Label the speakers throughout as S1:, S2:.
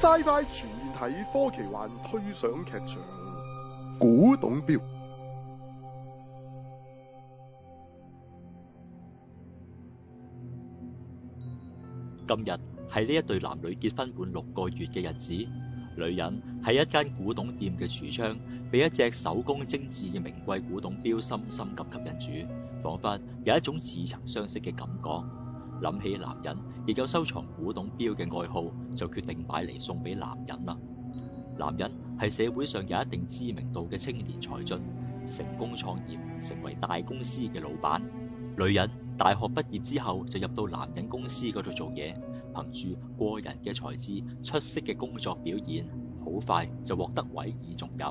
S1: Sci-Fi 全面睇科奇幻推想劇場，古董錶。
S2: 今日係呢一對男女結婚滿六個月嘅日子，女人喺一間古董店嘅櫥窗，俾一隻手工精緻嘅名貴古董錶深深咁吸引住，彷彿有一種似曾相識嘅感覺。諗起男人亦有收藏古董錶嘅愛好，就決定買嚟送俾男人啦。男人係社會上有一定知名度嘅青年才俊，成功創業，成為大公司嘅老闆。女人大學畢業之後就入到男人公司嗰度做嘢，憑住過人嘅才智、出色嘅工作表現，好快就獲得委以重任，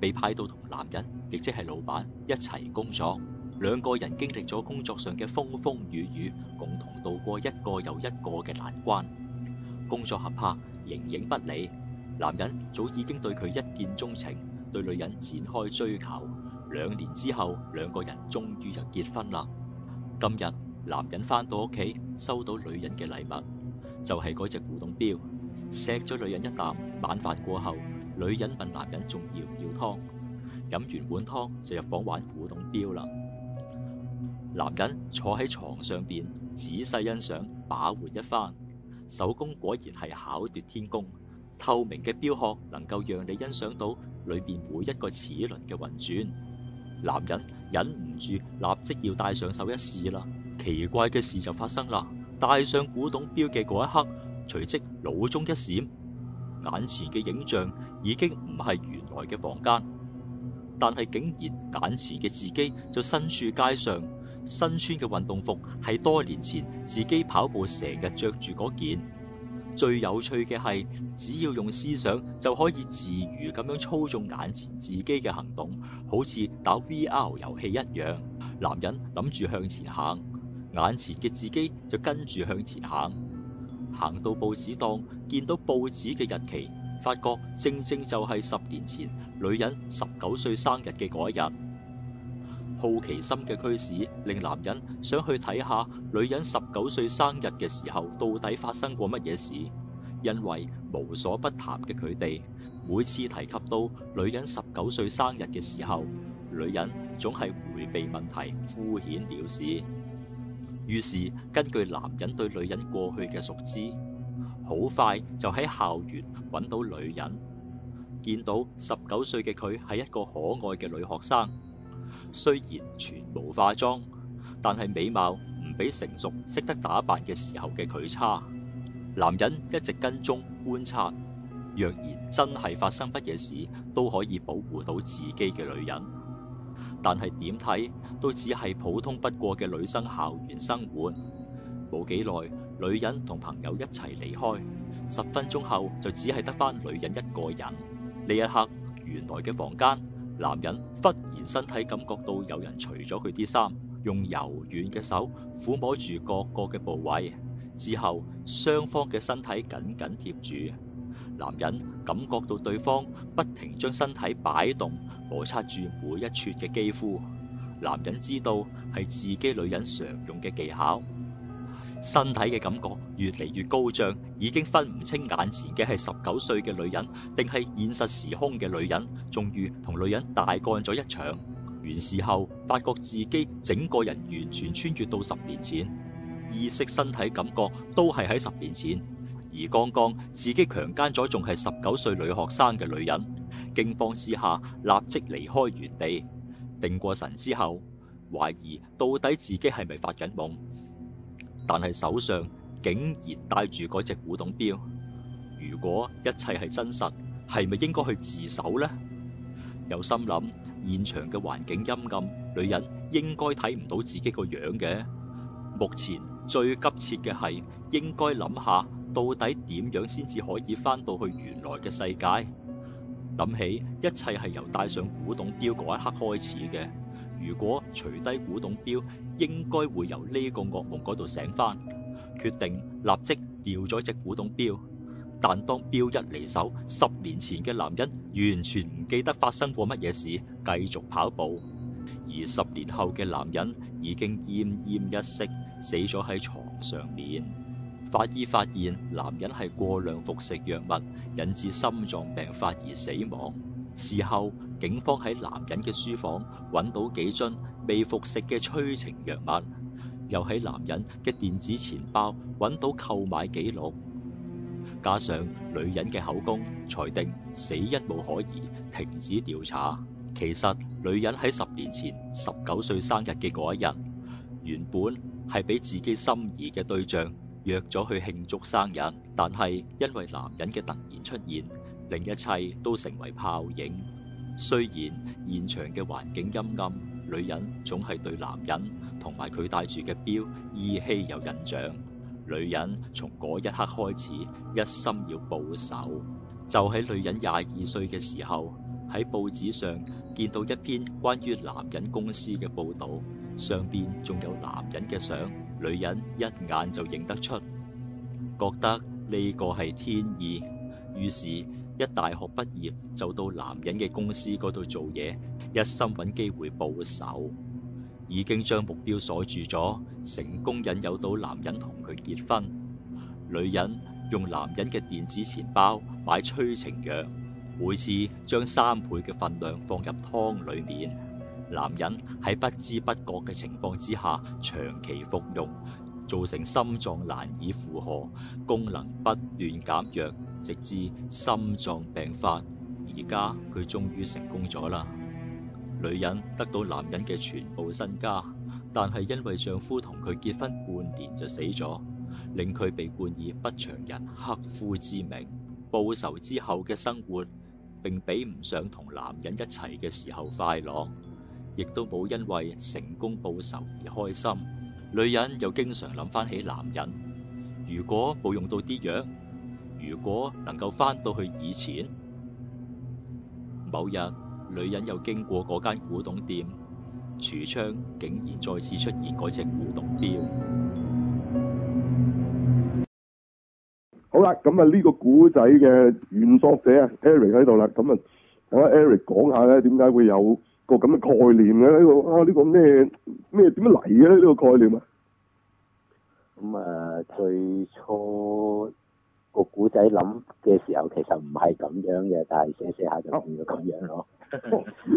S2: 被派到同男人，亦即係老闆一齊工作。兩個人經歷咗工作上嘅風風雨雨，共同度過一個又一個嘅難關。工作合拍，形影不離。男人早已經對佢一見鍾情，對女人展開追求。兩年之後，兩個人終於就結婚啦。今日男人返到屋企，收到女人嘅禮物，就係嗰隻古董錶。錫咗女人一啖，晚飯過後，女人問男人仲要唔要湯，飲完碗湯就入房玩古董錶啦。男人坐喺床上邊，仔細欣賞把玩一番，手工果然係巧奪天工。透明嘅錶殼能夠讓你欣齒到裏邊每一個齒輪嘅運轉。男人忍唔住立即要戴上手一試啦。奇怪嘅事就發生啦！戴上古董錶嘅嗰一刻，隨即腦中一閃，眼前嘅影像已經唔係原來嘅房間，但係竟然眼前嘅自己就身處街上，身穿嘅運動服係多年前自己跑步成日着住嗰件。最有趣嘅係，只要用思想就可以自如咁樣操縱眼前自己嘅行動，好似打 VR 遊戲一樣。男人諗住向前行，眼前嘅自己就跟住向前行。行到報紙檔，見到報紙嘅日期，發覺正正就係十年前女人十九歲生日嘅嗰一日。好奇心嘅驅使，令男人想去睇下女人十九歲生日嘅時候到底發生過乜嘢事。因為無所不談嘅佢哋，每次提及到女人十九歲生日嘅時候，女人總係迴避問題，敷衍了事。於是根據男人對女人過去嘅熟知，好快就喺校園揾到女人，見到十九歲嘅佢係一個可愛嘅女學生。雖然全無化妝，但係美貌唔比成熟識得打扮嘅時候嘅佢差。男人一直跟蹤觀察，若然真係發生乜嘢事，都可以保護到自己嘅女人。但係點睇都只係普通不過嘅女生校園生活。冇幾耐，女人同朋友一齊離開，十分鐘後就只係得返女人一個人。呢一刻，原來嘅房間。男人忽然身體感覺到有人除咗佢啲衫，用柔軟嘅手撫摸住各個嘅部位，之後雙方嘅身體緊緊貼住。男人感覺到對方不停將身體擺動，摩擦住每一處嘅肌膚。男人知道係自己女人常用嘅技巧，身體嘅感覺越嚟越高漲，已經分唔清眼前嘅係十九歲嘅女人，定係現實時空嘅女人。終於同女人大幹咗一場。完事後，發覺自己整個人完全穿越到十年前，意識、身體感覺都係喺十年前。而剛剛自己強姦咗仲係十九歲女學生嘅女人，驚慌之下立即離開原地。定過神之後，懷疑到底自己係咪發緊夢？但係手上竟然戴住嗰隻古董錶，如果一切係真實，係咪應該去自首呢？有心諗現場嘅環境陰暗，女人應該睇唔到自己個樣嘅。目前最急切嘅係應該諗下，到底點樣先至可以返到去原來嘅世界？諗起一切係由戴上古董錶嗰一刻開始嘅。如果除低古董錶，應該會由呢個噩夢嗰度醒返，決定立即掉咗隻古董錶。但當錶一離手，十年前嘅男人完全唔記得發生過乜嘢事，繼續跑步。而十年後嘅男人已經奄奄一息，死咗喺床上面。法醫發現男人係過量服食藥物，引致心臟病發而死亡。事後，警方喺男人嘅書房揾到幾樽未服食嘅催情藥物，又喺男人嘅電子錢包揾到購買記錄。加上女人嘅口供，裁定死因無可疑，停止調查。其實女人喺十年前十九歲生日嘅嗰一日，原本係俾自己心儀嘅對象約咗去慶祝生日，但係因為男人嘅突然出現，令一切都成為泡影。雖然現場嘅環境陰暗，女人總係對男人同埋佢戴住嘅錶依稀有印象。女人從嗰一刻開始，一心要報仇。就喺女人廿二歲嘅時候，喺報紙上見到一篇關於男人公司嘅報導，上邊仲有男人嘅相，女人一眼就認得出，覺得呢個係天意。於是，一大學畢業就到男人嘅公司嗰度做嘢，一心揾機會報仇。已經將目標鎖住咗，成功引誘到男人同佢結婚。女人用男人嘅電子錢包買催情藥，每次將三倍嘅份量放入湯裡面。男人喺不知不覺嘅情況之下長期服用，造成心臟難以負荷，功能不斷減弱，直至心臟病發。而家佢終於成功咗啦！女人得到男人嘅全部身家，但係因為丈夫同佢結婚半年就死咗，令佢被冠以不祥人克夫之名。報仇之後嘅生活並比唔上同男人一齊嘅時候快樂，亦都冇因為成功報仇而開心。女人又經常諗翻起男人，如果冇用到啲藥，如果能夠翻到去以前，某日，女人又經過嗰間古董店，櫥窗竟然再次出現嗰隻古董錶。
S3: 好啦，咁啊呢個古仔嘅原作者啊 Eric 喺度啦，咁啊等阿 Eric 講下咧，點解會有個咁嘅概念嘅呢、個啊呢、個咩咩點樣嚟嘅咧？呢、個概念啊，
S4: 咁啊，最初個古仔諗嘅時候，其實唔係咁樣嘅，但係寫寫下就變咗咁樣 咯。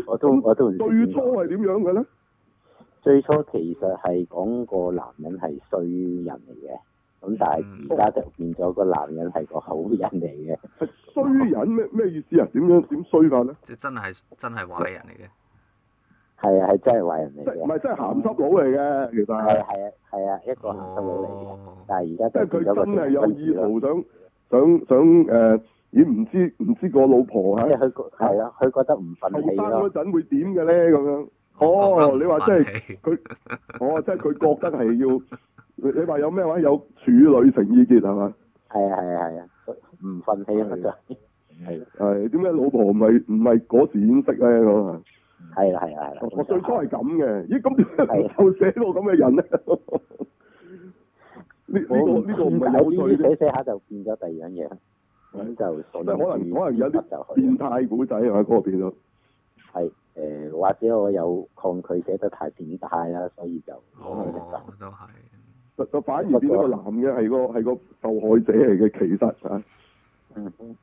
S4: 我都我都唔知
S3: 最
S4: 點
S3: 初
S4: 講
S3: 係點樣嘅咧？
S4: 最初其實係講個男人係衰人嚟嘅，咁但係而家就變咗個男人係個好人嚟嘅。
S3: 係衰人咩咩意思啊？點樣點衰法咧？
S5: 即真係真係壞人嚟嘅。
S4: 係啊，係真係壞人
S3: 即
S4: 嚟
S3: 係唔
S4: 嘅。
S3: 係真係鹹濕佬嚟嘅，其實
S4: 係
S3: 係
S4: 啊係啊係啊，一個鹹濕佬嚟嘅。
S5: 哦
S4: 但係而
S3: 即
S4: 家
S3: 係
S4: 就
S3: 佢
S4: 變咗個
S3: 真係有意啊
S4: 咯。
S3: 圖想想想誒、呃咦唔知唔知個老婆
S4: 即
S3: 係
S4: 係佢個係啊，佢覺得唔
S3: 後
S4: 忿氣
S3: 生嗰
S4: 咯。
S3: 陣會點嘅咧？咁樣哦，你話即係。佢，哦，即係佢覺得係要，你你話有咩話有處女情意結係嘛？
S4: 係啊係啊係啊，唔忿氣啊佢就係啦
S3: 係點解老婆唔係唔係嗰時演識咧咁啊？
S4: 係啦係啦係啦。
S3: 我
S4: 咁就
S3: 我最初係咁嘅，咦咁點解
S4: 係
S3: 又寫個咁嘅人咧？呢呢
S4: 我
S3: 個呢個唔係有
S4: 呢啲
S3: 罪啫，
S4: 寫寫下就變咗第二樣嘢，咁就所以
S3: 即係可能可能有
S4: 就
S3: 啲
S4: 去
S3: 變態古仔係嘛？嗰個變咗
S4: 係誒，或者我有抗拒寫得太變態啦，所以就
S5: 哦，都係。
S3: 就就反而變咗個男嘅係個係個受害者嚟嘅，其實啊。
S4: 嗯哼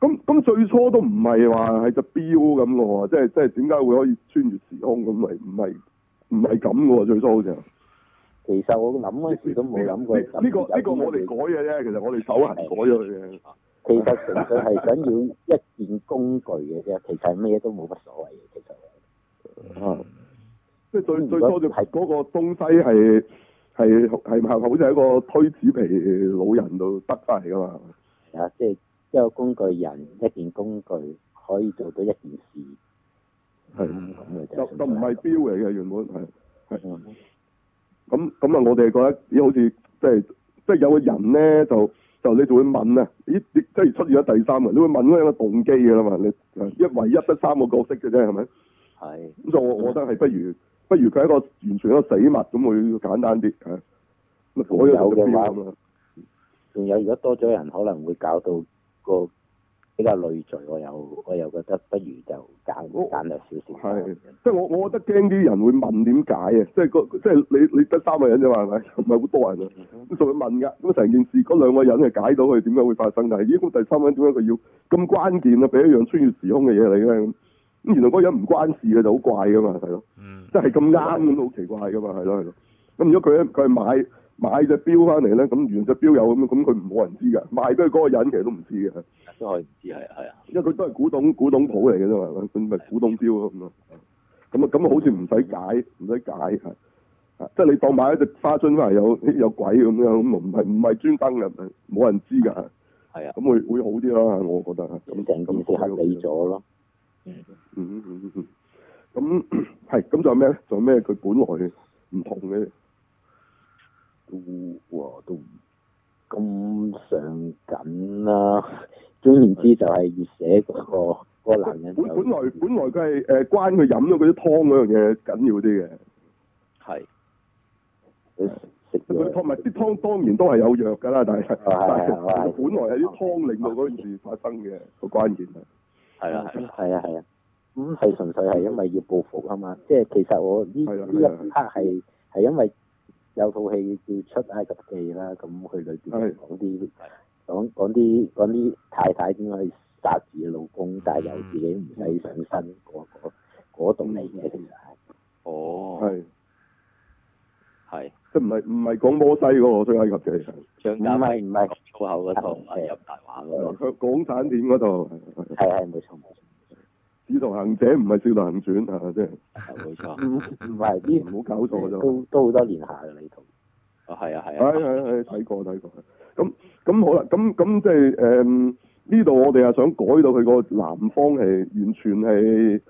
S3: 咁咁最初都唔係話係隻錶咁嘅喎，即係即係點解會可以穿越時空咁嚟？唔係唔係咁嘅喎，最初好似係。
S4: 其實我諗嗰陣時都冇諗過
S3: 呢呢呢個呢個我哋改嘅啫，其實我哋手痕改咗佢嘅。
S4: 其實純粹係想要一件工具嘅啫，其實咩都冇乜所謂嘅，其實
S5: 嗯
S3: 啊即係最
S4: 嗯
S3: 最初就
S4: 係
S3: 嗰個東西係係係係好似係一個推紙皮老人度得翻嚟㗎嘛。
S4: 係啊，即係一個工具人，一件工具可以做到一件事
S3: 係
S4: 嗯咁嘅啫。
S3: 就就唔係錶嚟嘅原本係。
S4: 嗯
S3: 咁咁啊，我哋覺得咦，好似即係即係有個人咧，就就你就會問啊，咦，你即係出現咗第三個，你會問嗰個動機㗎啦嘛，你一唯一得三個角色嘅啫，係咪？
S4: 係
S3: 咁所以我我覺得係不如不如佢係一個完全一個死物咁會簡單啲啊。咁啊改咗就
S4: 有嘅
S3: 標
S4: 話
S3: 咁啊，
S4: 仲有，如果多咗人，可能會搞到個比較累贅，我又我又覺得不如就簡
S3: 我
S4: 簡略少少講
S3: 哦係，即係我我覺得驚啲人會問點解啊！即係個即係你你得三個人啫嘛，係咪？ 唔係好多人啊，咁仲會問㗎。咁成件事嗰兩個人就解到佢點解會發生，但係咦咁第三個人點解佢要咁關鍵啊？俾一樣穿越時空嘅嘢你咧咁，咁原來嗰個人唔關事嘅就好怪㗎嘛，係咯。
S5: 嗯
S3: 即係咁啱咁好奇怪㗎嘛，係咯係咯。咁如果佢咧佢係買買隻錶翻嚟咧，咁原隻錶有咁，咁佢冇人知㗎。賣俾佢嗰個人其實都唔知嘅，
S4: 都可以唔知係係啊，
S3: 因為佢都係古董古董鋪嚟嘅啫嘛，係咪佢咪古董錶咯咁咯。咁啊咁啊，好似唔使解唔使解係。啊即係你當買一隻花樽翻嚟有 咦有鬼咁樣，咁啊唔係唔係專登嘅，冇人知㗎，
S4: 係啊，
S3: 咁會會好啲啦，我覺得啊係
S4: 咁成件事合理咗咯。
S3: 嗯嗯嗯嗯，咁 係咁仲有咩咧？仲有咩佢本來唔同嘅？
S4: 都哇都唔咁上緊啦。 總言之就係越寫嗰、個嗰、個男人就
S3: 本本來本來佢係誒關佢飲咗嗰啲湯嗰樣嘢緊要啲嘅，
S4: 係佢食
S3: 即係佢啲湯
S4: 藥
S3: 咪啲湯當然都係有藥㗎啦，但係但
S4: 係啊
S3: 係
S4: 係
S3: 本來係啲湯令到嗰件事發生嘅個關鍵係。
S4: 係啦係啦係啊係啊，咁係純粹係因為要報復啊嘛。即係其實我呢
S3: 係啊
S4: 呢
S3: 係啊
S4: 一 part 係係因為有套戲叫《出埃啊及記》啦，咁佢裏
S3: 係
S4: 邊講啲講講啲講啲太太點樣去殺自己老公，但係又自己唔使上身嗰嗰嗰度嚟嘅，其實係。
S6: 哦，
S3: 係
S6: 係
S3: 即係唔係唔係講摩西嗰個出埃及記，
S6: 張
S4: 唔
S6: 家輝
S4: 係唔係，
S6: 講粗口嗰套啊，入大話嗰
S3: 係
S4: 哦
S6: 個，
S3: 香港產片嗰度係係《
S4: 係係冇錯冇錯，
S3: 使徒行者》唔係《使徒行傳》啊，即係
S6: 係冇錯，
S4: 唔唔係呢
S3: 唔好搞錯咗。
S4: 都都好多年下嘅呢套，
S6: 哦係啊係
S3: 係
S6: 啊，
S3: 係係睇過睇過，咁咁好啦，咁咁即係誒呢度我哋係想改到佢個南方係完全係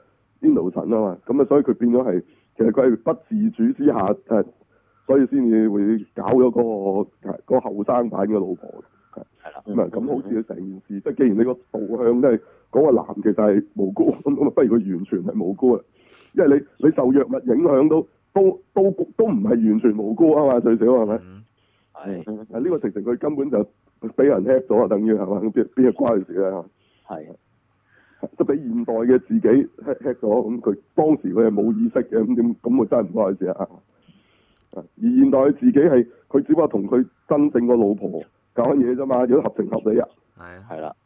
S3: 天奴神啊嘛，咁啊所以佢變咗係其實佢係不自主之下誒、所以先至會搞咗嗰、個嗰、個後生版嘅老婆嘅。
S6: 係
S4: 嗯
S6: 啦
S3: 咁啊，咁好似佢成件事，即係既然你個導向都係嗰個男其實係無辜，咁咁啊， 不如佢完全係無辜啦，因為你你受藥物影響都都都都唔係完全無辜啊嘛，最少係咪？
S5: 嗯
S6: 係
S3: 啊！呢、個直情佢根本就俾人 hack 咗啊，等於係嘛？咁邊邊係關佢事 咧？
S6: 係
S3: 即係俾現代嘅自己 hack hack 咗，咁佢當時佢係冇意識嘅，咁點咁佢真係唔關佢事啊！啊而現代佢自己係佢只不過同佢真正個老婆搞緊嘢啫嘛，如果合情合理啊，
S5: 係啊，
S6: 係啦，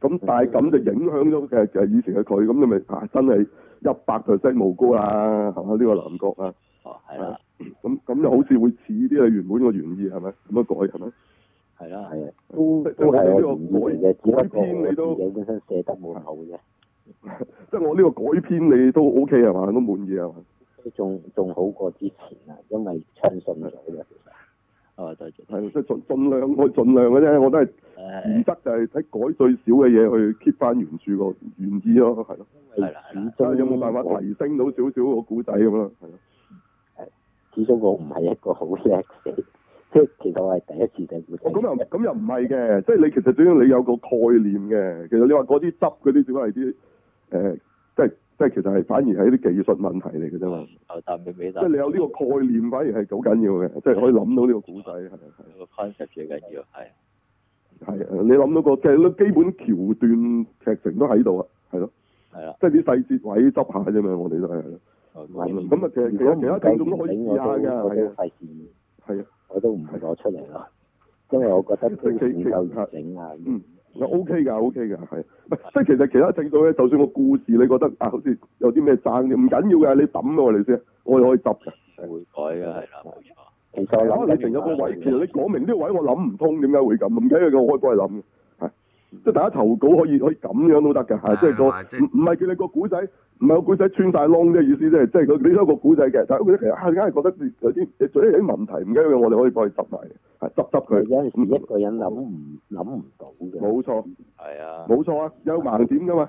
S3: 咁但係咁就影響咗嘅其實以前嘅佢，咁你咪啊真係一百 percent 無辜啦，係嘛？呢、個男角啊，
S6: 哦係啦
S3: 咁咁就好似會似啲你原本個原意係咪？咁樣改係咪？
S6: 係啦，
S4: 係啊，都
S3: 即係
S4: 都係
S3: 我哋呢個
S4: 我唔嘅，只
S3: 改
S4: 不過
S3: 編你都
S4: 我自己本身寫得冇咁好啫，
S3: 即係我呢個改編你都 OK 係嘛？都滿意係嘛？
S4: 都仲仲好過之前啊，因為暢順咗嘅其實。
S6: 哦多謝，
S3: 係即係盡盡量我盡量嘅啫，我都係
S6: 誒
S3: 原則就係睇改最少嘅嘢去 keep 翻原著個原意咯，係咯。
S6: 係啦係啦，
S3: 睇下有冇辦法提升到少少個古仔咁咯，係咯。
S4: 始終我唔係一個好叻寫，即係其實我係第一次寫故仔。
S3: 哦，咁又咁又唔係嘅，即係你其實主要你有個概念嘅。其實你話嗰啲汁嗰啲只不過係啲誒，即係即係其實係反而係啲技術問題嚟嘅啫嘛。
S6: 頭啖尾尾
S3: 即
S6: 啖，
S3: 係你有呢個概念，反而係好緊要嘅，即係可以諗到呢個古仔係啊係。
S6: 個 concept 最緊要係
S3: 係啊，你諗到個即係基本橋段劇情都喺度啊，係咯，
S6: 係啦，
S3: 即係啲細節位執下啫嘛，我哋都係
S6: 哦
S4: 唔係
S3: 咁啊其實其實其他聽眾都可以試下㗎
S4: 我都我
S3: 係
S4: 都
S3: 啊
S4: 費事，
S3: 係啊，
S4: 我都唔攞出嚟咯，因為我覺得都唔夠完整啊。
S3: 嗯嗱 OK 㗎 OK 㗎係，唔係即係其實其他聽眾咧，就算個故事你覺得啊好似有啲咩爭嘅，唔緊要㗎，你抌咗我哋先，我哋可以執㗎。
S6: 會改嘅係啦，冇錯，
S4: 其實
S3: 係
S4: 我
S3: 啊，
S4: 諗
S3: 你成有個位，其實你講明呢個位我諗唔通點解會咁，唔緊要嘅，我可以幫你諗嘅。係即係大家投稿可以可以咁樣都得㗎，啊係即係個
S5: 係即係
S3: 唔唔係叫你個古仔，唔係個古仔穿晒窿啫，意思即係即係佢你有一個古仔嘅，但係佢其實啊，梗係覺得有啲有啲有啲問題，唔緊要嘅，我哋可以幫你執埋嘅，係執執
S4: 有
S3: 佢。
S4: 陣時一個人諗唔諗唔到
S5: 嗯
S4: 嘅。
S3: 冇錯，
S6: 係啊，
S3: 冇錯啊，有盲點㗎嘛，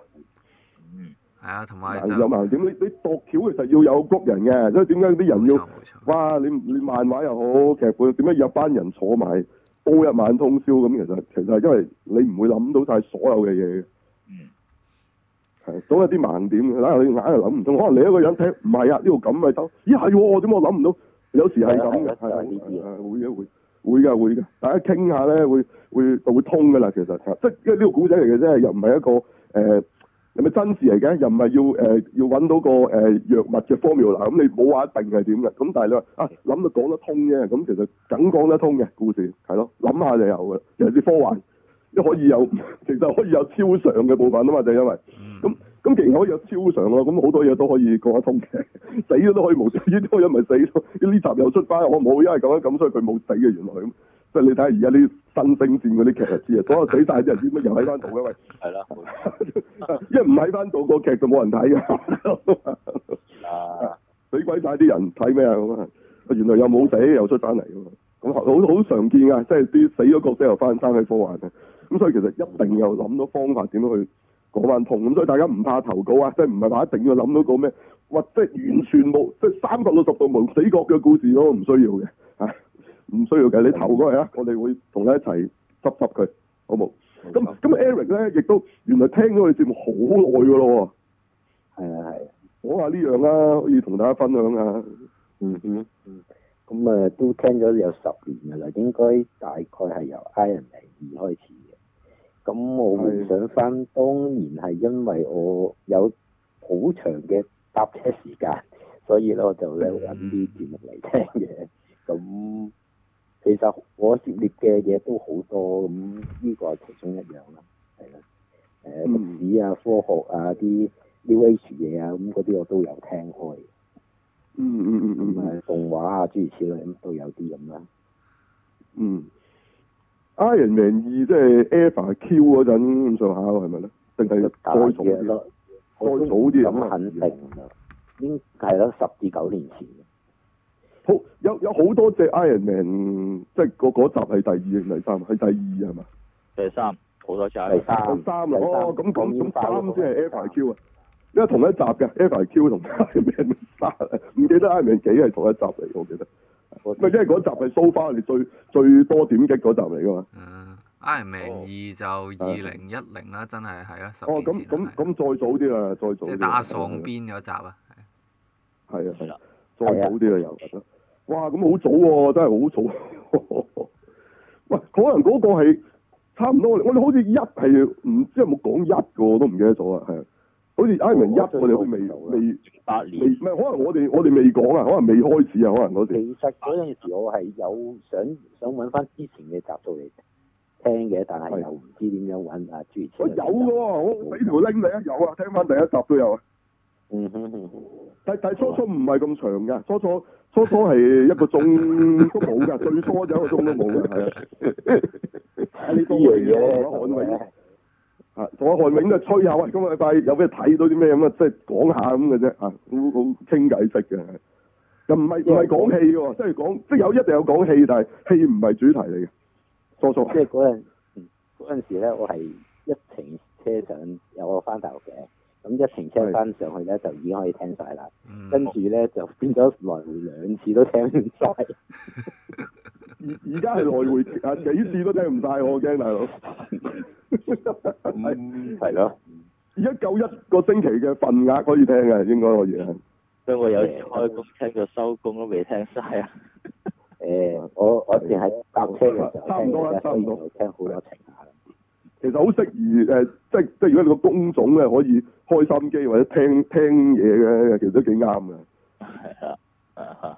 S6: 嗯
S5: 係啊，同埋
S3: 盲
S5: 就
S3: 有盲點，你你度橋其實要有 group 人嘅，所以點解啲人
S5: 冇
S3: 要？
S5: 錯冇錯，
S3: 哇！你你漫畫又好，劇本點解有班人坐埋煲一晚通宵咁？其實其實係因為你唔會諗到晒所有嘅嘢嘅，
S6: 嗯
S3: 係總有啲盲點嘅，硬係你硬係諗唔通。可能你一個人聽唔係啊，呢度咁咪得？咦係喎，點解我諗唔到？有時係咁嘅，
S4: 係啊係啊
S3: 係啊
S4: 呢啲
S3: 係啊會嘅會。會㗎會㗎，大家傾下咧會會就會通㗎啦，其實即係因為呢個古仔嚟嘅啫，又唔係一個誒。呃係咪真事嚟嘅？又唔係要誒、呃要揾到個誒、呃、藥物嘅 formula 咁，你冇話一定係點嘅。咁但係你話啊諗到講得通啫，咁其實梗講得通嘅故事係咯，諗下就有嘅。尤其是科幻，因為可以有其實可以有超常嘅部分啊嘛，就係因為
S5: 嗯
S3: 咁咁既然可以有超常咯，咁好多嘢都可以講得通嘅， 死咗都可以冇死， 呢啲人咪死咯。呢集又出翻，我冇因為咁樣咁，所以佢冇死嘅原來咁。即係你睇下而家啲新星戰嗰啲劇就知啊，所有死晒啲人點解又喺翻度嘅喂？
S7: 係啦，冇
S3: 因為唔喺翻到個劇就冇人睇嘅，
S7: 事
S4: 啊
S7: 啦，
S3: 死鬼晒啲人睇咩啊咁啊！原來又冇死又出翻嚟咁啊！咁好好常見啊，即係啲死咗角色又翻生喺科幻嘅，咁所以其實一定又諗到方法點樣去講翻痛，咁所以大家唔怕投稿啊，即係唔係話一定要諗到個咩，或即係完全冇，即係三百六十度無死角嘅故事咯，唔需要嘅，嚇、唔需要嘅，你投過嚟啊，我哋會同你一齊執執佢，好冇？咁
S4: 啊
S3: 咁 Eric 咧，亦都原來聽咗我哋節目好耐㗎咯喎。
S4: 係啊係啊，
S3: 講下呢樣啊啦，可以同大家分享下。
S4: 嗯哼，嗯咁啊都聽咗有十年㗎啦，應該大概係由 Iron Man 二開始嘅。咁我回想翻，當年係因為我有好長嘅搭車時間，所以咧我就
S3: 嗯
S4: 咧揾啲節目嚟聽嘅。咁其實我涉獵嘅嘢都好多，咁呢個係其中一樣啦，係啦。誒、
S3: 嗯
S4: 歷史啊、科學啊、啲 New Age 嘢啊，咁嗰啲我都有聽開。
S3: 嗯嗯嗯
S4: 咁
S3: 嗯
S4: 啊動畫啊諸如此類咁都有啲咁啦。
S3: 嗯。Iron Man 二即係 Eva Q 嗰陣咁上下喎，係咪咧？定係
S4: 大
S3: 再早
S4: 約
S3: 啲？
S4: 咯，我都
S3: 再早啲
S4: 咁肯定啦，應係咯十至九年前。
S3: 好有有好多隻 Iron Man，即係嗰嗰集係第二定第三？啊係第二係嘛？
S7: 第三好多謝，
S4: 第三
S3: 第三啦，哦，咁咁咁三先係 Eva
S4: F
S3: Q 啊，因為同一集嘅 Eva Q 同 Iron Man 三啊，唔記得 Iron Man 幾係同一集嚟，我記得。咪因為嗰集係 So Far 你最最多點擊嗰集嚟㗎嘛？
S5: 嗯，Iron
S7: 哦
S5: Man 二就二零一零啦，真係係啦，十
S3: 啊哦，
S5: 年前
S3: 咁咁
S5: 啦係啊
S3: 咁再早啲啦，再早
S5: 即
S3: 啲
S5: 係
S3: 啦。
S5: 打爽邊嗰集啊，係
S3: 係啊，係
S7: 係
S3: 啊
S7: 啦，
S3: 再早啲啦又覺得，哇咁好早喎、真係好早。 喂，可能嗰個係差唔多，我哋好似一係唔知有冇講一個我都唔記得咗啊，係啊，好似 Iron Man 一
S4: 我
S3: 我哋
S4: 追到
S3: 好似
S4: 唔到
S3: 未
S4: 啦
S3: 未
S7: 八
S3: 未
S7: 年
S3: 唔係，可能我哋我哋未講啊，可能未開始啊，可能嗰
S4: 其
S3: 時
S4: 實嗰陣時我係有想想揾翻之前嘅集數嚟聽嘅，但係
S3: 係
S4: 又唔知點樣揾啊諸如
S3: 我
S4: 此
S3: 有
S4: 類。
S3: 嘅喎，我我俾條 link 你啊，有啊，聽翻第一集都有啊。
S4: 嗯哼嗯哼
S3: 但但初初唔係咁長㗎，初初初初係一個鐘都冇 㗎，最初就一個鐘都冇㗎，係啊。呢個
S4: 樣
S3: 嘢我捍衛啊，同阿韓永都係吹下喂，今日禮拜有咩睇到啲咩咁啊，即係講下咁嘅啫啊，好好傾偈式嘅，又唔係唔係講戲喎，即係講即係有一定有講戲，但係戲唔係主題嚟嘅，初 初
S4: 即係嗰陣嗯嗰陣時咧，我係一程車上有我翻大陸嘅，咁一程車翻上去咧就已經可以聽晒啦。跟
S5: 嗯
S4: 住咧就變咗來回兩次都聽唔晒，
S3: 而而家係來回啊幾次都聽唔晒，我驚大佬。係
S7: 咁
S4: 係咯，
S3: 而家夠一個星期嘅份額可以聽嘅，應該可以啊係。
S7: 所以我有時開工聽到收工都未聽晒啊！
S4: 誒、我我淨係搭車嘅時候
S3: 差唔
S4: 聽
S3: 多啦
S4: 嘅，
S3: 差
S4: 所
S3: 唔
S4: 以
S3: 多
S4: 就聽好多程下啦。
S3: 其實好適宜誒、即係即係如果你個工種咧可以開心機或者聽聽嘢嘅，其實都幾啱嘅。
S7: 係啦，啊哈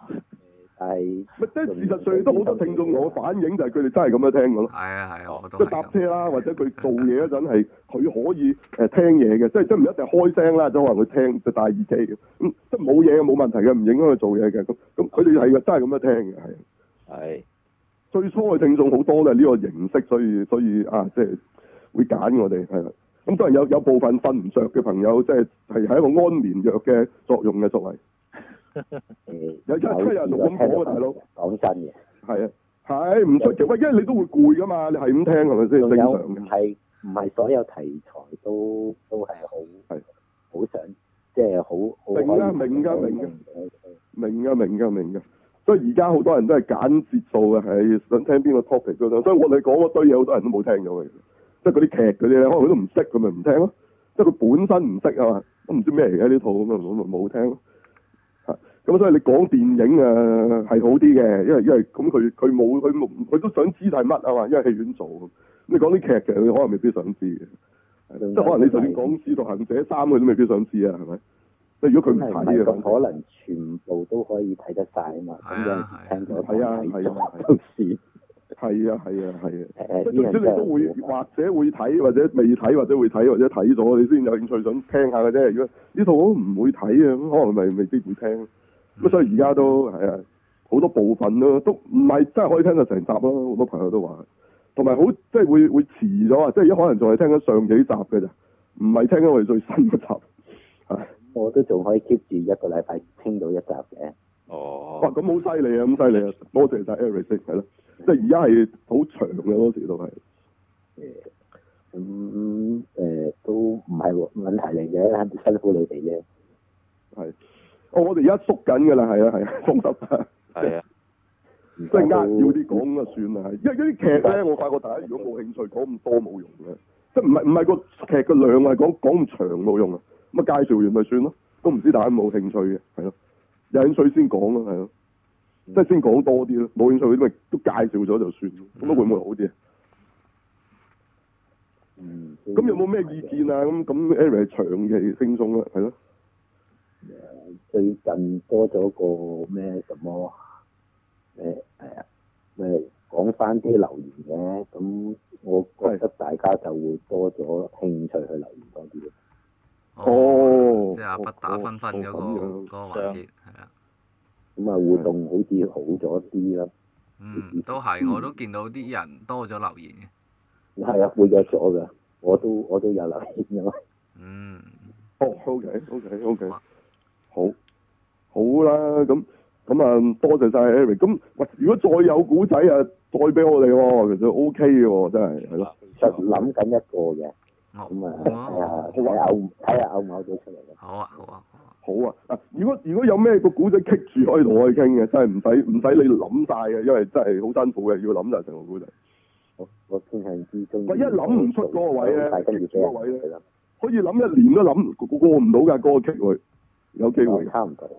S4: 但係
S3: 咪即係事實上都好多聽眾同我反映就係佢哋真係咁樣聽嘅咯，
S5: 係啊係啊，我都
S3: 哦即
S5: 係
S3: 係搭
S5: 咁
S3: 車啦，或者佢做嘢嗰陣係佢可以誒、聽嘢嘅，即係即係唔一定開聲啦，都可能佢聽就戴耳機嘅，咁、即係冇嘢嘅冇問題嘅，唔影響佢做嘢嘅，咁咁佢哋係嘅真係咁樣聽嘅，係啊
S7: 係
S3: 最初嘅聽眾好多都係呢個形式，所以所以啊，即係會揀我哋係啦。咁當然有有部分瞓唔着嘅朋友，即係係係一個安眠藥嘅作用嘅作為，
S4: 誒、
S3: 有真係有人同我咁講啊大佬
S4: 講真嘅，
S3: 係啊，係唔出奇。喂，因為你都會攰噶嘛，你係咁聽係咪先
S4: 仲
S3: 正
S4: 有
S3: 常
S4: 唔
S3: 嘅？
S4: 係唔係所有題材都都係好
S3: 係
S4: 好想即係好好
S3: 明啦
S4: 可以
S3: 明啦明啦明嘅，明嘅，明嘅。所以而家好多人都係揀節數嘅，係想聽邊個 topic 都想。所以我哋講嗰堆嘢，好多人都冇聽咗嘅，即係嗰啲劇嗰啲咧，可能佢都唔識，佢咪唔聽咯。即係佢本身唔識啊嘛，都唔知咩嚟嘅呢套咁咪冇咪冇聽咯。係咁所以你講電影啊係好啲嘅，因為因為咁佢佢冇佢冇佢都想知係乜啊嘛，因為戲院做。咁你講啲劇嘅，佢可能未必想知嘅。即係可能你就算講《使徒行者三》，佢都未必想知啊，係咪？即係如果佢
S4: 真
S3: 唔
S4: 係唔
S3: 睇啊
S4: 係
S3: 嘅，
S4: 咁可能全部都可以睇得晒啊嘛，咁
S5: 係
S4: 有
S5: 啊
S4: 陣時聽咗
S3: 係啊
S4: 睇
S3: 係啊係啊
S4: 咗都是誒呢樣
S3: 係啊係啊係啊。即係總之
S4: 真
S3: 你都會
S4: 係好啊
S3: 或者會睇，或者未睇，或者會睇，或者睇咗，你先有興趣想聽下嘅啫。如果呢套我都唔會睇嘅，咁可能咪未必會聽。咁所以而家都
S4: 嗯
S3: 係啊，好多部分咯，都唔係真係可以聽到成集咯。好多朋友都話，同埋好即係會會遲咗啊！即係而家可能仲係聽緊上幾集嘅咋，唔係聽緊我哋最新嗰
S4: 哦
S3: 集。
S4: 我都仲可以 keep 住一個禮拜清到一集嘅，
S3: 哇！
S7: 哦，
S3: 咁好犀利啊，咁犀利啊！多謝晒 Eric 先係咯，即係而家係好長嘅嗰時都係。
S4: 咁誒都唔係問題嚟嘅，辛苦你哋啫。
S3: 係，哦，我哋而家縮緊㗎啦，係啊，係啊， 縮得，
S7: 係啊，
S4: 即
S3: 即係扼要啲講啊，算啦。因為因為啲劇咧，我發覺大家如果冇興趣講咁多冇用嘅，即係唔係唔係個劇嘅量啊，講講咁長冇用啊。咁啊介紹完咪算咯，都唔知大家有冇興趣嘅，係咯，有興趣先講咯，係咯，
S5: 嗯
S3: 即係先講多啲咯。冇興趣嗰啲咪都介紹咗就算咯，咁啊會唔會好啲啊？
S4: 嗯，
S3: 咁有冇咩意見啊？咁咁 Eric 係長期輕鬆啦，係咯。
S4: 最近多咗個咩什麼誒係啊咩講翻啲留言嘅，咁我覺得大家就會多咗興趣去留言多啲嘅。
S3: 哦
S5: 即係阿不打分分嗰個
S3: 哦
S5: 嗰
S3: 咁樣
S5: 個環節係啊啦。
S4: 咁
S3: 嗯
S4: 啊互動好似好咗啲啦，
S5: 嗯，都係，我都見到啲人多咗留言嘅。
S4: 係啊，會咗咗㗎，我都我都有留言㗎嘛，
S5: 嗯，
S3: 哦，OK，OK，OK，
S5: 好啊
S3: 好，好啦，咁咁啊，多謝晒 Eric。咁喂，如果再有古仔啊，再俾我哋喎，其實 OK 嘅喎，真係
S7: 啊
S3: 係咯。
S4: 就諗緊一個嘅，
S5: 好
S4: 咁啊
S5: 好啊
S4: 睇下睇下嘔睇下嘔唔嘔到出嚟啦。
S5: 好啊，好啊，好啊
S3: 好啊，嗱，如果如果有咩個古仔棘住，可以同我哋傾嘅，真係唔使唔使你諗晒嘅，因為真係好辛苦嘅，要諗晒成個古仔。
S4: 我我偏向之中，
S3: 喂一諗唔出嗰個位咧
S4: 但係跟住俾人
S3: 嗰個位咧
S4: 係啦
S3: 可以諗一年都諗過唔到㗎，嗰、個棘會有機會。
S4: 差唔多，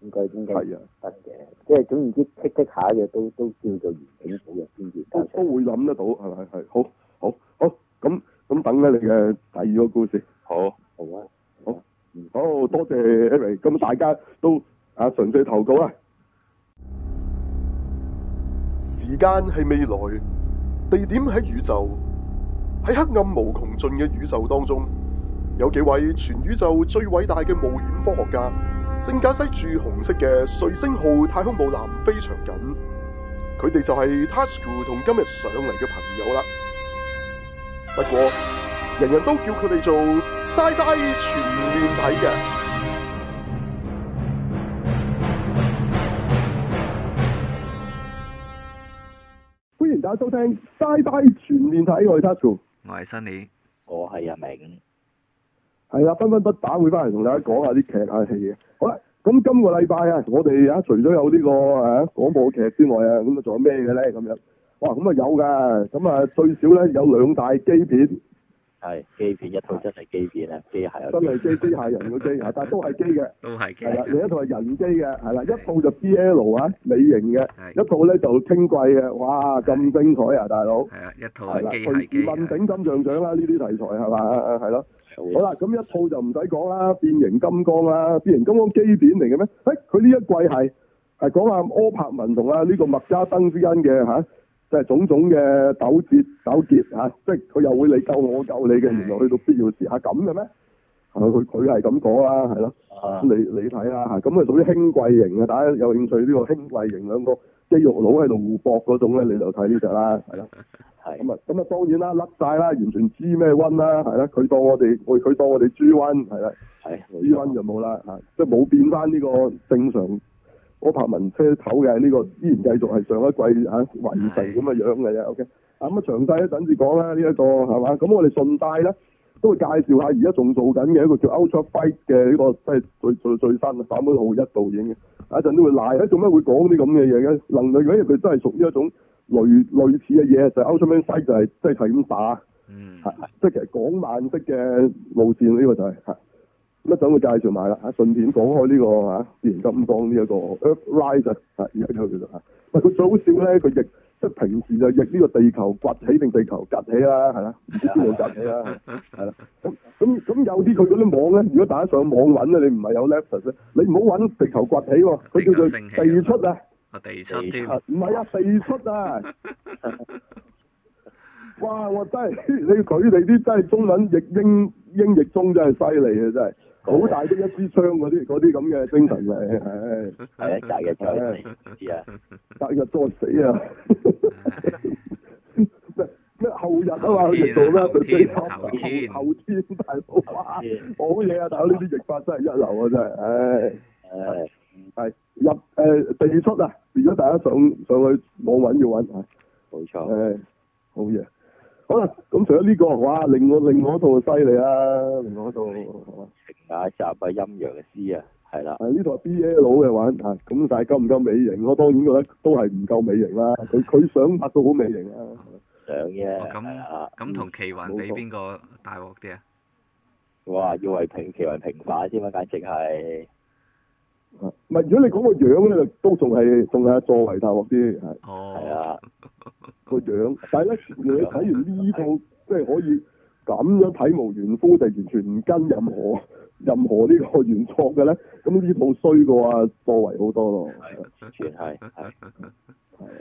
S4: 應該應該
S3: 係啊，
S4: 得嘅，即係總言之，剔剔下嘅都都叫做完整好嘅先至
S3: 都
S4: 交
S3: 都
S4: 出。
S3: 會諗得到，係咪？係好，好，好，咁咁等咧你嘅第二個故事。
S7: 好，
S3: 哦
S4: 好啊，
S3: 好，多謝 Eric，咁大家都啊純粹投稿啦。
S8: 時間係未來，地點喺宇宙，喺黑暗無窮盡嘅宇宙當中，有幾位全宇宙最偉大嘅冒險科學家，正駕駛住紅色嘅瑞星號太空母艦非常緊。佢哋就係 Tasuku 同今日上嚟嘅朋友啦。不過，人人都叫佢哋做 Sci-Fi 全面睇嘅。
S3: 歡迎大家收聽《Sci-Fi 全面睇》，我係 Tasuku，
S5: 我係 Sunny，
S7: 我哦係阿明，
S3: 係啊啦，分分不打會翻嚟同大家講下啲劇啊戲嘅。好啦，咁今個禮拜啊，我哋啊除咗有呢、個啊廣播劇之外啊，咁啊仲有咩嘅咧？咁樣，哇，咁啊有㗎，咁啊最少咧有兩大機片，
S7: 係機片一套真係機片啊，機械
S3: 真
S7: 啊
S3: 係機機械人個機啊，但係都係機嘅。
S5: 都係
S3: 係啦，
S5: 嘅。
S3: 另一套係人機嘅，係啦，一套就 B L 啊，美型嘅，
S5: 係
S3: 一套咧就輕貴嘅，哇，咁精彩啊，大佬！
S5: 係啊，一套
S3: 係啦，
S5: 係機
S3: 隨
S5: 械
S3: 時問
S5: 機
S3: 鼎金像獎啦，呢啲題材係嘛？係咯，
S7: 好
S3: 好啦，咁一套就唔使講啦，變形金剛啦，變形金剛機片嚟嘅咩？誒，佢呢一季係係講下柯柏文同啊呢個麥加登之間嘅嚇，即係種種嘅糾結糾結嚇，即係佢又會你救我救你嘅，
S5: 嗯
S3: 原來去到必要時刻咁嘅咩？係咪佢佢係咁講啦，係咯。
S7: 啊，
S3: 你你睇啦嚇，咁啊屬於輕貴型啊，大家有興趣呢個輕貴型兩個肌肉佬喺度互搏嗰種咧，你就睇呢只啦，係啦。
S7: 係
S3: 咁啊咁啊當然啦，甩晒啦，完全知咩温啦，係啦，佢當我哋我佢當我哋豬温係啦，
S7: 係冇
S3: 豬温
S7: 錯，
S3: 就冇啦嚇，即係冇變翻呢個正常嗰拍文車頭嘅呢、個，依然繼續係上一季嚇維持咁嘅樣嘅啫。OK，啊咁啊詳細一陣至講啦，呢、一個係嘛？咁我哋順帶咧。都會介紹下而家仲做緊嘅一個叫 Ultra Fight 嘅呢個即係最最最新嘅版本，浩一導演嘅。一陣都會賴，誒做咩會講啲咁嘅嘢嘅？能量嘅，因為佢真係屬於一種類類似嘅嘢，就係 Ultra Man Fight 就係即係係咁打，
S5: 嗯，
S3: 係即係其實港漫式嘅路線呢個就係、係咁啊，等佢介紹埋啦，啊，順便講開呢、個嚇、啊自然金剛呢一個 Earthrise 啊，啊而家叫做嚇，喂佢最好笑咧，佢譯即係平時就譯呢個地球崛起定地球崛起啦，係啦，唔知邊度崛起啦，係啊啦，咁咁咁有啲佢嗰啲網咧，如果大家上網揾咧，你唔係有 Lapsus 咧，你唔好揾地球崛起喎，佢叫做地出啊，
S5: 啊地出添，
S3: 啊唔係啊地出啊！哇！我真係你佢哋啲真係中文譯英英譯中真係犀利啊！真係好大的一支槍嗰啲嗰啲咁嘅精神嚟，唉，
S7: 係啊，大日再嚟知 啊，
S3: 隔日再死啊！咩咩後日啊嘛，佢哋做咩？
S5: 後
S3: 佢
S5: 天
S3: 最
S5: 啊後天
S3: 後後天大佬，哇！好
S7: 後天
S3: 嘢啊！大佬呢啲譯法真係一流啊！真係，唉。
S7: 誒，
S3: 係入誒、呃地出啊！如果大家上上去網揾要揾啊，
S7: 冇
S3: 誒、
S7: 錯，
S3: 好嘢。好啦，咁除咗呢、個，哇！另外另外一套犀利啊，另外一套係
S7: 情雅集啊，陰陽師啊，係啦，
S3: 呢套係 B L 嘅玩啊，咁但係夠唔夠美型？我當然覺得都係唔夠美型啦。佢佢想拍到好美型啊，
S7: 想啫，
S5: 哦咁
S7: 係啊，
S5: 咁同奇雲比邊個大鑊啲啊？
S7: 哇，要為平其為平反啫嘛，簡直係，
S3: 啊唔係如果你講個樣咧，就都仲係仲係作為大鑊啲係。
S7: 係
S5: 哦，
S7: 啊，
S3: 個樣，但係咧，你睇完呢套，即係可以咁樣體無完膚地完全唔跟任何 任何呢個原創嘅咧，咁呢套衰過啊作為好多咯，
S7: 完全係，係
S3: 係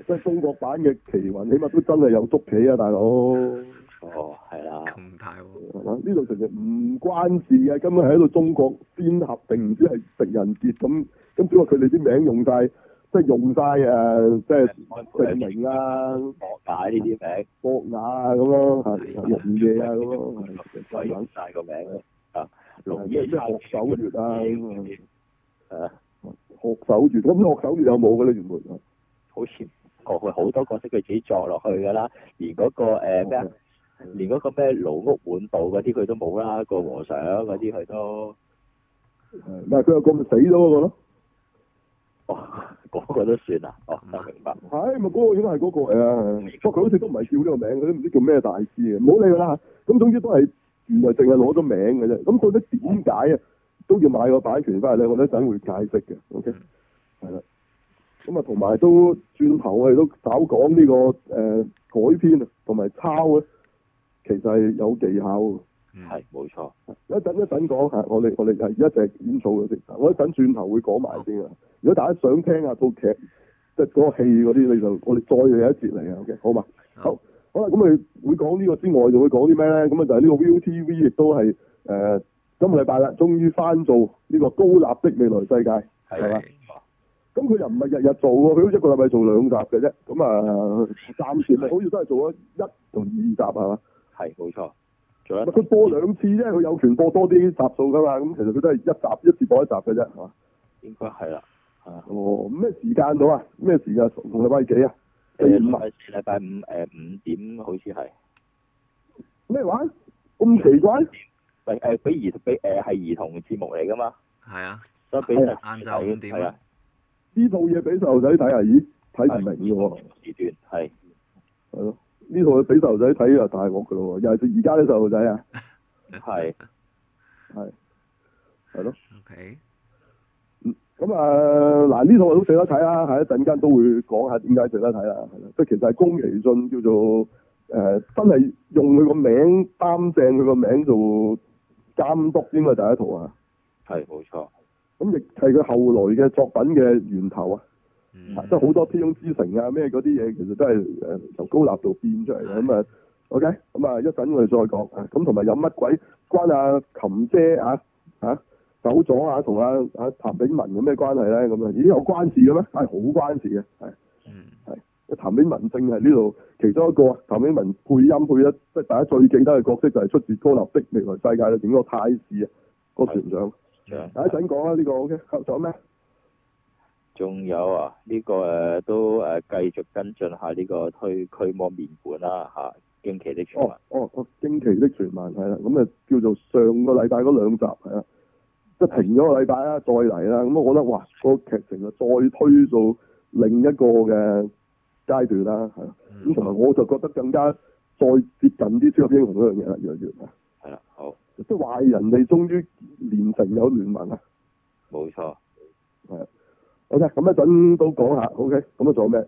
S3: 即係中國版嘅奇雲，起碼都真係有捉棋啊，大佬，
S7: 哦，係啦，
S5: 咁大鑊，
S3: 係嘛？呢度成日唔關事嘅，根本係喺度中國先合定唔知係狄仁傑咁，咁只不過佢哋啲名用晒，即係用晒誒，即係成名啊。
S7: 惡解呢啲名，
S3: 博雅啊咁咯，係係龍嘢啊咁咯，
S7: 再
S3: 係
S7: 用晒個名啊，
S3: 龍
S7: 龍
S3: 咩
S7: 爺
S3: 咩學手月啊咁
S7: 咁啊，
S3: 啊，學手月咁學手月有冇嘅咧原本？
S7: 好似哦，佢好多角色佢自己作落去㗎啦，連嗰個誒咩啊？連嗰個咩勞屋滿道嗰啲佢都冇啦，個和尚嗰啲佢都，
S3: 係？但係佢有個咪死咗嗰個咯，
S7: 哦，嗰個都算啊，哦，得明白，
S3: 係咪嗰個應該係嗰個誒？係不過佢好似都唔係叫呢個名，佢都唔知叫咩大師嘅，唔好理佢啦。咁總之都係原來淨係攞咗名嘅啫。咁到底點解啊都要買個版權翻嚟咧？我一陣會解釋嘅。OK，係啦。咁啊，同埋都轉頭我哋都稍講呢、個誒、呃改編啊，同埋抄咧，其實係有技巧嘅。
S5: 嗯
S7: 係冇錯，
S3: 一陣一陣講下，我哋我哋係而家就係演草嘅先，我一陣轉頭會講埋先啊。如果大家想聽下套劇，即係嗰個戲嗰啲，你就我哋再有一節嚟啊。OK，好嘛？好好啦，咁我哋會講呢個之外，就會講啲咩咧？咁啊就係呢個 ViuTV 亦都係誒、呃今個禮拜啦，終於翻做呢個高立的未來世界，係嘛？
S5: 係
S3: 咁佢又唔係日日做喎，佢好似一個禮拜做兩集嘅啫。咁啊，暫時咪好似都係做咗一同二集係嘛？
S7: 係冇錯，做得
S3: 佢播兩次啫，佢有權播多啲集數噶嘛。咁其實佢都係一集一次播一集嘅啫，係嘛？
S7: 應該係啦，啊，
S3: 哦，咩時間到啊？咩時間？同禮拜幾啊？四
S7: 誒
S3: 五
S7: 禮
S3: 啊？
S7: 拜四禮拜五誒五點好似係，
S3: 咩話？咁奇怪？
S7: 喂誒俾兒俾誒係兒童節目嚟㗎嘛，
S5: 係啊，
S7: 所以俾
S3: 係
S5: 晏晝五點
S7: 係啊
S5: 啊，
S3: 呢套嘢俾細路仔睇啊？咦，睇唔明嘅喎，
S7: 時段係
S3: 係咯？呢套嘢俾細路仔睇啊，大鑊嘅咯喎，尤其是而家啲細路仔啊，
S7: 係
S3: 係咯。
S5: ，OK，
S3: 咁啊，嗱呢套我都值得睇啦，係一陣間都會講下點解值得睇啦，係啦，即係其實係宮崎駿叫做誒、呃真係用佢個名擔正佢個名做監督，應該係第一套啊，
S7: 係冇錯，
S3: 咁亦係佢後來嘅作品嘅源頭啊，
S5: 嗯，
S3: 即係好多《天空之城》啊咩嗰啲嘢，其實都係誒由高立度變出嚟嘅，咁啊 OK，咁啊一陣我哋再講啊，咁同埋有乜鬼關阿琴姐啊啊走咗啊，同阿阿譚炳文有咩關係咧？咁啊，咦有關事嘅咩？係好關事嘅，係。
S5: 嗯，
S3: 譚炳文正係呢度其中一個啊，譚炳文配音配得即係大家最記得嘅角色就係出自《高立的未來世界》裏邊嗰個泰士啊，個船長。
S7: 長
S3: 大家一陣講啦，呢個 OK，仲有咩？
S7: 仲有啊，呢、個誒、呃都誒、呃、繼續跟進下呢個推驅魔麵館啦嚇、驚奇的傳聞
S3: 哦哦哦，驚奇的傳聞係啦，咁啊叫做上個禮拜嗰兩集係啦，即係停咗個禮拜啦，再嚟啦，咁我覺得哇，個劇情啊再推到另一個嘅階段啦，係啦，咁同埋我就覺得更加再接近啲超級英雄嗰樣嘢啦，越嚟越啊
S4: 係啦，好，
S8: 即係壞人哋終於連成有聯盟啊！
S4: 冇錯。
S8: 好嘅，
S3: 啊
S8: 咁一陣都講下，OK，咁啊仲有咩？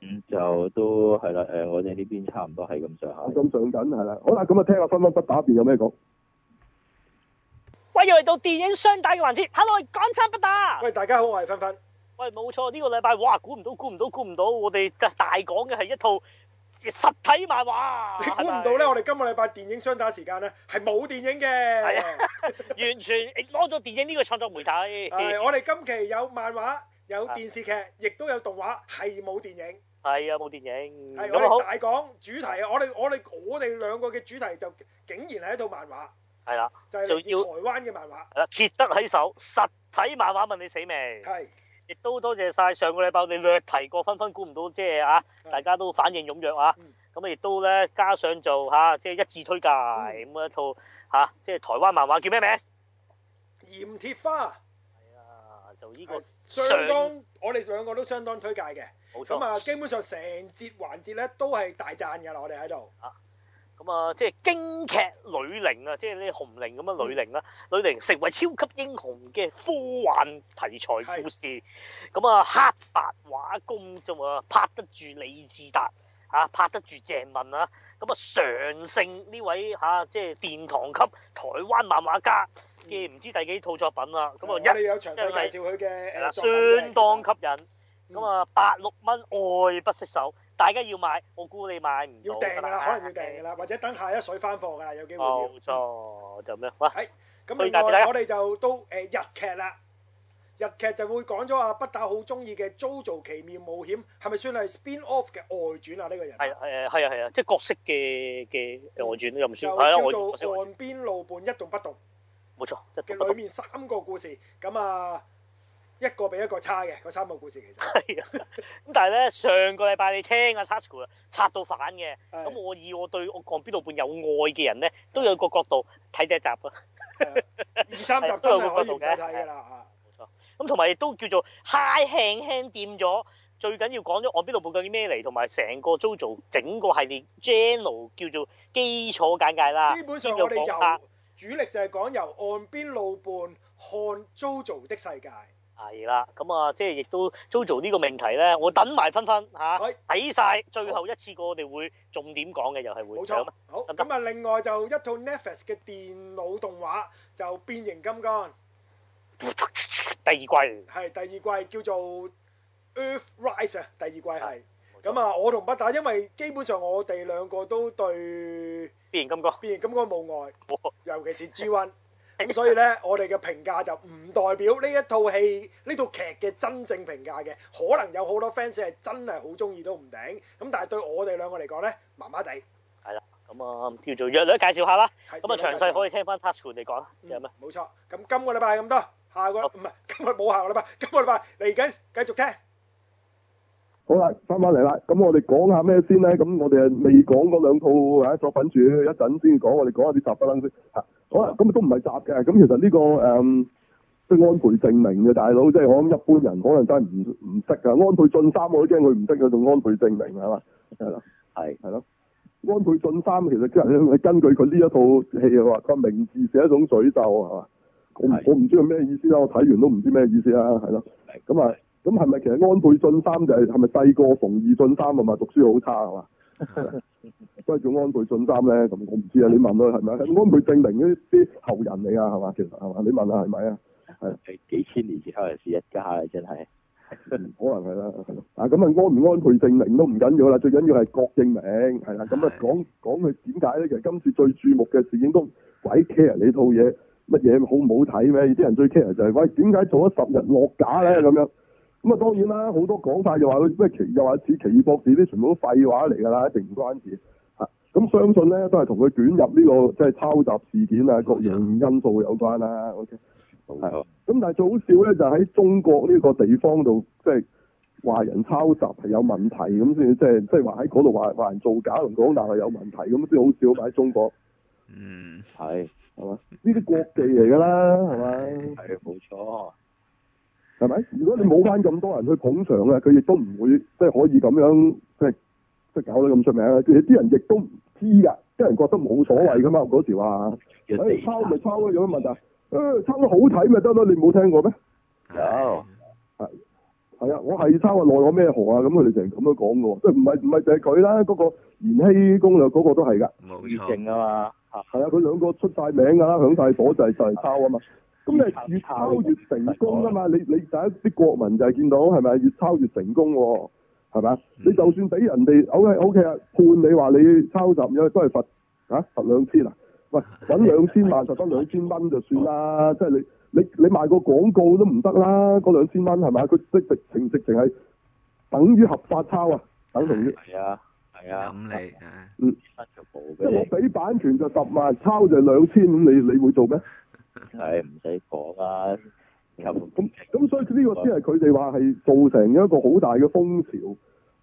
S4: 咁就都係啦，誒，我哋呢邊差唔多係咁上
S8: 啱
S4: 下。
S8: 咁上緊係啦，好啦，咁啊聽下分分不打邊有咩講？
S9: 喂，又嚟到電影雙打嘅環節，Hello，港產不打。
S10: 喂，大家好，我係芬芬。
S9: 喂，冇錯，呢、個禮拜哇，估唔到，估唔到，估唔到，我哋就大講嘅係一套呃實體漫 畫。
S10: 你估
S9: 係
S10: 唔
S9: 咪
S10: 到咧？我哋今個禮拜電影雙打時間咧係冇電影
S9: 係
S10: 嘅。
S9: 完全哎攞咗電影呢個創作媒體。
S10: 係，啊我哋今期有漫畫，有
S9: 啊
S10: 電視劇，亦都有動畫，係冇電影。
S9: 係啊，冇電影。
S10: 係
S9: 咁
S10: 我
S9: 啊好
S10: 哋，大講主題，我哋我哋我哋兩個嘅主題就竟然係一套漫畫，
S9: 係啦，
S10: 就係、
S9: 就
S10: 嚟自
S9: 要
S10: 台灣嘅漫畫。
S9: 係啦，揭得喺手，實體漫畫問你死未？
S10: 係
S9: 亦都多謝晒上個禮拜我哋略提過，紛紛估唔到，即係啊，
S10: 嗯
S9: 大家都反應踴躍啊
S10: 嗯！
S9: 咁啊，亦都咧加上就嚇，即係一致推介咁一套嚇，即係台灣漫畫叫咩名？
S10: 鹽鐵花，
S9: 啊，就呢個
S10: 係相當我哋兩個都相當推介嘅。
S9: 冇
S10: 咁啊，
S9: 錯。
S10: 基本上成節環節咧都係大讚㗎啦，我哋喺度。
S9: 咁啊，即係京劇女伶啊，即係呢紅伶咁樣女伶啦，啊女
S10: 嗯
S9: 伶成為超級英雄嘅科幻題材故事。咁啊，黑白畫工啫嘛，拍得住李志達。啊，拍得住鄭問啊，咁啊常勝呢位嚇、啊即係殿堂級台灣漫畫家嘅
S10: 嗯
S9: 唔知第幾套作品啦，咁
S10: 我
S9: 啊一
S10: 哋有詳細介紹佢嘅
S9: 係啦，
S10: 誒作品嘅
S9: 相當吸
S10: 嗯
S9: 引。咁啊，八六蚊愛不釋手，大家要買，我估你買唔
S10: 要
S9: 到
S10: 訂㗎啦，可能要訂㗎
S9: 啦。
S10: 啦，或者等下一水翻貨㗎啦，有機會啊嗯要。
S9: 冇錯，就咁樣。哇，
S10: 咁另
S9: 推介俾大
S10: 外
S9: 家
S10: 我哋就都誒、呃日劇啦，日劇就會講咗阿北打好中意嘅《JoJo 奇妙冒險》，係咪算係 spin off 嘅外傳啊？呢、個人
S9: 係誒係啊係啊，即係角色嘅嘅嘅外傳又唔
S10: 嗯就
S9: 算係啦，啊外
S10: 叫
S9: 傳角色
S10: 做
S9: 外傳
S10: 岸邊露伴一動不動
S9: 冇錯，一
S10: 嘅
S9: 動不
S10: 裏
S9: 動
S10: 面三個故事，咁啊一個比一個差嘅，嗰三個故事 其實
S9: 係啊。咁但係咧，上個禮拜你聽阿 Tasco 拆到反嘅，
S10: 係
S9: 咁我以我對我講邊度半有愛嘅人咧，都有個角度睇第一集啊。
S10: 二三集
S9: 係
S10: 真
S9: 都有
S10: 係可以
S9: 個角
S10: 唔
S9: 度
S10: 使
S9: 嘅
S10: 睇㗎啦啊！
S9: 咁同埋亦都叫做 high 輕輕掂咗，最緊要講咗我邊度報究竟咩嚟，同埋成個 JoJo 整個系列 general 叫做基礎簡介啦。
S10: 基本上
S9: 邊度
S10: 我哋
S9: 講啊
S10: 由主力就係講由岸邊露伴看 JoJo 的世界，
S9: 係啦，咁啊，即係亦都 JoJo 呢個命題咧，我等埋分分嚇
S10: 係
S9: 睇晒，最後一次過我哋會重點講嘅，又係會
S10: 冇
S9: 有
S10: 錯
S9: 咩。
S10: 好
S9: 得唔得
S10: 咁啊，另外就一套 Netflix 嘅電腦動畫就《變形金剛》。
S9: 第二季
S10: 係第二季叫做 Earthrise 啊，第二季係
S9: 冇錯
S10: 咁啊，我同北打，因為基本上我哋兩個都對
S9: 變形金剛，
S10: 變形金剛冇愛
S9: 冇，
S10: 尤其是 G One，咁所以呢，我哋嘅評價就唔代表呢一套戲呢套劇嘅真正評價嘅，可能有好多 fans 係真係好中意都唔頂，咁但係對我哋兩個嚟講呢，麻麻地。
S9: 咁啊叫做約略介紹下啦。
S10: 係
S9: 咁啊詳細可以聽翻 Tasco 你講啦，
S10: 嗯
S9: 有咩？
S10: 冇錯，咁今個禮拜咁多，下個
S9: 好
S10: 唔係今日冇下個禮拜，今個禮拜嚟緊繼續聽。
S8: 好啦，翻返嚟啦，咁我哋講下咩先咧？咁我哋未講嗰兩套啊作品住，一陣先講。我哋講下啲集不楞先嚇。好啦，咁都唔係集嘅，咁其實呢、個誒即係安倍證明嘅大佬，即係我諗一般人可能真係唔唔識噶。安倍晉三我都驚佢唔識嘅，仲安倍證明係嘛？係啦。
S7: 係
S8: 係咯。安倍晉三其實佢 根據佢呢一套戲話，佢名字寫一種詛咒係嘛？我唔
S7: 係
S8: 我唔知佢咩意思啦，我睇完都唔知咩意思啦，係咯。咁啊，咁係咪其實安倍晉三就係係咪細個逢二晉三啊嘛？讀書好差係嘛？所以叫安倍晉三咧，咁我唔知啊，你問佢係咪？安倍證明呢啲後人嚟啊，係嘛？其實係嘛？你問下係咪啊？
S7: 係幾千年前可能是一家啦，真係
S8: 嗯可能係啦，係咯啊咁啊安唔安倍證明都唔緊要啦，最緊要係郭證明係啦。咁啊
S5: 係
S8: 講講佢點解咧？其實今次最注目嘅事件都鬼 care 你套嘢乜嘢好唔好睇咩？啲人最 care 就係、喂點解做咗十日落架咧咁樣？咁啊當然啦，好多講法又話佢咩奇又話似奇異博士啲全部都廢話嚟㗎啦，一定唔關事。啊咁相信咧都係同佢捲入呢、個即係抄襲事件啊各樣因素有關啦。OK。
S7: 冇錯。
S8: 咁但係最好笑咧，就喺中國呢個地方度，即係話人抄襲係有問題咁先，即係即係話喺嗰度話話人造假同講大係有問題咁先好笑嘛喺中國
S5: 嗯，
S7: 係
S8: 係嘛？呢啲國技嚟㗎啦，係咪？
S7: 係冇錯，
S8: 係咪？如果你冇翻咁多人去捧場咧，佢亦都唔會即係可以咁樣即係即係搞得咁出名啦。其實啲人亦都唔知㗎，啲人覺得冇所謂噶嘛，嗰時話，
S7: 叫
S8: 誒
S7: 地
S8: 抄咪抄啊咯，有乜問題？誒呃抄得好睇咪得咯，你冇聽過咩？
S7: 有
S8: 係啊，我係抄啊，奈我咩河啊，咁佢哋成日咁樣講嘅喎，即係唔係唔係就係佢啦，嗰、個延禧攻略嗰個都係㗎，
S5: 冇
S4: 疫
S5: 錯，
S4: 症啊嘛，
S8: 係啊，佢兩個出晒名㗎啦，響晒火就係、就係抄啊嘛，咁你越
S7: 越
S8: 抄
S7: 抄
S8: 越成功啊嘛，你你第一啲國民就係見到係咪越抄越成功喎、係咪？你就算俾人哋 O K O K 啊，判你話你抄襲咗，都係罰啊罰兩千啊！喂，揾兩千萬就得兩千蚊就算啦，即係你你你賣個廣告都唔得啦，嗰兩千蚊係咪？佢即直情直情係等於合法抄啊，等同於
S4: 係啊係啊，
S5: 咁你唉
S4: 乜就冇
S8: 即係我
S4: 俾
S8: 俾版權就十萬，抄就兩千，咁你你會做咩？
S4: 你，係唔使講啊，咁
S8: 咁咁所以呢個先係佢哋話係造成一個好大嘅風潮，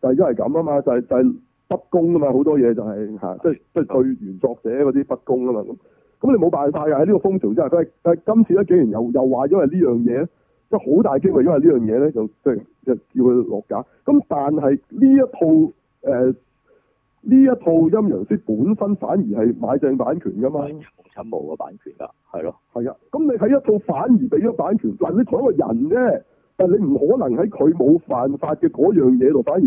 S8: 就係因為咁啊嘛，就係、就係、不公啊嘛，好多嘢就係、嚇，即係即係對原作者嗰啲不公啊嘛，咁咁你冇辦法㗎喺呢個風潮之下，佢係但係今次咧竟然又又話因為呢樣嘢咧，即係好大機會因為呢樣嘢咧就即係就叫佢落架，咁但係呢一套誒。呃呢一套陰陽師本身反而係買正版權㗎嘛，
S4: 紅疹冇嘅版權㗎，係咯，
S8: 係啊，咁你喺一套反而俾咗版權，嗱你同一個人啫，但你唔可能喺佢冇犯法嘅嗰樣嘢度，反而去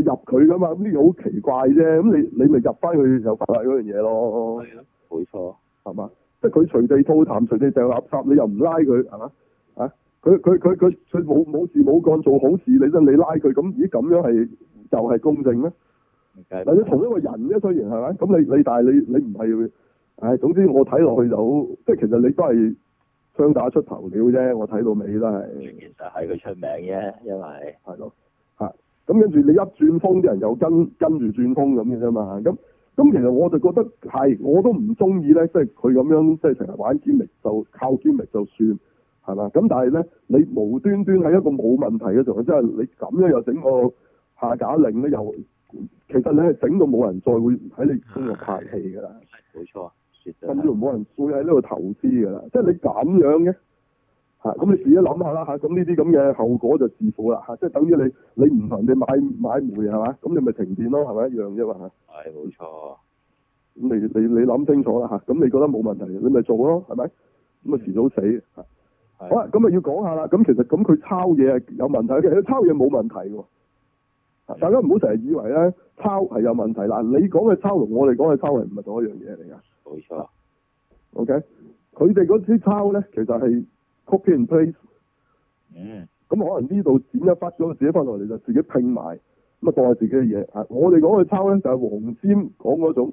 S8: 入佢噶嘛，咁呢個好奇怪啫，咁你你咪入翻去有犯法嗰樣嘢咯，
S4: 冇錯，
S8: 係嘛？即係佢隨地吐痰、隨地掉垃圾，你又唔拉佢，係嘛？啊，佢佢佢佢佢冇冇事冇幹做好事，你真係你拉佢，咁咦咁樣係就係公正咩？
S4: 唔計
S8: 嗱，你同一個人啫，雖然係咪？咁你你但係你你唔係，唉，總之我睇落去就好，即係其實你都係槍打出頭鳥啫。我睇到尾都係
S4: 其實係佢出名啫，因為
S8: 係咯嚇。咁跟住你一轉風，啲人又跟跟住轉風咁嘅啫嘛。咁咁其實我就覺得係，我都唔中意咧，即係佢咁樣即係成日玩堅力就靠堅力就算係嘛。咁但係咧，你無端端喺一個冇問題嘅時候，即係你咁樣又整個下架令咧，又其實你係整到冇人再會喺你中國拍戲㗎啦。
S4: 冇錯，絕對
S8: 甚
S4: 係
S8: 至乎冇人會喺呢度投資㗎啦。即係你咁樣嘅嚇，咁你自己諗下啦嚇。咁呢啲咁嘅後果就自負啦嚇，即係等於你你唔同人哋買買煤係嘛，咁你咪停電咯係咪一樣啫嘛嚇。
S4: 係冇錯，
S8: 咁你你你諗清楚啦嚇，咁你覺得冇問題，你咪做咯係咪？咁啊遲早死嘅嚇。
S4: 係
S8: 好啦，咁啊要講下啦。咁其實咁佢抄嘢係有問題嘅，其實抄嘢冇問題喎。啊大家唔好成日以為咧抄係有問題嗱，你講嘅抄同我哋講嘅抄係唔係同一樣嘢嚟㗎？
S4: 冇錯，
S8: OK，佢哋嗰啲抄咧，其實係 copy and paste，
S4: 嗯，
S8: 咁可能呢度剪一忽咗，自己翻落嚟就自己拼埋，咁啊當係自己嘅嘢嚇。我哋講嘅抄咧就係黃霑講嗰種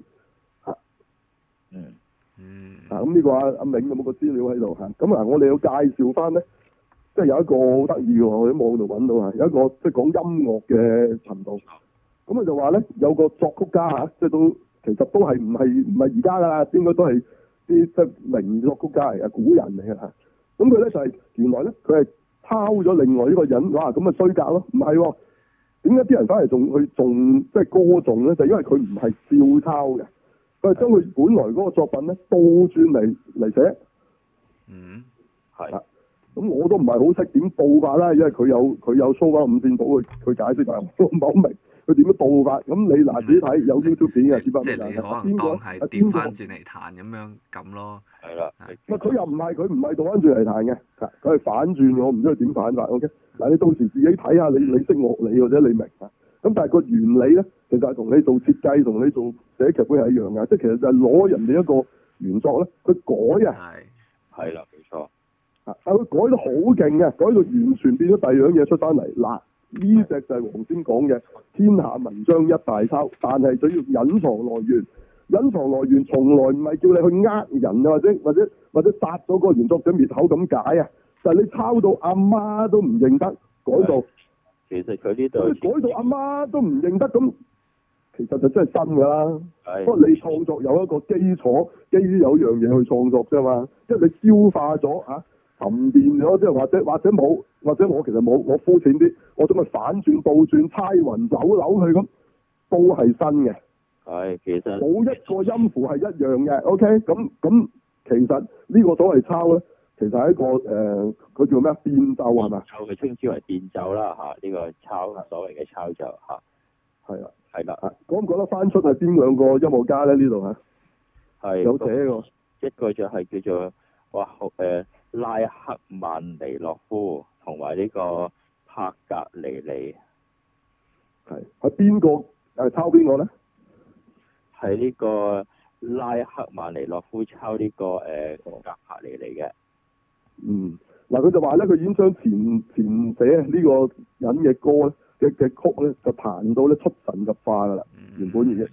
S4: 嗯，
S5: 嗯
S8: 啊，咁呢個阿阿銘有冇個資料喺度嚇？咁啊，我哋要介紹翻咧，即係有一個好得意嘅喎，我喺網度揾到嚇，有一個即係講音樂嘅頻道，咁啊就話咧有個作曲家嚇，即係都其實都係唔係唔係而家㗎啦，應該都係啲即係名作曲家嚟嘅，古人嚟嘅嚇。咁佢咧就係、原來咧佢係抄咗另外一個人，哇咁啊衰格咯，唔係喎。點解啲人反而仲去仲即係歌頌咧？就因為佢唔係照抄嘅，佢係將佢本來嗰個作品咧倒轉嚟嚟寫。
S5: 嗯
S4: 係
S8: 咁我都唔係好識點倒法啦，因為佢有佢有 show 翻五線譜，佢佢解釋但係 我都唔係好明佢點樣倒法。咁你嗱自己睇有 YouTube 片嘅，只不
S5: 嗯即
S8: 過
S5: 係你可能
S8: 邊個
S5: 當係
S8: 啊
S5: 調
S8: 邊個
S5: 翻轉嚟彈咁樣咁咯，
S4: 係啦，
S8: 唔係佢又唔係佢唔係倒翻轉嚟彈嘅，啊佢係反轉，我唔知佢點反法。OK，嗱你到時自己睇下，
S5: 嗯
S8: 你你識樂理或者你明啊。咁但係個原理咧，其實係同你做設計、同你做寫劇本係一樣嘅，即係其實就係攞人哋一個原作咧，佢改啊，
S5: 係
S4: 係啦，冇錯，
S8: 啊但係佢改得好勁嘅，改到完全變咗第二樣嘢出翻嚟。嗱，呢只就係黃先講嘅天下文章一大抄，但係佢要隱藏來源。隱藏來源從來唔係叫你去呃人啊，或者或者或者殺咗個原作者滅口咁解啊，就係、你抄到阿媽都唔認得，改到
S4: 其實佢
S8: 咁
S4: 呢度
S8: 你改到阿媽都唔認得咁，其實就真係真㗎啦。
S4: 係
S8: 不過你創作有一個基礎，基於有樣嘢去創作啫嘛，即係你消化咗嚇、啊沉澱咗，即係或者或者冇，或者我其實冇，我膚淺啲，我將佢反轉、倒轉、猜雲走樓佢咁，都係新嘅，
S4: 係其實
S8: 冇一個音符係一樣嘅。OK，咁咁其實呢個所謂抄咧，其實係一個誒，佢、叫咩啊變奏係咪啊？
S4: 就佢稱之為變奏啦嚇，呢個抄所謂嘅抄就嚇，
S8: 係啦，
S7: 係啦，
S8: 啊，覺唔覺得翻出係邊兩個音樂家咧？呢度嚇
S4: 係
S8: 有寫喎，
S4: 一個就係叫做哇好誒、呃拉克曼尼洛夫同埋呢個帕格尼尼，
S8: 係係邊個誒抄邊個咧？
S4: 係呢個拉克曼尼洛夫抄呢、個誒、呃格帕尼尼嘅，
S8: 嗯，嗱，佢就話咧，佢已經將前前者呢個人嘅歌咧嘅嘅曲咧，就彈到咧出神入化噶啦，原本已經嚇。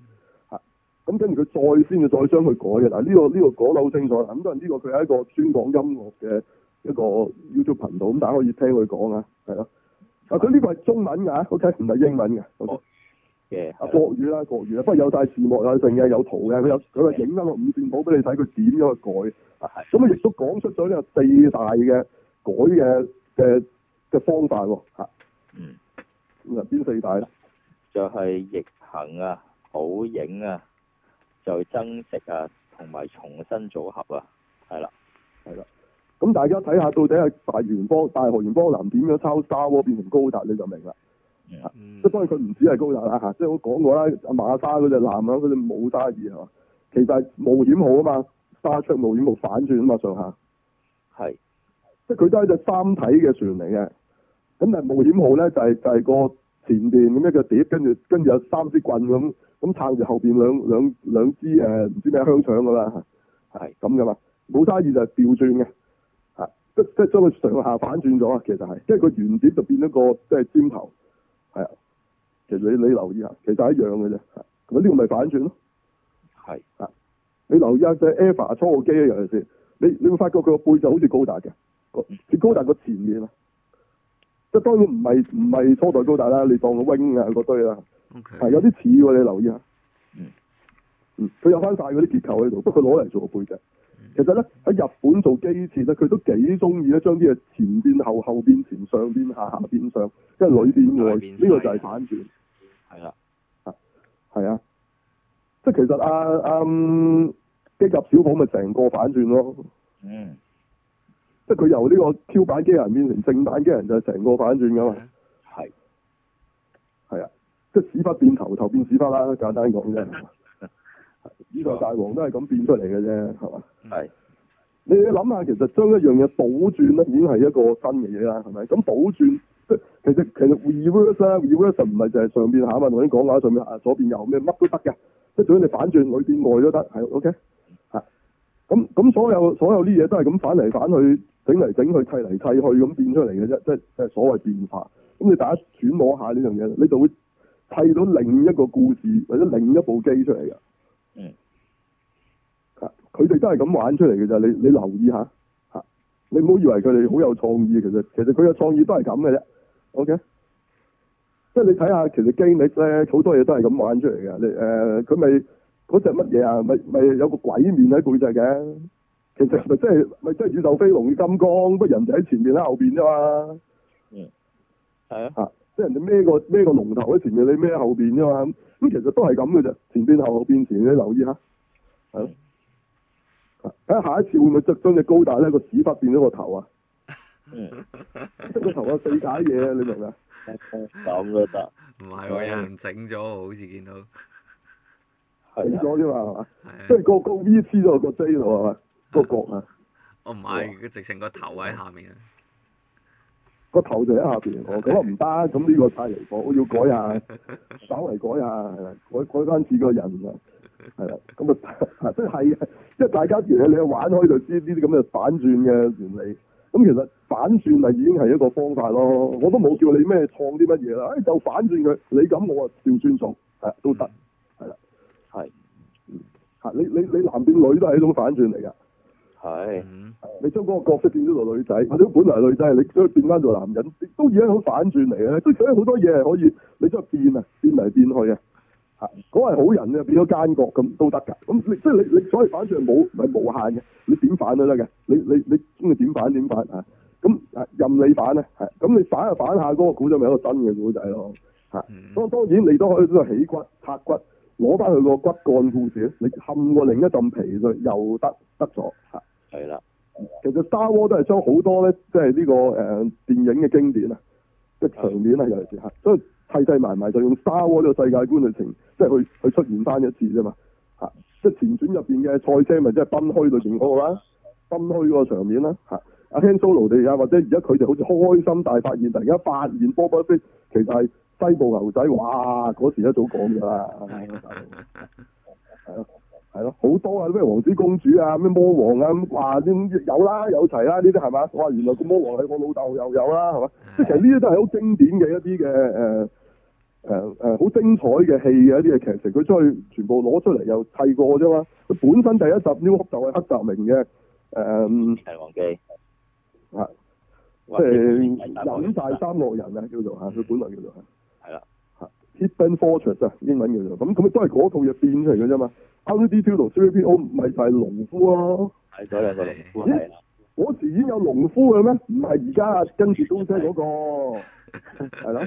S8: 咁跟住佢再先至再將佢改嘅。嗱，呢、個呢、個講得好清楚啦。咁當然呢個佢係一個專講音樂嘅一個 YouTube 頻道，咁大家可以聽佢講啊，係咯。啊，佢呢個係中文㗎，OK，唔係英文嘅。o k
S4: 嘅
S8: 啊，國語哦啦，國語啦，不過有晒字幕有剩嘅，有圖嘅，佢有佢係影翻個五線譜俾你睇，佢點咗去改。咁啊，亦都講出咗呢個四大嘅改嘅嘅嘅方法喎嚇。
S4: 嗯，
S8: 咁啊邊四大咧？
S4: 就係逆行啊、倒影啊、就增值啊，同埋重新組合啊，係啦，
S8: 咁大家睇下到底係大元波、大學元波男點樣抄 Star Wars 變成高達，你就明啦。
S11: 嗯
S8: 即係當然佢唔止係高達啦嚇，即係我講過啦，阿馬莎嗰只男啊，佢哋冇沙爾係嘛，其實係冒險號啊嘛，Star Trek 冒險號反轉啊嘛上下。
S4: 係
S8: 即係佢都係一隻三體嘅船嚟嘅。咁但係冒險號咧就係、就係、個前邊咁一個碟，跟住跟住有三支棍咁咁撐住後邊兩兩兩支誒唔、知咩香腸噶嘛，
S4: 係
S8: 咁噶嘛。冇沙爾就係調轉嘅，嚇即即係將佢上下反轉咗啊！其實係，即係個原碟就變咗個即係尖頭，係啊。其實你你留意下，其實係一樣嘅啫。嚇咁呢個咪反轉咯。啊
S4: 係
S8: 你留意下隻 Eva 初號機啊，尤其是你你會發覺佢個背就好似高達嘅，個似高達個前面啊。即係當然唔係唔係初代高達啦，你當個 wing 啊嗰堆啦，
S5: ，OK，
S8: 係有啲似喎，你留意下。
S4: 嗯
S8: 嗯，佢有翻晒嗰啲結構喺度，不過佢攞嚟做個背脊。其實咧喺日本做機設咧，佢都幾中意咧將啲嘢前變後、後變前、上變下、下變上，因為裏變外，
S5: 大變細
S8: 呢個就係反轉。
S4: 係啦，
S8: 係啊，即係其實啊啊嗯機甲小寶咪成個反轉咯，
S4: 嗯，
S8: 即係佢由呢個 Q 版機人變成正版機人就係成個反轉噶嘛，
S4: 係
S8: 係啊，即係屎忽變頭，頭變屎忽啦，簡單講啫。呢個大王都係咁變出嚟嘅啫，係嘛？
S4: 係
S8: 你諗下，其實將一樣嘢倒轉咧，已經係一個新嘅嘢啦，係咪？咁倒轉即係其實其實 reverse 啦，reverse 唔係就係上邊下嘛，同你講話上邊下左邊右咩乜都得嘅，即係總之你反轉裏邊外都得，係 OK 嚇。咁咁所有所有啲嘢都係咁反嚟反去，整嚟整去，砌嚟砌去咁變出嚟嘅啫，即係即係所謂變化。咁你大家揣摩下呢樣嘢，你就會砌到另一個故事或者另一部機出嚟嘅。
S4: 嗯。
S8: 啊佢哋都係咁玩出嚟嘅咋，你你留意下嚇，你唔好以為佢哋好有創意，其實其實佢嘅創意都係咁嘅啫。OK，即係你睇下，其實 game 咧好多嘢都係咁玩出嚟嘅。你誒佢咪嗰隻乜嘢啊？咪咪有個鬼面喺背脊嘅，其實
S4: 嗯
S8: 咪即係咪即係宇宙飛龍與金剛，不過人哋喺前面喺後邊啫嘛。
S4: 嗯係啊，
S8: 嚇、即係人哋孭個孭個龍頭喺前面，你孭喺後邊啫嘛。咁咁其實都係咁嘅啫，前邊後後邊前，你留意下，係
S4: 嗯
S8: 咯。啊睇下下一次會唔會即將只高達咧個屎忽變咗個頭啊？
S4: 嗯，
S8: 即係個頭有四解嘢，你明唔明啊？
S4: 咁都得，
S5: 唔
S8: 啊
S5: 係喎，有人整咗喎，好似見到，
S8: 整
S4: 係啊，
S8: 咗啫嘛，係嘛？即
S5: 係
S8: 係
S5: 啊，
S8: 個個 V 黐咗個 J 度係嘛？個角啊，
S5: 我哦唔係，佢直情個頭喺下面啊，
S8: 個頭就喺下邊。我咁啊唔得，咁呢個太離譜，我要改下。稍微改下，係啦，改改翻似個人啊，係啦，咁啊， 即係即係大家其實你玩開就知呢啲咁嘅反轉嘅原理。咁其實反轉咪已經係一個方法咯，我都冇叫你咩創啲乜嘢啦，誒、哎就反轉佢，你咁我啊調轉做，係都得
S4: 係
S8: 嚇，你你你男變女都係一種反轉嚟㗎，
S4: 係
S5: 嗯，
S8: 你將嗰個角色變咗做女仔，或者本來係女仔，你將佢變翻做男人，都已經係一種反轉嚟嘅，即係所以好多嘢係可以你將佢變啊，變嚟變去啊。嚇，嗰係好人啊，變咗奸角咁都得㗎。咁你即係你你所謂反轉係冇唔係無限嘅，你點反都得嘅。你你你中意點反點反啊？咁啊任你反啊，係咁你反下反下嗰、個古仔咪有一個新嘅古仔咯。
S5: 嗯
S8: 當當然你都可以都係起骨拆骨，攞翻佢個骨幹故事，你冚過另一陣皮佢又得得咗嚇。
S4: 係啦，
S8: 其實《Star War》都係將好多咧，即係呢個誒、呃、電影嘅經典啊，嘅場面啊，尤其是嚇，所以砌砌埋埋就用 Star War 呢個世界觀去呈，即係去去出現翻一次啫嘛。嚇、即係前傳入邊嘅賽車咪即係奔虛類型嗰個啦，奔虛嗰個場面啦嚇。阿 Han Solo 哋啊，或者而家佢哋好似開心大發現，突然間發現 Boba Fett 其實係西部牛仔，哇！嗰時一早講㗎啦， 係咯，好多啊，咩王子公主啊，咩魔王啊，咁哇，啲有啦，有齊啦，呢啲係嘛？哇，原來個魔王係我老豆又有啦，係
S4: 嗯
S8: 嘛？即係其實呢啲都係好經典嘅一啲嘅誒誒誒好精彩嘅戲嘅一啲嘅劇情，佢將佢全部攞出嚟又砌過啫嘛。佢本身第一集 New Hope 就係黑澤明嘅誒。
S4: 係忘記。
S8: 啊，
S4: 即
S8: 即係飲大三落人啊，叫做嚇，佢本來叫做
S4: 嗯係啦，
S8: 嚇 Hidden Fortress 啊，英文叫做咁，咁都係嗰套嘢變出嚟嘅啫嘛。R2D2 同 C3PO 唔係就係農夫咯，
S4: 睇咗兩個農夫係啦，
S8: 嗰時已經有農夫嘅咩？唔係而家啊跟住公車嗰個係咯，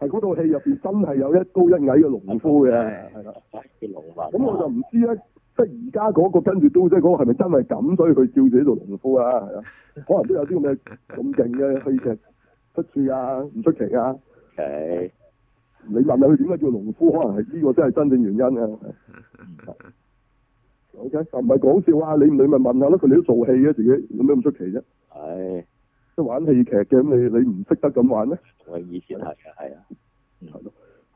S8: 係嗰套戲入邊真係有一高一矮嘅農夫嘅，係啦。
S4: 啲農民。
S8: 咁我就唔知咧，即係而家嗰個跟住都姐嗰個係咪真係咁，所以佢叫自己做農夫啊？係啊，可能都有啲咁嘅咁勁嘅戲劇出處啊，唔出奇啊。
S4: 係
S8: 你問下佢點解叫農夫，可能係呢個真係真正原因啊。O K，唔係講笑啊！你你咪問下咯，佢哋都做戲嘅自己，有咩咁出奇啫？
S4: 係，
S8: 即係玩戲劇嘅，咁你你唔識得咁玩咩？
S4: 我以前係嘅，係啊，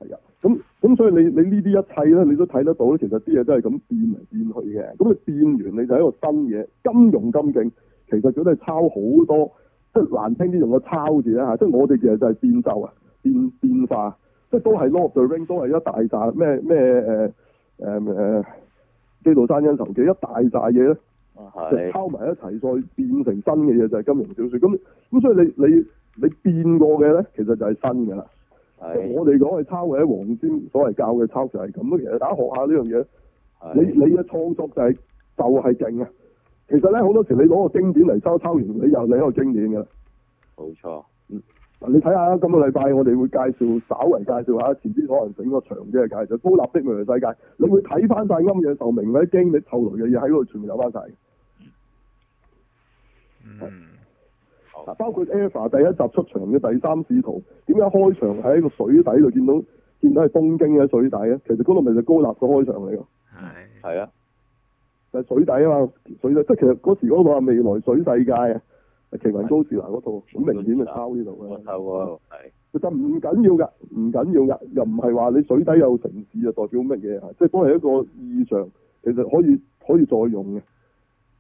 S8: 係啊，咁咁所以你你呢啲一切咧，你都睇得到咧，其實啲嘢都係咁變嚟變去嘅。咁你變完你就係一個新嘢，金融金勁，其實佢都係抄好多，即係難聽啲用個抄字啦嚇，即係我哋其實就係變奏啊，變變化，即係都係 Lord of the Ring，都係一大扎咩咩誒誒誒《基道山恩仇記》一大扎嘢咧。就
S4: 係
S8: 抄埋一齊再變成新嘅嘢就係、金融小説。咁咁所以你你你變過嘅咧，其實就係新嘅啦。即係
S4: 係
S8: 我哋講係抄嘅，黃沾所謂教嘅抄就係咁咯。其實大家學下呢樣嘢，你
S4: 係
S8: 你嘅創作就係、就係勁啊！其實咧好多時你攞個經典嚟抄，抄完你又另一個經典嘅啦。
S4: 冇錯，
S8: 嗱，你睇下今個禮拜我哋會介紹，稍為介紹下，前啲可能整個長啲嘅介紹《高立的未來世界》，你會睇翻晒啱嘢壽命嗰啲經歷透露嘅嘢喺嗰度全部有翻晒嘅。
S5: 嗯，
S8: 嗱包括 Eva 第一集出場嘅第三使徒，點解開場喺個水底度見到見到係東京嘅水底咧？其實嗰度咪就高立嘅開場嚟㗎。
S5: 係，
S4: 係啊，
S8: 就係水底啊嘛，水底即係其實嗰時嗰個話未來水世界啊，奇雲高士拿嗰套好明顯就抄呢啊度
S4: 我
S8: 嘅。
S4: 透過啊係
S8: 其實唔緊要㗎，唔緊要㗎，又唔係話你水底有城市就代表乜嘢啊？即係都係一個意象，其實可以可以再用嘅。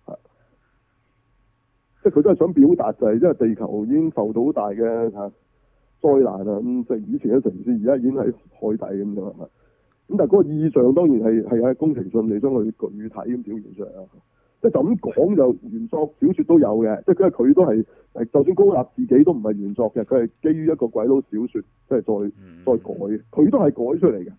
S8: 係即係佢都係想表達就係、因為地球已經受到好大嘅嚇災難啊，咁即係以前嘅城市而家已經喺海底咁樣係咪？咁但係嗰個意象當然係係喺宮崎駿嚟將佢具體咁表現出嚟啊！即係就咁講就原作小説都有嘅，即係因為佢都係誒，就算高立自己都唔係原作嘅，佢係基於一個鬼佬小説即係再
S5: 嗯
S8: 再改，嘅，佢都係改出嚟嘅。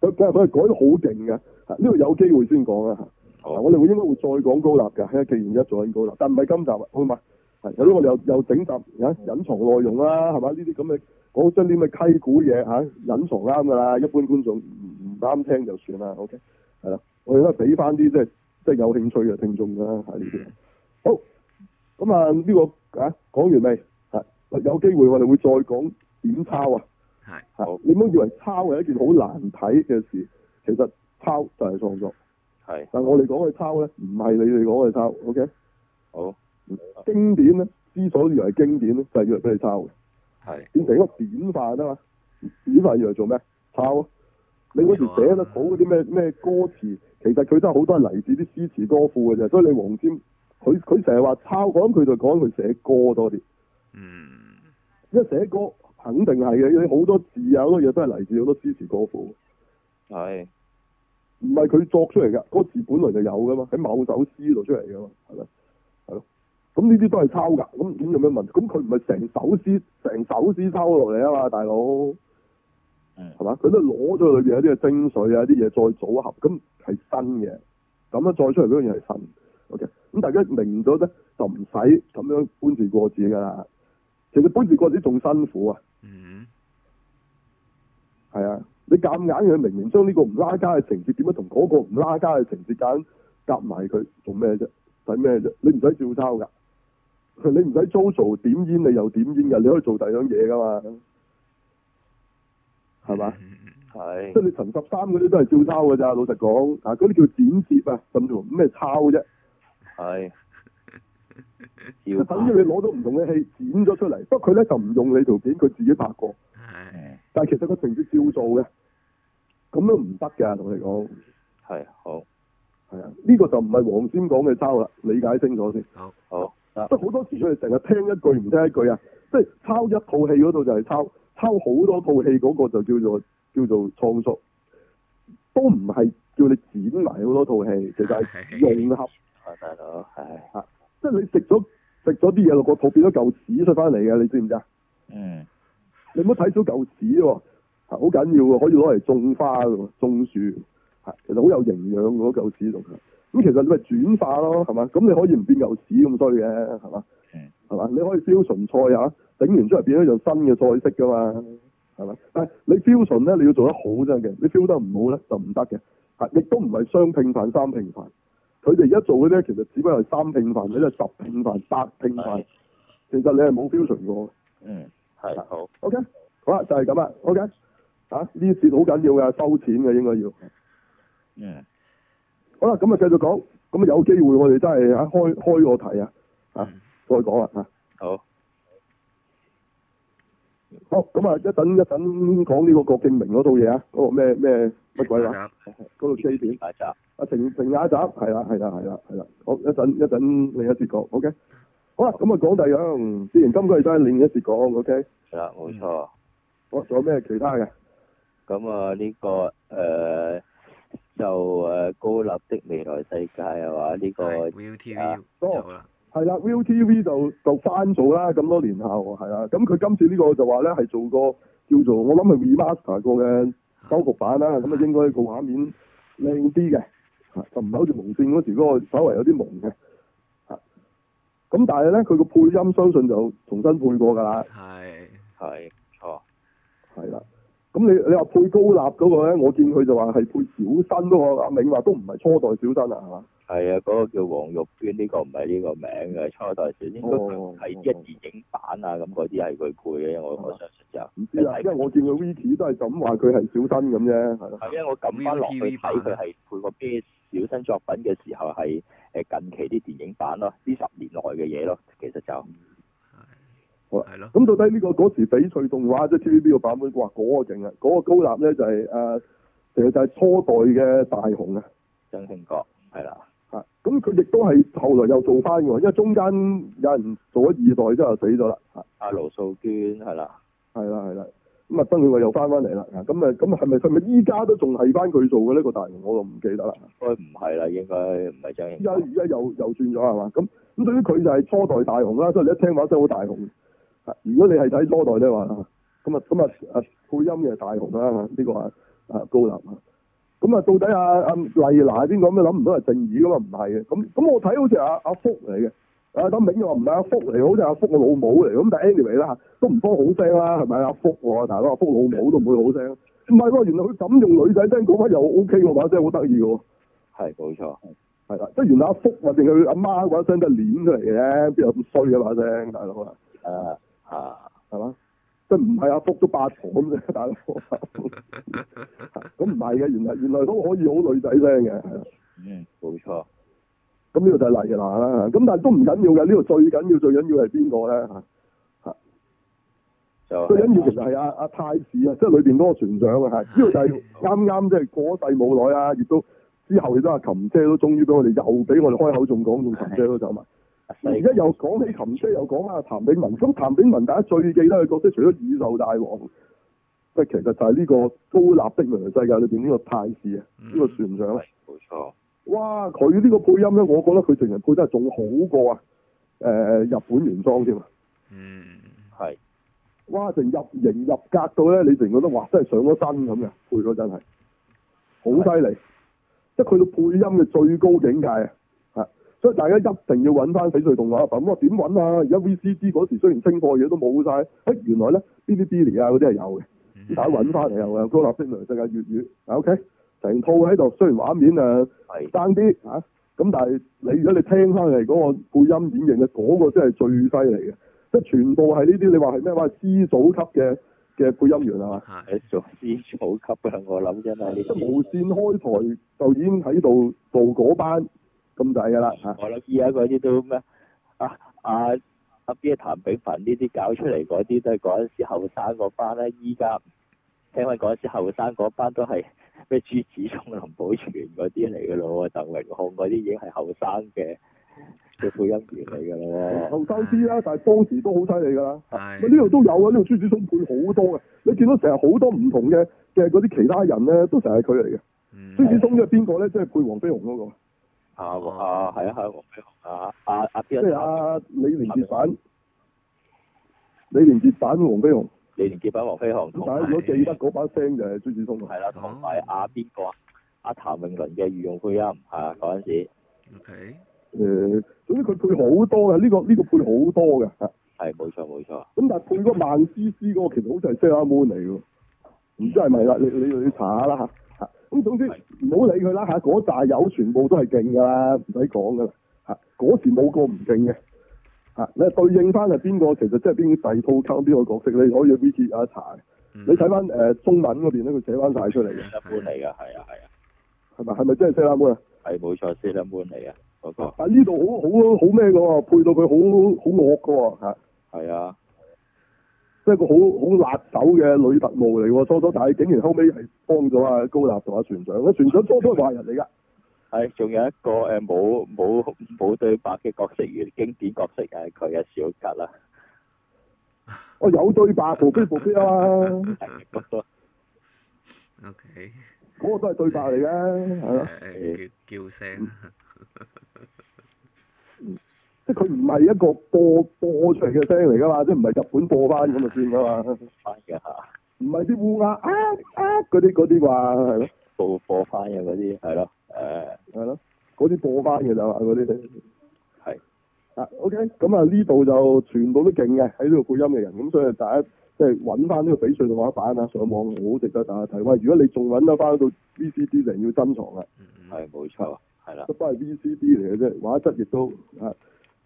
S8: 佢佢佢係改得好勁嘅，啊呢個有機會先講啦嚇。啊
S4: 好
S8: 我哋會應該會再講高立㗎，因為既然一做緊高立，但唔係今集啊，好嘛？係有啲我哋又又整集啊隱藏內容啦，係嘛？呢啲咁嘅講真啲咁嘅溪股嘢嚇、啊隱藏啱㗎啦，一般觀眾唔唔啱聽就算啦。OK，係啦，我哋都係俾翻啲即係即係有興趣嘅聽眾㗎啦，啊係呢啲。好，咁啊呢個啊講完未？係有機會我哋會再講點抄啊。
S5: 係
S8: 係你唔好以為抄係一件好難睇嘅事，其實抄就係創作。
S4: 係
S8: 但我哋講去抄咧，唔係你哋講去抄，OK？
S4: 好
S8: 經典咧，之所以為經典咧，就係要嚟俾你抄嘅，
S4: 係
S8: 變成一個典範啊嘛。典範要嚟做咩？抄啊！你嗰時寫得好嗰啲
S4: 啊
S8: 咩咩歌詞，其實佢都係好多係嚟自啲詩詞歌賦嘅啫。所以你黃沾，佢佢成日話抄，我諗佢就講佢寫歌多啲，
S5: 嗯，
S8: 因為寫歌肯定係嘅，你好多字啊好多嘢都係嚟自好多詩詞歌賦。
S4: 係
S8: 唔係佢作出嚟㗎，嗰個字本來就有㗎嘛，喺某首詩度出嚟㗎嘛，係咪？係咯，咁呢啲都係抄㗎，咁咁有咩問題？咁佢唔係成首詩成首詩抄落嚟啊嘛，大佬，
S4: 嗯
S8: 係嘛？佢都攞咗裏邊有啲嘅精髓啊，啲嘢再組合，咁係新嘅，咁樣再出嚟嗰樣嘢係新。OK，咁大家明咗咧，就唔使咁樣搬字過紙㗎啦。其實搬字過紙仲辛苦啊！
S5: 嗯，
S8: 係啊，你夾硬佢明明將呢個唔拉加嘅情節點樣同嗰個唔拉加嘅情節夾硬夾埋佢做咩啫？使咩啫？你唔使照抄㗎， 你唔使 Jojo 點煙你又點煙㗎，你可以做第二樣嘢㗎嘛。係嘛？
S5: 嗯
S7: 嗯
S4: 係
S8: 即係你陳十三嗰啲都係照抄㗎咋，老實講，啊嗰啲叫剪接啊，甚至乎咩抄啫，
S4: 係。
S8: 即
S4: 要
S8: 係等於你攞到唔同嘅戲剪咗出嚟，不過佢咧就唔用你條片，佢自己拍過，
S4: 嗯
S8: 但係其實個情節照做嘅，咁都唔得㗎，同你講，
S4: 係好
S8: 係啊，呢、個就唔係黃先講嘅抄啦，理解清楚先。哦
S4: 好得
S8: 即係好多時佢哋成日聽一句唔聽一句啊，即係抄一套戲嗰度就係抄，抄好多套戲嗰個就叫做叫做創作，都唔係叫你剪埋好多套戲，其實係融合，
S4: 啊大佬係
S8: 即係你食咗食咗啲嘢落個肚變咗嚿屎出翻嚟嘅，你知唔知啊？
S4: 嗯
S8: 你唔好睇少嚿屎喎，啊好緊要喎，可以攞嚟種花嘅喎，種樹，係其實好有營養嘅嗰嚿屎仲係。咁其實你咪轉化咯，係嘛？咁你可以唔變嚿屎咁衰嘅，係嘛
S4: 嗯？
S8: 係嘛？你可以 fusion 菜啊，整完出嚟變咗樣新嘅菜式噶嘛，係咪？但係你 fusion 咧，你要做得好真嘅，你 fusion 得唔好咧就唔得嘅，啊，亦都唔係雙拼飯、三拼飯。佢哋而家做嗰啲咧，其實只不過係三拼飯，或者係十拼飯、八拼飯
S4: 係，
S8: 其實你係冇 fusion 過嘅。
S4: 嗯係好
S8: O、k 好啦，就係咁啦。O K，啊呢節好緊要嘅，收錢嘅應該要。
S4: 嗯
S8: 好啦，咁啊繼續講，咁啊有機會我哋真係啊開開個題啊，啊再講啦啊。
S4: 好
S8: 好，咁啊一陣一陣講呢個郭敬明嗰套嘢啊，嗰、個咩咩乜鬼 話，嗰套 K 片
S4: 大嗯集
S8: 啊情情雅集，係啦係啦係啦係啦。好，一陣一陣另一節講。O、k 好啦，咁啊講第二樣，之前今個月都係另一節講。O、k
S4: 係啦冇錯。
S8: 好，仲有咩其他嘅？
S4: 咁啊呢個誒就誒高立的未來世界係嘛？呢個
S5: ViuTV
S8: 多
S5: 做啦，
S8: 係啦，ViuTV 就就翻做啦，咁多年後係啦，咁佢今次呢個就話咧係做個叫做我諗係 remaster 過嘅修復版啦，咁啊應該個畫面靚啲嘅，啊就唔係好似無線嗰時嗰個稍為有啲蒙嘅，啊咁但係咧佢個配音相信就重新配過㗎啦，
S5: 係
S4: 係錯
S8: 係啦，咁你你話配高立嗰個咧，我見佢就話係配小新嗰、個，阿銘話都唔係初代小新啊，係嘛？
S4: 係啊，嗰、個叫黃玉娟，呢、個唔係呢個名嘅初代小，應該佢係即係電影版啊咁嗰啲係佢配嘅，我我相信就
S8: 唔知啦，因為我見佢 Wiki 都係咁話佢係小新咁啫，係咯。
S4: 係因為我撳翻落去睇佢
S5: 啊
S4: 係配過咩小新作品嘅時候係誒近期啲電影版咯，呢十年內嘅嘢咯，其實就
S5: 係咯，
S8: 咁到底呢、個嗰時翡翠動畫即係 TVB 個版本，哇嗰、個勁啊！嗰、個高立咧就係、誒，其實就係初代嘅大雄啊，
S4: 曾慶國係啦，
S8: 嚇咁佢亦都係後來又做翻喎，因為中間有人做咗二代之後死咗啦，嚇
S4: 阿盧素娟係啦，
S8: 係啦係啦，咁啊曾慶偉又翻翻嚟啦，啊咁啊咁係咪係咪依家都仲係翻佢做嘅呢、個大雄我就唔記得啦，
S4: 應該唔係啦，應該唔係張慶
S8: 依家
S4: 國，
S8: 依家又又轉咗係嘛？咁咁對於佢就係初代大雄啦，所以你一聽話真係好大雄。啊如果你係睇初代咧話，啊咁啊咁啊啊配音嘅係大雄啦，呢、個啊啊高立啊。咁啊，到底啊啊麗娜邊個咁諗唔到係正義噶嘛？唔係嘅，咁咁我睇好似阿阿福嚟嘅，啊阿阿銘又話唔係阿福嚟，好似阿福個老母嚟，咁但係 anyway 啦，都唔多好聲啦，係咪阿福喎？大佬阿福老母都唔會好聲，唔係喎，原來佢咁用女仔聲講翻又 OK 喎，把聲好得意喎。
S4: 係冇錯，
S8: 係啊啦，即係原來阿福或者佢阿媽嗰聲都係攣出嚟嘅啫，邊有咁衰嘅把聲，大佬啊，
S4: 啊啊
S8: 係嘛？即係唔係阿福都八婆咁啫，大佬。咁唔係嘅，原來原來都可以好女仔聲嘅，係啦。
S4: 嗯冇錯，
S8: 咁呢個就係黎娜啦，咁但係都唔緊要嘅，呢個最緊要最緊要係邊個咧嚇？
S4: 就係
S8: 最緊要其實係阿阿太子啊，即係裏邊嗰個船長啊，係呢個就係啱啱即係過咗世冇耐啊，亦都之後亦都阿琴姐都終於俾我哋又俾我哋開口仲講，仲琴姐都走埋。
S4: 阿細
S8: 而家又講起琴姐，又講啊譚炳文。咁譚炳文大家最記得嘅角色，除咗宇宙大王，即係其實就係呢個高立的未來世界裏邊呢個太子啊，
S5: 嗯
S8: 呢、個船長啊。
S4: 冇錯，
S8: 哇！佢呢個配音咧，我覺得佢成人配得仲好過啊！誒、日本原裝添啊！
S5: 嗯，
S4: 係
S8: 哇！成入型入格到咧，你成覺得哇，真係上咗身咁嘅配咗真係好犀利，即係佢到配音嘅最高境界啊！嚇所以大家一定要揾翻翡翠動畫品。我點揾啊？而家 VCD 嗰時雖然清貨嘢都冇晒，誒原來咧 Bilibili 啊嗰啲係有嘅，大家揾翻嚟又有高立星來世界粵語啊 OK，成套喺度，雖然畫面啊
S4: 係
S8: 爭啲嚇，啊咁、但係你如果你聽翻嚟嗰個配音演繹咧，嗰、個真係最犀利嘅，即係全部係呢啲你話係咩話師祖級嘅嘅配音員係嘛？
S5: 嗯係
S4: 誒做啲草級啊！我諗真係呢
S8: 即係
S4: 啲
S8: 無線開台就已經喺度做嗰班咁滯㗎啦嚇。
S4: 我諗依家嗰啲都咩啊啊阿 B 譚炳凡呢啲搞出嚟嗰啲都係嗰陣時後生嗰班啦，依家聽聞嗰陣時後生嗰班都係咩朱子聰、林保全嗰啲嚟㗎咯喎，鄧榮漢嗰啲已經係後生嘅嘅配音員嚟㗎咯
S8: 後生啲啦，但係當時都好犀利㗎啦。
S5: 係
S8: 咪呢度都有啊，呢度朱子聰配好多嘅，你見到成日好多唔同嘅嘅嗰啲其他人咧，都成日係佢嚟嘅。
S5: 嗯
S8: 朱子聰即係邊個咧？即係配黃飛鴻嗰、
S4: 喎。啊啊係啊係啊，黃飛鴻啊啊阿
S8: 個，
S4: 邊
S8: 即係
S4: 個？
S8: 阿李連杰版，李連杰版黃飛鴻。
S4: 李連杰版黃飛鴻
S8: 咁
S4: 同
S8: 但係
S4: 埋
S8: 如果記得嗰把聲就係朱子聰啊啦。
S4: 係啦，同埋阿邊個啊？阿譚詠麟嘅御用配音啊，嗰陣時
S5: ，OK，
S8: 誒，總之佢配好多嘅，呢、個呢、個配好多嘅嚇。
S4: 係冇錯冇錯。
S8: 咁但係配嗰個孟思思嗰個其實好似係 Sailor Moon 嚟嘅喎，唔知係咪啦？你你你查下啦嚇嚇。咁總之唔
S4: 係
S8: 好理佢啦嚇，嗰扎友全部都係勁㗎啦，唔使講㗎啦嚇。嗰時冇個唔勁嘅嚇，你對應翻係邊個？其實即係邊第二套卡通邊個角色，你可以去 Wiki 有得查嘅。
S5: 你
S8: 你睇翻誒中文嗰邊咧，佢寫翻晒出嚟嘅，
S4: Sailor Moon 嚟㗎，係啊係啊，
S8: 係咪係咪真係 Sailor Moon 啊？
S4: 係冇錯，Sailor Moon 嚟嘅啊嗰個，
S8: 但呢度好好好咩嘅喎，配到佢好好惡嘅喎嚇
S4: 係啊，
S8: 即係一個好好辣手嘅女特務嚟喎，初初但係竟然後尾係幫咗阿高立同阿船長，阿船長初初係壞人嚟㗎，
S4: 係仲有一個誒冇冇冇對白嘅角色，原經典角色係佢啊 小吉啦，
S8: 我哦有對白，無非無非啊嘛，
S4: 係嗰個
S5: OK，
S8: 嗰、個都係對白嚟
S5: 啊
S8: 嘅，係咯，
S5: 誒叫叫聲啊啦，
S8: 即係佢唔係一個播播出嚟嘅聲嚟㗎嘛，即係唔係日本播翻咁就算㗎嘛，
S4: 翻嘅嚇，
S8: 唔係啲烏鴉啊啊嗰啲嗰啲話係咯
S4: 報貨翻嘅嗰啲係咯，誒
S8: 係咯，嗰啲播翻嘅就話嗰啲。
S4: 係
S8: 啊，OK，咁啊呢度就全部都勁嘅，喺呢度配音嘅人，咁所以大家即係揾翻呢個翡翠動畫版啊，上網好值得大家睇。喂，如果你仲揾得翻到 VCD，就要珍藏啦，啊
S5: 嗯嗯
S4: 係冇錯，係啦
S8: 得，翻係 VCD 嚟嘅啫，畫質亦都啊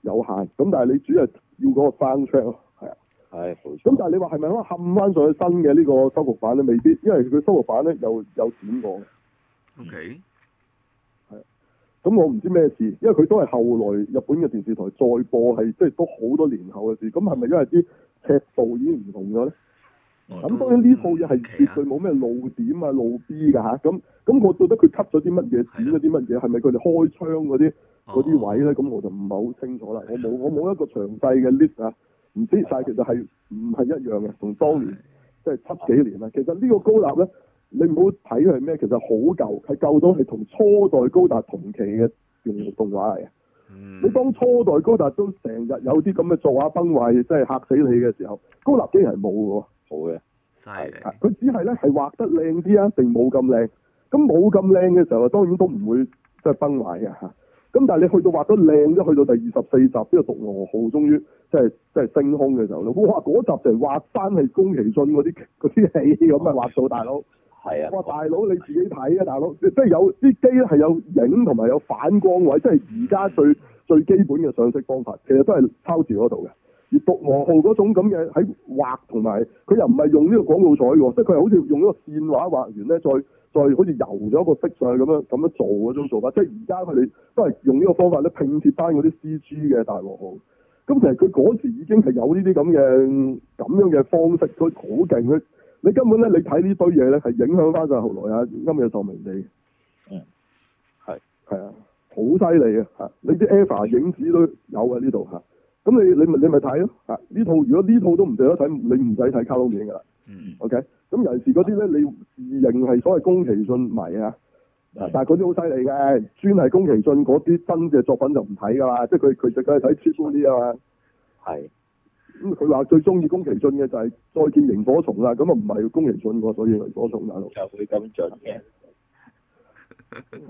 S8: 有限。咁但係你主要係要嗰個 soundtrack 咯，係啊。
S4: 係冇
S8: 咁
S4: 錯，
S8: 但係你話係咪可以冚翻上去新嘅呢個修復版咧？未必，因為佢修復版咧又有剪過嘅。
S5: 嗯，OK，
S8: 咁我唔知咩事，因為佢都係後來日本嘅電視台再播，係即係都好多年後嘅事。咁係咪因為啲尺度已經唔同咗咧？
S5: 我
S8: 咁
S5: 哦都
S8: 當然呢套嘢係
S5: 唔奇啊
S8: 絕對冇咩露點啊、露 B 㗎吓，咁咁我覺得佢 cut 咗啲乜嘢、剪咗啲乜嘢，係咪佢哋開槍嗰啲
S5: 哦
S8: 嗰啲位咧？咁我就唔係好清楚啦。我冇我冇一個詳細嘅 list 啊，唔知但係其實係唔係一樣嘅，同當年即係七幾年啦。其實呢個高達咧，你唔好睇佢係咩，其實好舊，係舊到係同初代高達同期嘅用動畫嚟嘅。
S5: 嗯
S8: 你當初代高達都成日有啲咁嘅作畫崩壞，真係嚇死你嘅時候，高達竟然係冇嘅喎。
S4: 好嘅，
S5: 犀利，
S8: 啊佢只係咧係畫得靚啲啊，定冇咁靚？咁冇咁靚嘅時候，當然都唔會即係崩壞嘅嚇。咁但係你去到畫得靚咗，去到第二十四集呢個獨羅號終於即係即係升空嘅時候咧，哇！嗰集就係畫翻係宮崎駿嗰啲 嗰啲戲咁啊，畫到大佬，
S4: 係啊，
S8: 哇！大佬你自己睇啊，大佬，即係有啲機咧係有影同埋有反光位，即係而家最最基本嘅上色方法，其實都係抄住嗰度嘅。而獨王號嗰種咁嘅喺畫同埋，佢又唔係用呢個廣告彩喎，即係佢係好似用呢個線畫畫完咧，再再好似油咗個色上去咁樣咁樣做嗰種做法，即係而家佢哋都係用呢個方法咧拼貼翻嗰啲 C G 嘅大王號。咁其實佢嗰時已經係有呢啲咁嘅咁樣嘅方式，佢好勁佢。你根本咧，你睇呢堆嘢咧，係影響翻晒後來啊音嘅壽命地。
S4: 嗯，係
S8: 係啊，好犀利嘅嚇！你啲 e v a 影子都有啊呢度嚇。咁你你咪你咪睇咯嚇！呢套如果呢套都唔值得睇，你唔使睇卡通片㗎啦。
S5: 嗯
S8: OK，咁尤其是嗰啲咧，你自認係所謂宮崎駿迷啊，
S4: 係
S8: 但係嗰啲好犀利嘅，專係宮崎駿嗰啲新嘅作品就唔睇㗎啦，即係佢佢就梗係睇 cheap 嗰啲啊嘛。
S4: 係
S8: 咁佢話最中意宮崎駿嘅就係再見螢火蟲啦，咁啊唔係宮崎駿喎，所以螢火蟲大佬。
S4: 就會咁準 嘅，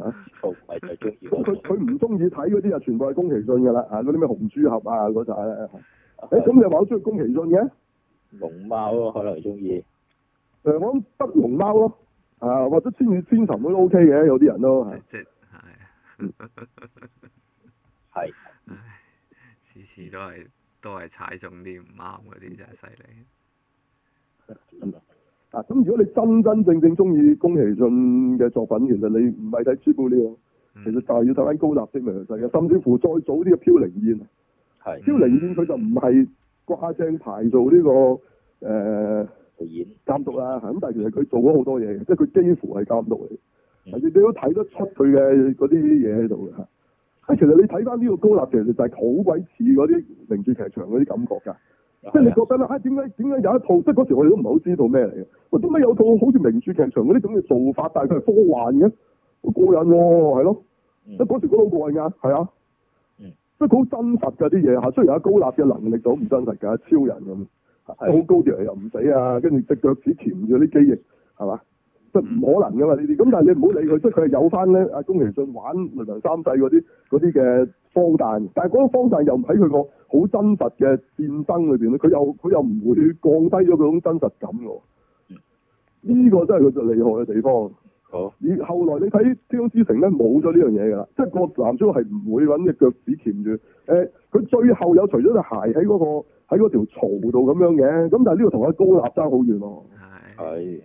S4: 啊我唔係就中意
S8: 咁
S4: 嗰
S8: 佢
S4: 種
S8: 佢唔中意睇嗰啲啊，全部係宮崎駿㗎啦，啊嗰啲咩紅豬俠啊嗰扎咧。誒咁你話好中意宮崎駿嘅？
S4: 龍貓咯，可能中意。
S8: 誒我諗得龍貓咯，啊或者千與千尋嗰啲都 OK 嘅，有啲人都係。嗯
S5: 即即 係，
S4: 係
S5: 唉，次次都係都係踩中啲唔啱嗰啲真係犀利，
S8: 啊，咁如果你真真正正中意宮崎駿嘅作品，其實你唔係睇《朱古力》咯，
S5: 嗯
S8: 其實就係要睇翻高達先明世界，甚至乎再早啲嘅《飄零燕》。
S4: 係
S8: 飄零燕佢就唔係掛正牌做呢、個呃
S4: 導演
S8: 監督啦，咁但係其實佢做咗好多嘢嘅，即係佢幾乎係監督嚟，
S4: 嗯
S8: 你你都睇得出佢嘅嗰啲嘢喺度嘅嚇。啊，其實你睇翻呢個高立，其實就係好鬼似嗰啲名著劇場嗰啲感覺
S4: 啊
S8: 㗎。即係你覺得咧，啊點解點解有一套，即係嗰時我哋都唔係好知道咩嚟嘅。喂，點解有套好似名著劇場嗰啲咁嘅做法，但係佢係科幻嘅，好過癮喎，係咯。
S4: 嗯
S8: 即係嗰時覺得好過癮㗎，係啊。即係佢好真實㗎啲嘢嚇，雖然阿高立嘅能力就好唔真實㗎，超人咁，
S4: 係
S8: 好高條又唔死啊，跟住隻腳趾鉗住啲肌翼，係嘛？即係唔可能㗎嘛呢啲。咁但係你唔好理佢，即係佢係有翻咧阿宮崎駿玩《雷神三世》嗰啲嗰啲嘅荒誕，但係嗰個荒誕又唔喺佢個好真實嘅戰爭裏邊咧，佢又佢又唔會降低咗佢種真實感喎。呢個真係佢最厲害嘅地方。
S4: 好
S8: 以後來你睇《天空之城》咧，冇咗呢樣嘢㗎啦，即係個男主角係唔會揾只腳趾鉗住。誒、佢最後有除咗隻鞋喺嗰、個喺嗰條槽度咁樣嘅，咁但係呢個同阿高立爭好遠喎。
S4: 係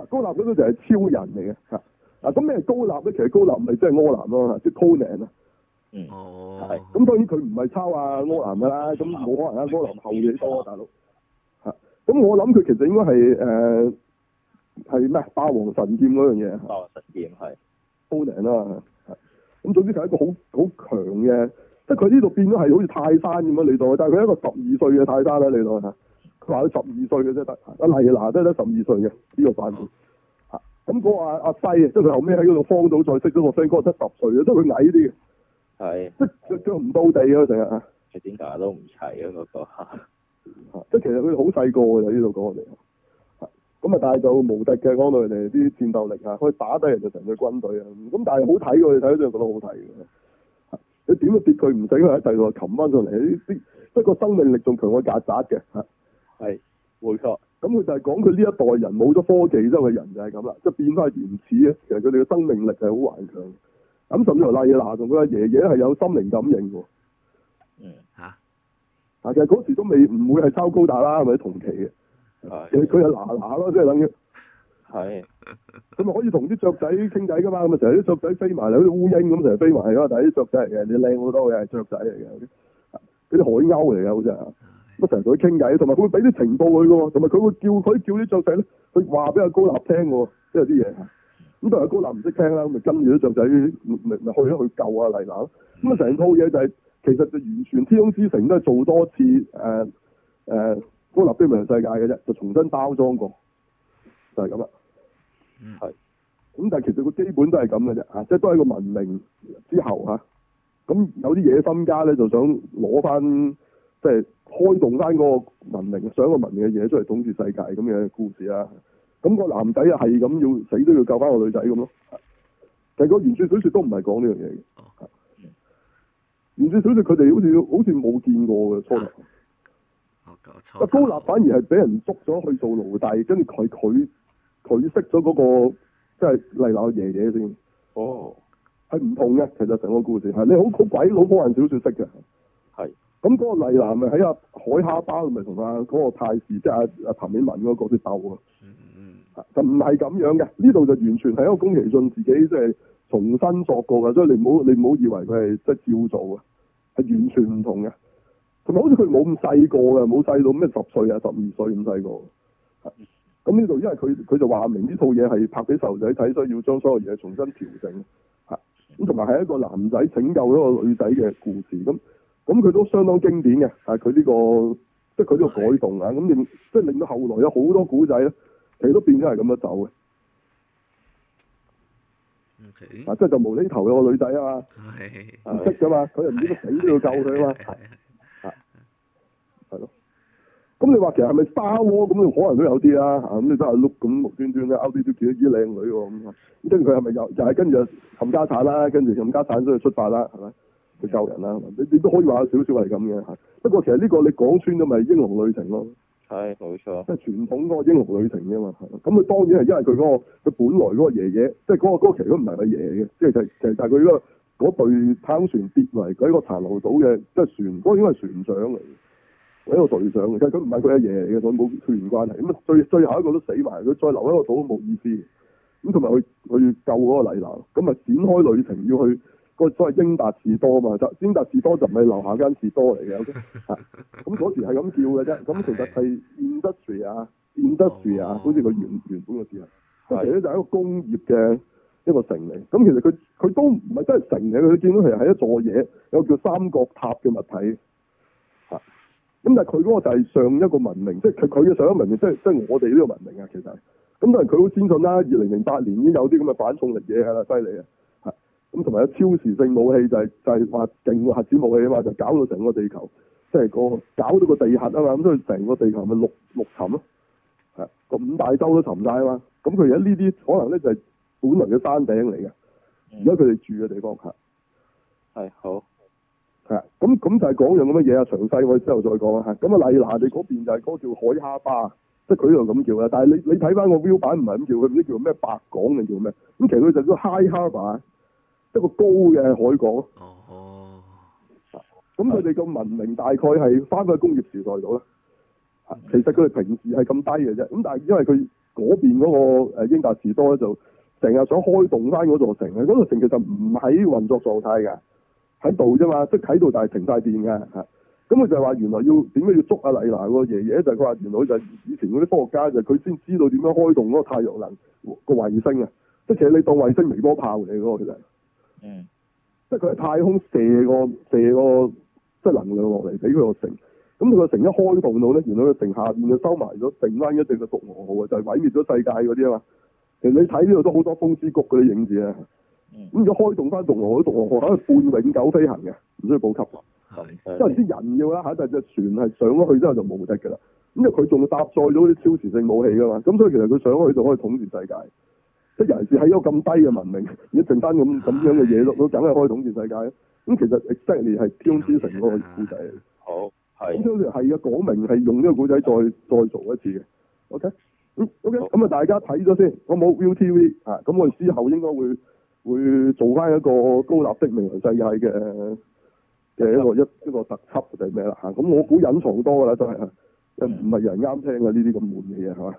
S8: 啊高立嗰度就係超人嚟嘅嚇。啊，咁咩係高立咧？其實高立咪即係柯南咯，即係 Conan 啊。
S5: 哦，
S4: 係
S8: 咁當然佢唔係抄阿柯南㗎啦，咁冇可能啊柯南後嘢多，大佬。嚇，咁我諗佢其實應該係誒係咩霸王神劍嗰樣嘢啊。
S4: 霸王實驗係
S8: Conan 啦，係咁總之佢係一個好好強嘅，即係佢呢度變咗係好似泰山咁樣你當，但係佢係一個十二歲嘅泰山啦，你當嚇。佢話佢十二歲嘅啫，得阿麗娜都係得十二歲嘅呢個版本。嚇咁嗰個阿阿西啊，即係佢後尾喺嗰度荒島再識咗個 friend，嗰個得十歲嘅，即係佢矮啲嘅，
S4: 係
S8: 即係腳腳唔到地嘅成日嚇。
S4: 佢點解都唔齊啊嗰個嚇
S8: 即係其實佢好細個嘅呢度講我哋。咁啊，但係就無敵嘅講到佢哋啲戰鬥力啊，可以打低人哋成隊軍隊啊。咁但係好睇嘅，我哋睇咗真係覺得好睇嘅。你點都跌佢唔啊死，佢喺第度擒翻上嚟，呢啲即係個生命力仲強過曱甴嘅嚇。
S4: 係冇錯
S8: 咁佢就係講佢呢一代人冇咗科技之後嘅人就係咁啦，即係變翻原始嘅。其實佢哋嘅生命力係好頑強嘅。咁甚至乎麗娜同佢阿爺爺係有心靈感應嘅喎。
S4: 嗯
S5: 嚇
S8: 啊，其實嗰時都未唔會係抄高達啦，係咪同期嘅？其實
S4: 係
S8: 佢係嗱嗱咯，即係等於。佢
S4: 係
S8: 啊咪可以同啲雀仔傾偈噶嘛？咁啊，成日啲雀仔飛埋嚟，好似烏蠅咁成日飛埋嚟咯。但係啊啲雀仔嚟嘅，你靚好多嘅，係雀仔嚟嘅，嗰啲海鷗嚟嘅，好似係。咁啊，成日同佢傾偈，同埋佢會俾啲情報佢嘅喎，同埋佢會叫佢叫啲雀仔咧，佢話俾阿高立聽嘅喎，即係啲嘢。咁但係阿高立唔識聽啦，咁咪跟住啲雀仔咪咪咪去咗去救阿麗娜咯。咁啊，成套嘢就係、其實就完全《天空之城》都係做多次誒誒、呃高立的明日世界嘅啫，就重新包裝過，就係咁啦。咁但係其實個基本都係咁嘅啫，啊，即係都係一個文明之後嚇，咁、有啲野心家咧就想攞翻，即係開動翻嗰個文明，想一個文明嘅嘢出嚟統治世界咁嘅故事啦。咁、個男仔啊係咁要死都要救翻個女仔咁咯。但係個原著小説都唔係講呢樣嘢嘅
S5: 哦。
S8: 原著小説佢哋好似好似冇見過嘅初頭。
S5: 我搞
S8: 阿
S5: 錯。
S8: 啊高立反而係俾人捉咗去做奴隸，跟住佢佢佢識咗嗰、個即係麗娜爺爺先。
S4: 哦
S8: 係唔同嘅，其實成個故事係你好好鬼佬科幻小説式嘅。
S4: 係
S8: 咁嗰個麗娜咪喺阿海蝦包咪同阿嗰個太士即係阿阿譚美文嗰個角色鬥啊，
S5: 嗯嗯
S8: 就唔係咁樣嘅。呢度就完全係一個宮崎駿自己即係重新作過嘅，所以你唔好你唔好以為佢係即係照做啊，係完全唔同嘅。同埋好似佢冇咁細個嘅，冇細到咩十歲啊、十二歲咁細個。咁呢度因為佢佢就話明呢套嘢係拍俾細路仔睇，所以要將所有嘢重新調整。嚇咁同埋係一個男仔拯救咗個女仔嘅故事。咁咁佢都相當經典嘅。啊，佢呢、個即係佢呢個改動啊，咁令即係令到後來有好多古仔咧，其實都變咗係咁樣走嘅。
S5: 嗯，OK，
S8: 啊，即係就無厘頭有個女仔啊嘛，
S5: 係
S8: 唔識噶嘛，佢又唔知得死都要救佢啊嘛。咁你話其實係咪沙窩咁？可能都有啲啦啊嚇。咁你得阿 Look 咁無端端咧 out 啲都見到啲靚女喎咁啊。咁跟住佢係咪又又係跟住冚家產啦？跟住冚家產所以出發啦，係咪？佢救人啦，係咪你你都可以話有少少係咁嘅嚇。不過其實呢個你講穿咗咪英雄旅程咯，
S4: 係冇錯
S8: 即係傳統嗰個英雄旅程啫嘛。係咯咁佢當然係因為佢嗰、個佢本來嗰個爺爺，即係嗰個嗰個其實都唔係佢爺嘅，即係就係其實就係佢嗰個嗰隊太空船跌嚟喺個殘留島嘅，即係船嗰個應該係船長嚟嘅。一個隊長嘅，其實佢唔係佢阿爺嚟嘅，所以冇血緣關係。咁啊，最最後一個都死埋，佢再留喺個島都冇意思嘅。咁同埋佢佢救嗰個麗娜，咁啊展開旅程要去個所謂英達士多嘛，就英達士多就唔係樓下間士多嚟嘅，OK 啊咁嗰時係咁叫嘅啫。咁其實係 industry 啊，industry 啊，好似佢原原本個字啊。咁其實就係一個工業嘅一個城嚟。咁其實佢佢都唔係真係城嚟，佢見到其實係一座嘢，有個叫三角塔嘅物體。嚇！咁但係佢嗰個就係上一個文明，即係佢佢嘅上一個文明，即係即係我哋呢個文明啊，其實係。咁當然佢好先進啦，二零零八年已經有啲咁嘅反重力嘢㗎啦，犀利啊！嚇！咁同埋有超時性武器就係、就係話勁過核子武器啊嘛，就搞到成個地球，即係個搞到個地核啊嘛，咁所以成個地球咪陸陸沉咯。係個五大洲都沉晒啊嘛。咁佢而家呢啲可能咧就係本來嘅山頂嚟嘅，而家佢哋住嘅地方嚇
S4: 嗯係好，
S8: 係啊。咁咁就係講樣咁嘅嘢啊，詳細我哋之後再講啊嚇。咁啊，麗娜你嗰邊就係嗰個叫海蝦巴，即係佢呢度咁叫啊啦。但係你你睇翻個 view 版唔係咁叫，佢唔知叫咩白港定叫咩？咁其實佢就叫 High Harbour，一啊個高嘅海港。
S5: 哦，
S8: 咁佢哋個文明大概係翻返去工業時代度啦。啊其實佢哋平時係咁低嘅啫，咁但係因為佢嗰邊嗰個誒英達士多咧，就成日想開動翻嗰座城啊！嗰座城其實唔喺運作狀態㗎，喺度啫嘛，即係喺度但係停晒電㗎嚇。咁佢就係話原來要點解要捉阿麗娜個爺爺就係佢話原來就係以前嗰啲科學家就係佢先知道點樣開動嗰個太陽能個衛星啊！即係其實你當衛星微波炮嚟嗰個其實。
S4: 嗯，
S8: 即係佢喺太空射個射個即係能量落嚟俾佢個城，咁佢個城一開動到咧，原來個城下面就收埋咗剩翻一隻嘅獨俄號啊，就係、毀滅咗世界嗰啲啊嘛。其實你睇呢度都好多風之谷嗰啲影子啊。咁如果開動翻獨俄號，獨俄號喺度半永久飛行嘅，唔需要補給。啊
S5: 係
S8: 因為啲人要啦嚇，但係隻船係上咗去之後就冇敵㗎啦。咁因為佢仲搭載咗啲超時性武器㗎嘛，咁所以其實佢上咗去就可以統治世界。即係尤其是喺一個咁低嘅文明，一陣間咁咁樣嘅嘢都都梗係可以統治世界啊啦。咁其實 exactly 係《天空之城》嗰個故仔嚟。
S4: 好，
S8: 咁
S4: 係
S8: 相信係嘅，講明係用呢個古仔再再做一次嘅。OK，嗯，OK，咁啊，大家睇咗先，我冇 ViuTV 啊，咁我哋之後應該會會做翻一個高立的未來世界嘅嘅一個一一個特輯定係咩啦嚇。咁我估隱藏多㗎啦，真係啊，即係唔係人啱聽嘅呢啲咁悶嘅嘢係嘛？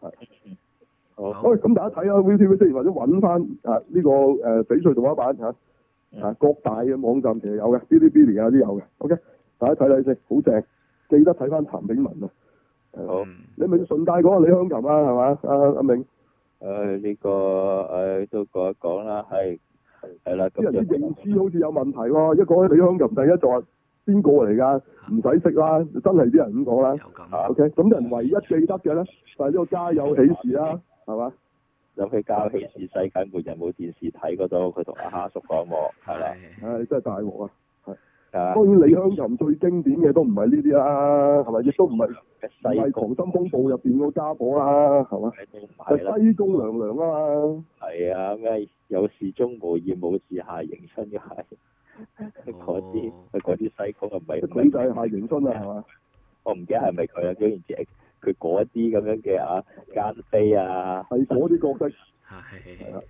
S4: 好，
S8: 哦好，咁大家睇下 ViuTV 先，或者揾翻啊呢個誒翡翠動畫版嚇
S4: 嗯
S8: 啊各大嘅網站其實有嘅，Bilibili 啊都有嘅。OK，大家睇睇先，好正，記得睇翻譚炳文啊。
S4: 好。
S5: 嗯
S8: 你咪順帶講下李香琴啊，係嘛？阿阿明，
S4: 诶，呢、個诶、都講一講啦，係係啦，
S8: 啲
S4: 咁
S8: 人
S4: 就
S8: 啲認知好似有問題喎。一講起李香琴，第一就話邊個嚟㗎？唔使識啦，真係啲人咁講啦。
S5: 有咁
S4: 啊
S8: OK，咁啲人唯一記得嘅咧，就係呢個家有喜事啦，係嘛？
S4: 諗起交起是世界末日冇電視睇嗰度，佢同阿蝦叔講幕係啦，
S5: 係
S8: 唉，真係大鑊啊！
S4: 啊
S8: 當然李香琴最經典嘅都唔係呢啲啦，係咪？亦都唔係唔
S4: 嘅西
S8: 係《
S4: 宮
S8: 溏心風暴》入邊個家婆啦，係嘛？
S4: 都唔
S8: 係
S4: 係啦，
S8: 西宮娘娘啊嘛，
S4: 係啊咩有事中無艷冇事下迎春嘅係 嗰啲，
S5: 哦
S4: 佢嗰啲西宮啊唔係
S8: 即係
S4: 唔
S8: 佢就係
S4: 係
S8: 夏迎春啊，係嘛？
S4: 我唔記得係咪佢啦，啊總言之佢嗰啲咁樣嘅啊奸妃啊，
S8: 係嗰啲角色。
S5: 係
S8: 係啊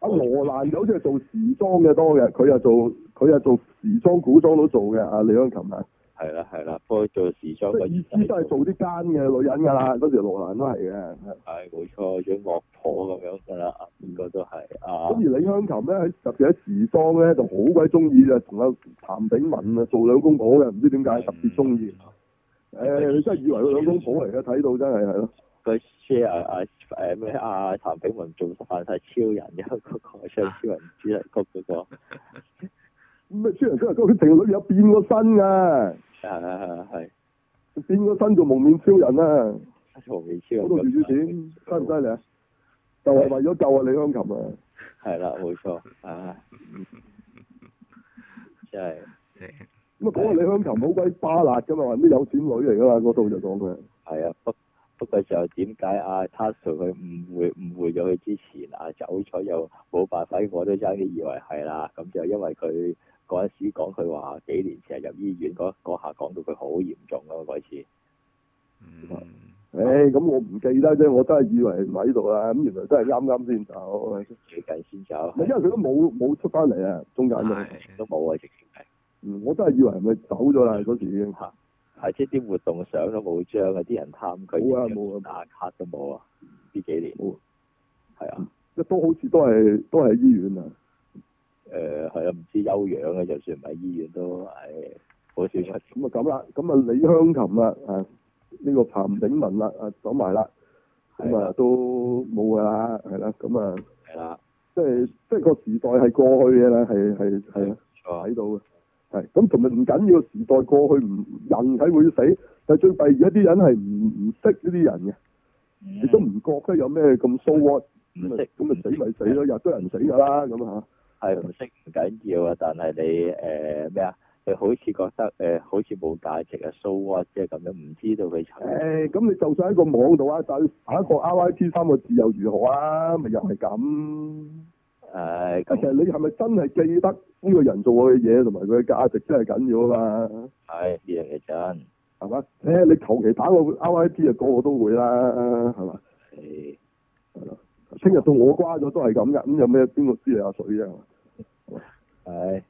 S8: 阿羅蘭就好似係做時裝嘅多嘅，佢又做佢又做時裝古裝都做嘅。阿李香琴啊，
S4: 係啦係啦，幫佢做時裝
S8: 即
S4: 個
S8: 係意思都係做啲奸嘅女人㗎啦。嗰時羅蘭都係嘅。
S4: 係冇錯，啲惡婆咁樣㗎啦，啊邊個都係啊
S8: 咁。而李香琴咧，喺特別喺時裝咧就好鬼中意啊，同阿譚炳文啊做兩公婆嘅，唔知點
S5: 嗯
S8: 呃解特別中意。啊誒、你真係以為佢兩公婆嚟嘅，睇到真係係咯。
S4: 佢 share 啊誒咩啊譚炳文做扮晒超人嘅嗰個唱超人主題曲嗰個，啊
S8: 咩朱人朱人佢情侶有變過身㗎，
S4: 係啊係係
S8: 變過身做蒙面超人啊！
S4: 無面超人
S8: 嗰度住啲錢，犀唔犀利啊？就係為咗救啊李香琴啊！
S4: 係啦，冇錯 啊，
S8: 咁啊，講下
S4: 真係
S5: 正
S8: 李香琴好鬼巴辣噶嘛，話咩有錢女嚟噶嘛，嗰度就講佢。
S4: 係啊，不不過就點解阿 Tasso 佢誤會誤會咗佢之前啊走咗又冇辦法，我都爭啲以為係啦，咁就因為佢嗰陣時講佢話幾年前係入醫院嗰嗰下講到佢好嚴重啊嗰次。
S5: 嗯
S8: 誒、咁我唔記得啫，我真係以為唔喺度啊啦，咁原來真係啱啱先走，係咪先
S4: 最近先走
S8: 唔，係因為佢都冇冇出翻嚟啊，中間都，
S5: 係
S4: 都冇啊，直情係
S8: 嗯我真係以為係咪走咗啦嗰時已經。
S4: 嚇係即係啲活動相都冇張啊！啲人貪佢
S8: 冇啊
S4: 影咗
S8: 冇啊
S4: 打卡都冇啊！呢幾年
S8: 冇啊
S4: 係啊，
S8: 即都好似都係都係醫院啊，
S4: 誒係啊，唔知休養啊，就算唔喺醫院都係好少出。
S8: 咁啊咁啦，咁啊李香琴啦，啊呢、個彭炳文啦，啊走埋啦，咁
S4: 係
S8: 啊
S4: 啦
S8: 都冇㗎啦，係啦，咁啊
S4: 係啦，
S8: 即係即係個時代係過去嘅啦，係係係啊
S4: 冇錯，
S8: 睇到嘅，係咁同埋唔緊要，時代過去唔人係會死，但係最弊而家啲人係唔唔識呢啲人嘅，亦都
S4: 唔
S8: 唔覺得有咩咁 so what，咁啊
S4: 嗯識
S8: 咁啊死咪死咯，日都有人死㗎啦，咁啊
S4: 係唔識唔緊要啊，但係你誒咩啊？你好似覺得誒、呃好似冇價值啊，so what 啫咁樣，唔知道佢
S8: 誒、
S4: 曾
S8: 咁你就算喺個網度啊，打打一個 RIP 三個字又如何啊？咪又係咁。
S4: 嗯誒
S8: 其實
S4: 咁
S8: 你係咪真係記得呢個人做過嘅嘢同埋佢嘅價值真係緊要啊嘛？
S4: 係呢樣嘢真
S8: 係嘛？誒、你求其打個 RIP 啊，個個都會啦，係嘛？
S4: 係
S8: 聽日到我瓜咗都係咁噶，咁有咩邊個知你阿水啫？
S4: 係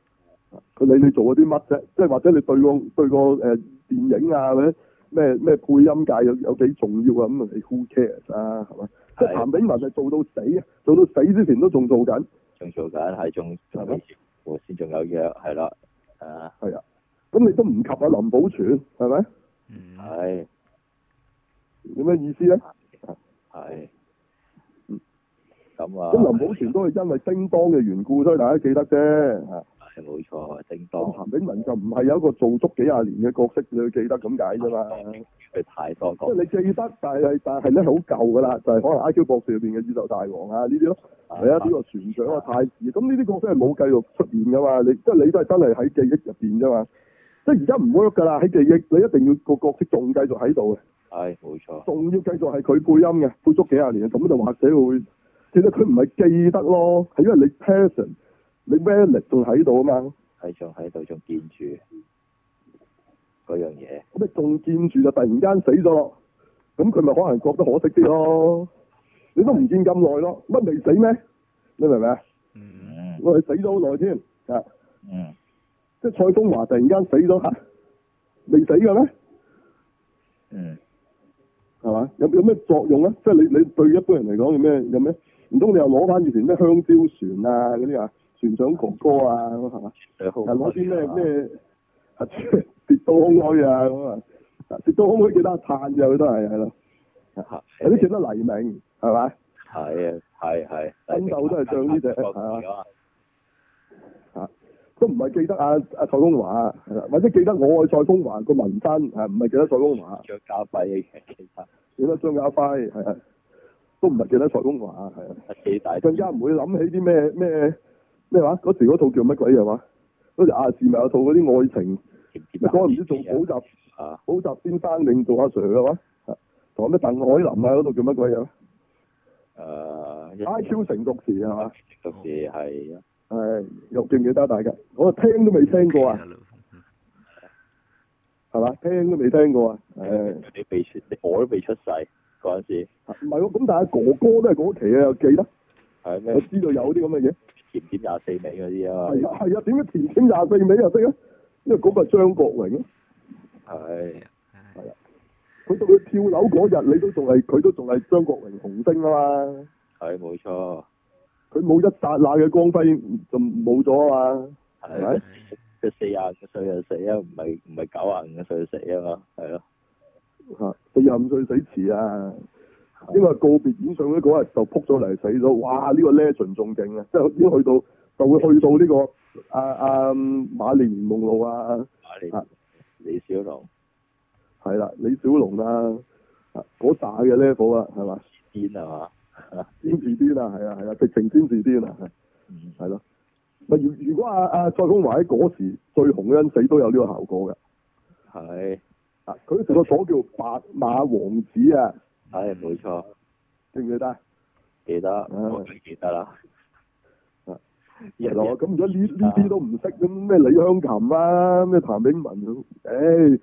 S8: 佢理你做咗啲乜啫？即係或者你對個對個誒、呃、電影啊，或者咩咩配音界有有幾重要啊？咁啊，你 who cares 啊？係嘛？即係
S4: 係
S8: 譚炳文係做到死啊，做到死之前都仲做緊。
S4: 仲做緊，係仲仲
S8: 係咩
S4: 未我先仲有約係啦，啊
S8: 咁你都唔及阿林保全，係咪？
S5: 嗯，
S4: 係
S8: 有咩意思咧？
S4: 係
S8: 嗯
S4: 咁啊，
S8: 咁林保全都係因為叮當嘅緣故，所以大家記得啫。嚇
S4: 係冇錯，正當
S8: 咁啊譚炳文就唔係有一個做足幾廿年嘅角色，你要記得咁解啫嘛。
S4: 佢太多
S8: 即
S4: 角
S8: 係你記得，但係但係咧係好舊㗎啦，就係、可能 I.Q. 博士入邊嘅宇宙大王啊呢啲咯，係啊呢個船長啊太子，咁呢啲角色係冇繼續出現㗎嘛。你即係你都係真係喺記憶入邊啫嘛。即係而家唔 work 㗎啦，喺記憶你一定要個角色仲繼續喺度嘅。
S4: 係冇錯，
S8: 仲要繼續係佢配音嘅，配足幾廿年，咁就或者會，其實佢唔係記得咯，係因為你 person，你 valid 仲喺度啊嘛，
S4: 係仲喺度仲見住嗰樣嘢，
S8: 咁你仲見住就突然間死咗咯，咁佢咪可能覺得可惜啲咯，你都唔見咁耐咯，乜未死咩？你明唔明啊？
S5: 嗯，
S4: 嗯
S8: 我哋死咗好耐添，啊，
S4: 嗯
S8: 即係蔡風華突然間死咗嚇，未死嘅咩？
S4: 嗯
S8: 係嘛？有有咩作用咧？即係你你對一般人嚟講有咩有咩？唔通你又攞翻以前咩香蕉船啊嗰啲啊，船長哥哥啊咁係嘛？
S4: 最好
S8: 又攞啲咩咩啊 跌到空虛啊咁啊！啊跌到空虛記得阿炭啫，佢都係係咯，
S4: 係
S8: 有啲記得黎明係嘛？
S4: 係啊係係，
S8: 奮鬥都係唱呢隻係
S4: 啊，
S8: 都唔係記得阿阿蔡風華係啦，或者記得我愛蔡風華個紋身啊，唔係記得蔡風華，
S4: 張家輝嘅其實
S8: 記得張家輝係啊，都唔係記得蔡風華係啊。
S4: 四大
S8: 更加唔會諗起啲咩咩咩話？嗰時嗰套叫乜鬼嘢話？嗰時亞視咪有套嗰啲愛情，
S4: 甜甜
S8: 咩嗰陣唔知做補習
S4: 啊，
S8: 補習先生定做阿 Sir 嘅話，啊同埋咩鄧海林啊嗰度叫乜鬼嘢
S4: 誒
S8: ？I.Q. 成熟時係嘛？
S4: 到時係
S8: 係又記唔記得啊大家？我聽都未聽過啊，係嘛？聽都未聽過啊！誒，
S4: 你未出，我都未出世嗰陣時，
S8: 啊唔係喎，咁但係哥哥都係嗰期啊，又記得，
S4: 係咩
S8: 又知道有啲咁嘅嘢。
S4: 甜點廿四味嗰啲啊
S8: 係啊係啊，點解甜甜廿四尾又識啊？因為嗰個係張國榮啊。
S4: 嘛，係
S5: 嗯
S8: 佢到佢跳樓嗰日，你都仲係佢都仲係張國榮紅星啊嘛，
S4: 係冇錯，
S8: 佢冇一剎那嘅光輝就冇咗啊嘛，係咪
S4: 係佢四廿五歲就死啊，唔係唔係九廿五歲死啊嘛，係咯，
S8: 嚇四廿五歲死遲啊！因為告別演唱會嗰日就撲咗嚟死咗，哇！呢、個 legend 仲勁啊，即係已經去到就會去到呢、個啊啊瑪麗蓮夢露啊，
S4: 啊
S8: 啊
S4: 你李小龍
S8: 係啦，李小龍啊，啊嗰扎嘅 level 啊，係嘛？
S4: 癲啊嘛，
S8: 天字癲啊，係啊係啊，直情天字癲啊！
S4: 嗯
S8: 係咯。咪如如果阿阿蔡風華喺嗰時最紅嗰陣死都有呢個效果嘅。
S4: 係
S8: 啊，佢嗰時個所叫白馬王子啊，
S4: 係冇錯，
S8: 記唔記得啊？
S4: 記得我最記得啦，
S8: 嗯啊係咯，咁如果呢呢啲都唔識，咁咩李香琴啊，咩譚炳文，誒、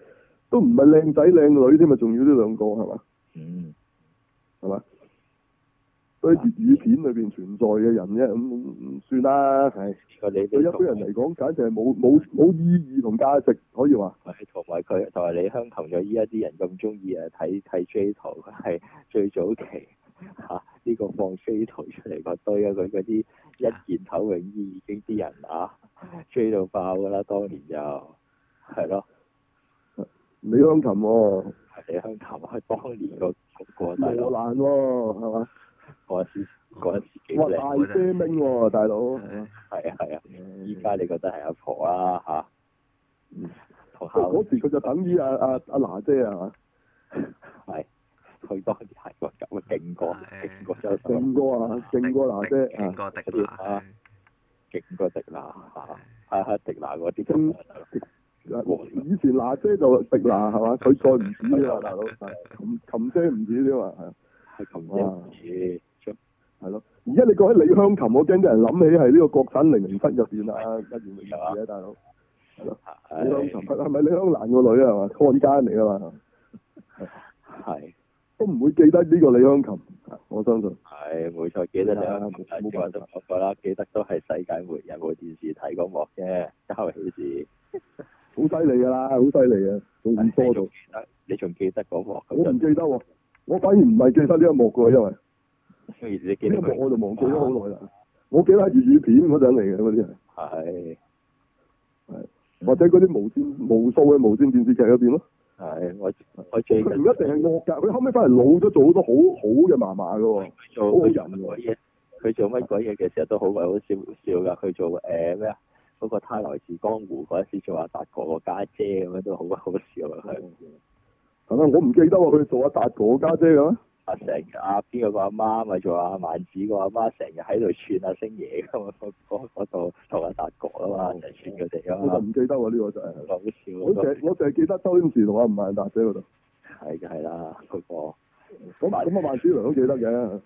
S8: 都唔係靚仔靚女添啊，仲要呢兩個係嘛
S4: 嗯
S8: 係嘛？對啲語片裏邊存在嘅人啫，咁、咁算啦，係
S4: 個你
S8: 對
S4: 你
S8: 一般人嚟講，簡直係冇冇冇意義同價值，可以話
S4: 同埋佢同埋李香琴有依家啲人咁中意誒呃睇睇 J 圖，係最早期嚇呢個放 J 圖出嚟嗰堆啊，佢嗰啲一件頭泳衣已經啲人啊 J 到爆㗎啦，當年就係咯，
S8: 李香琴喎、
S4: 係李香琴係當年個個大
S8: 羅
S4: 佬
S8: 蘭喎，係嘛？
S4: 嗰陣時嗰陣時幾
S8: 哇，嗯
S4: 靚，
S8: 大姐明喎，大佬，係嘛
S4: 係啊係啊，依家你覺得係阿婆啊嚇
S8: 嗯，
S4: 同後
S8: 嗰時佢就等於阿阿阿娜姐啊係嘛？
S4: 係佢當年係個咁嘅勁過
S5: 係
S4: 勁過周秀娜
S8: 勁過啊，勁過娜姐啊啊
S5: 勁！
S4: 勁過
S5: 過迪娜，
S4: 迪娜嚇，係係迪娜嗰啲
S8: 嗯
S4: 咁
S8: 以前娜姐就迪娜係嘛，佢再唔止啊，大佬，係琴琴姐唔止添嘛，係
S4: 係咁啫，咁
S8: 係咯。而家你講起李香琴，我驚啲人諗起係呢個國產零零七入邊啊，一件零嘅大佬。李香琴
S4: 係
S8: 係咪李香蘭個女啊？係嘛，漢奸嚟㗎嘛，
S4: 係
S8: 都唔會記得呢個李香琴，啊我相信。
S4: 係冇錯，記得你
S8: 冇辦法
S4: 啱
S8: 冇
S4: 啱
S8: 辦
S4: 都
S8: 法
S4: 講過啦，記得都係世界末日冇電視睇嗰幕啫，交起事，
S8: 好犀利㗎啦，好犀利啊，仲唔多
S4: 你
S8: 到
S4: 仲？記得你仲記得嗰幕
S8: 我唔
S4: 咁
S8: 記得喎，我反而唔係記得呢一幕㗎，因為。
S4: 就，雖然你記
S8: 呢
S4: 得
S8: 一幕
S4: 佢
S8: 我就忘記咗好耐啦。我記得係粵語片嗰陣嚟嘅嗰啲係，
S4: 係
S8: 或者嗰啲無線無數嘅無線電視劇入邊咯。
S4: 係我我最
S8: 佢
S4: 近
S8: 唔一定係惡㗎，佢後尾翻嚟老咗做好多好好嘅嫲嫲㗎喎。
S4: 做
S8: 好
S4: 佢
S8: 人
S4: 做乜鬼嘢，佢做乜鬼嘢嘅時候都好鬼好笑笑㗎。佢做誒咩啊？嗰、個《他來自江湖》嗰陣時做阿達哥個家姐咁樣都好鬼好笑啊！佢
S8: 係咪？我唔記得喎，佢做阿達哥家姐㗎咩。
S4: 阿成日阿邊個個阿媽咪做阿萬子個阿媽，成日喺度串阿星爺㗎嘛，嗰嗰嗰度同阿達哥啊
S8: 哦
S4: 嘛，成日串佢哋
S8: 我
S4: 啊
S8: 就
S4: 嘛，
S8: 唔記得喎呢個真係。
S4: 好
S8: 我淨
S4: 笑
S8: 係我淨係記得周星馳同阿吳孟達姐嗰度。
S4: 啊！係嘅係啦，嗰、個
S8: 咁咁啊，萬梓良都記得嘅。啊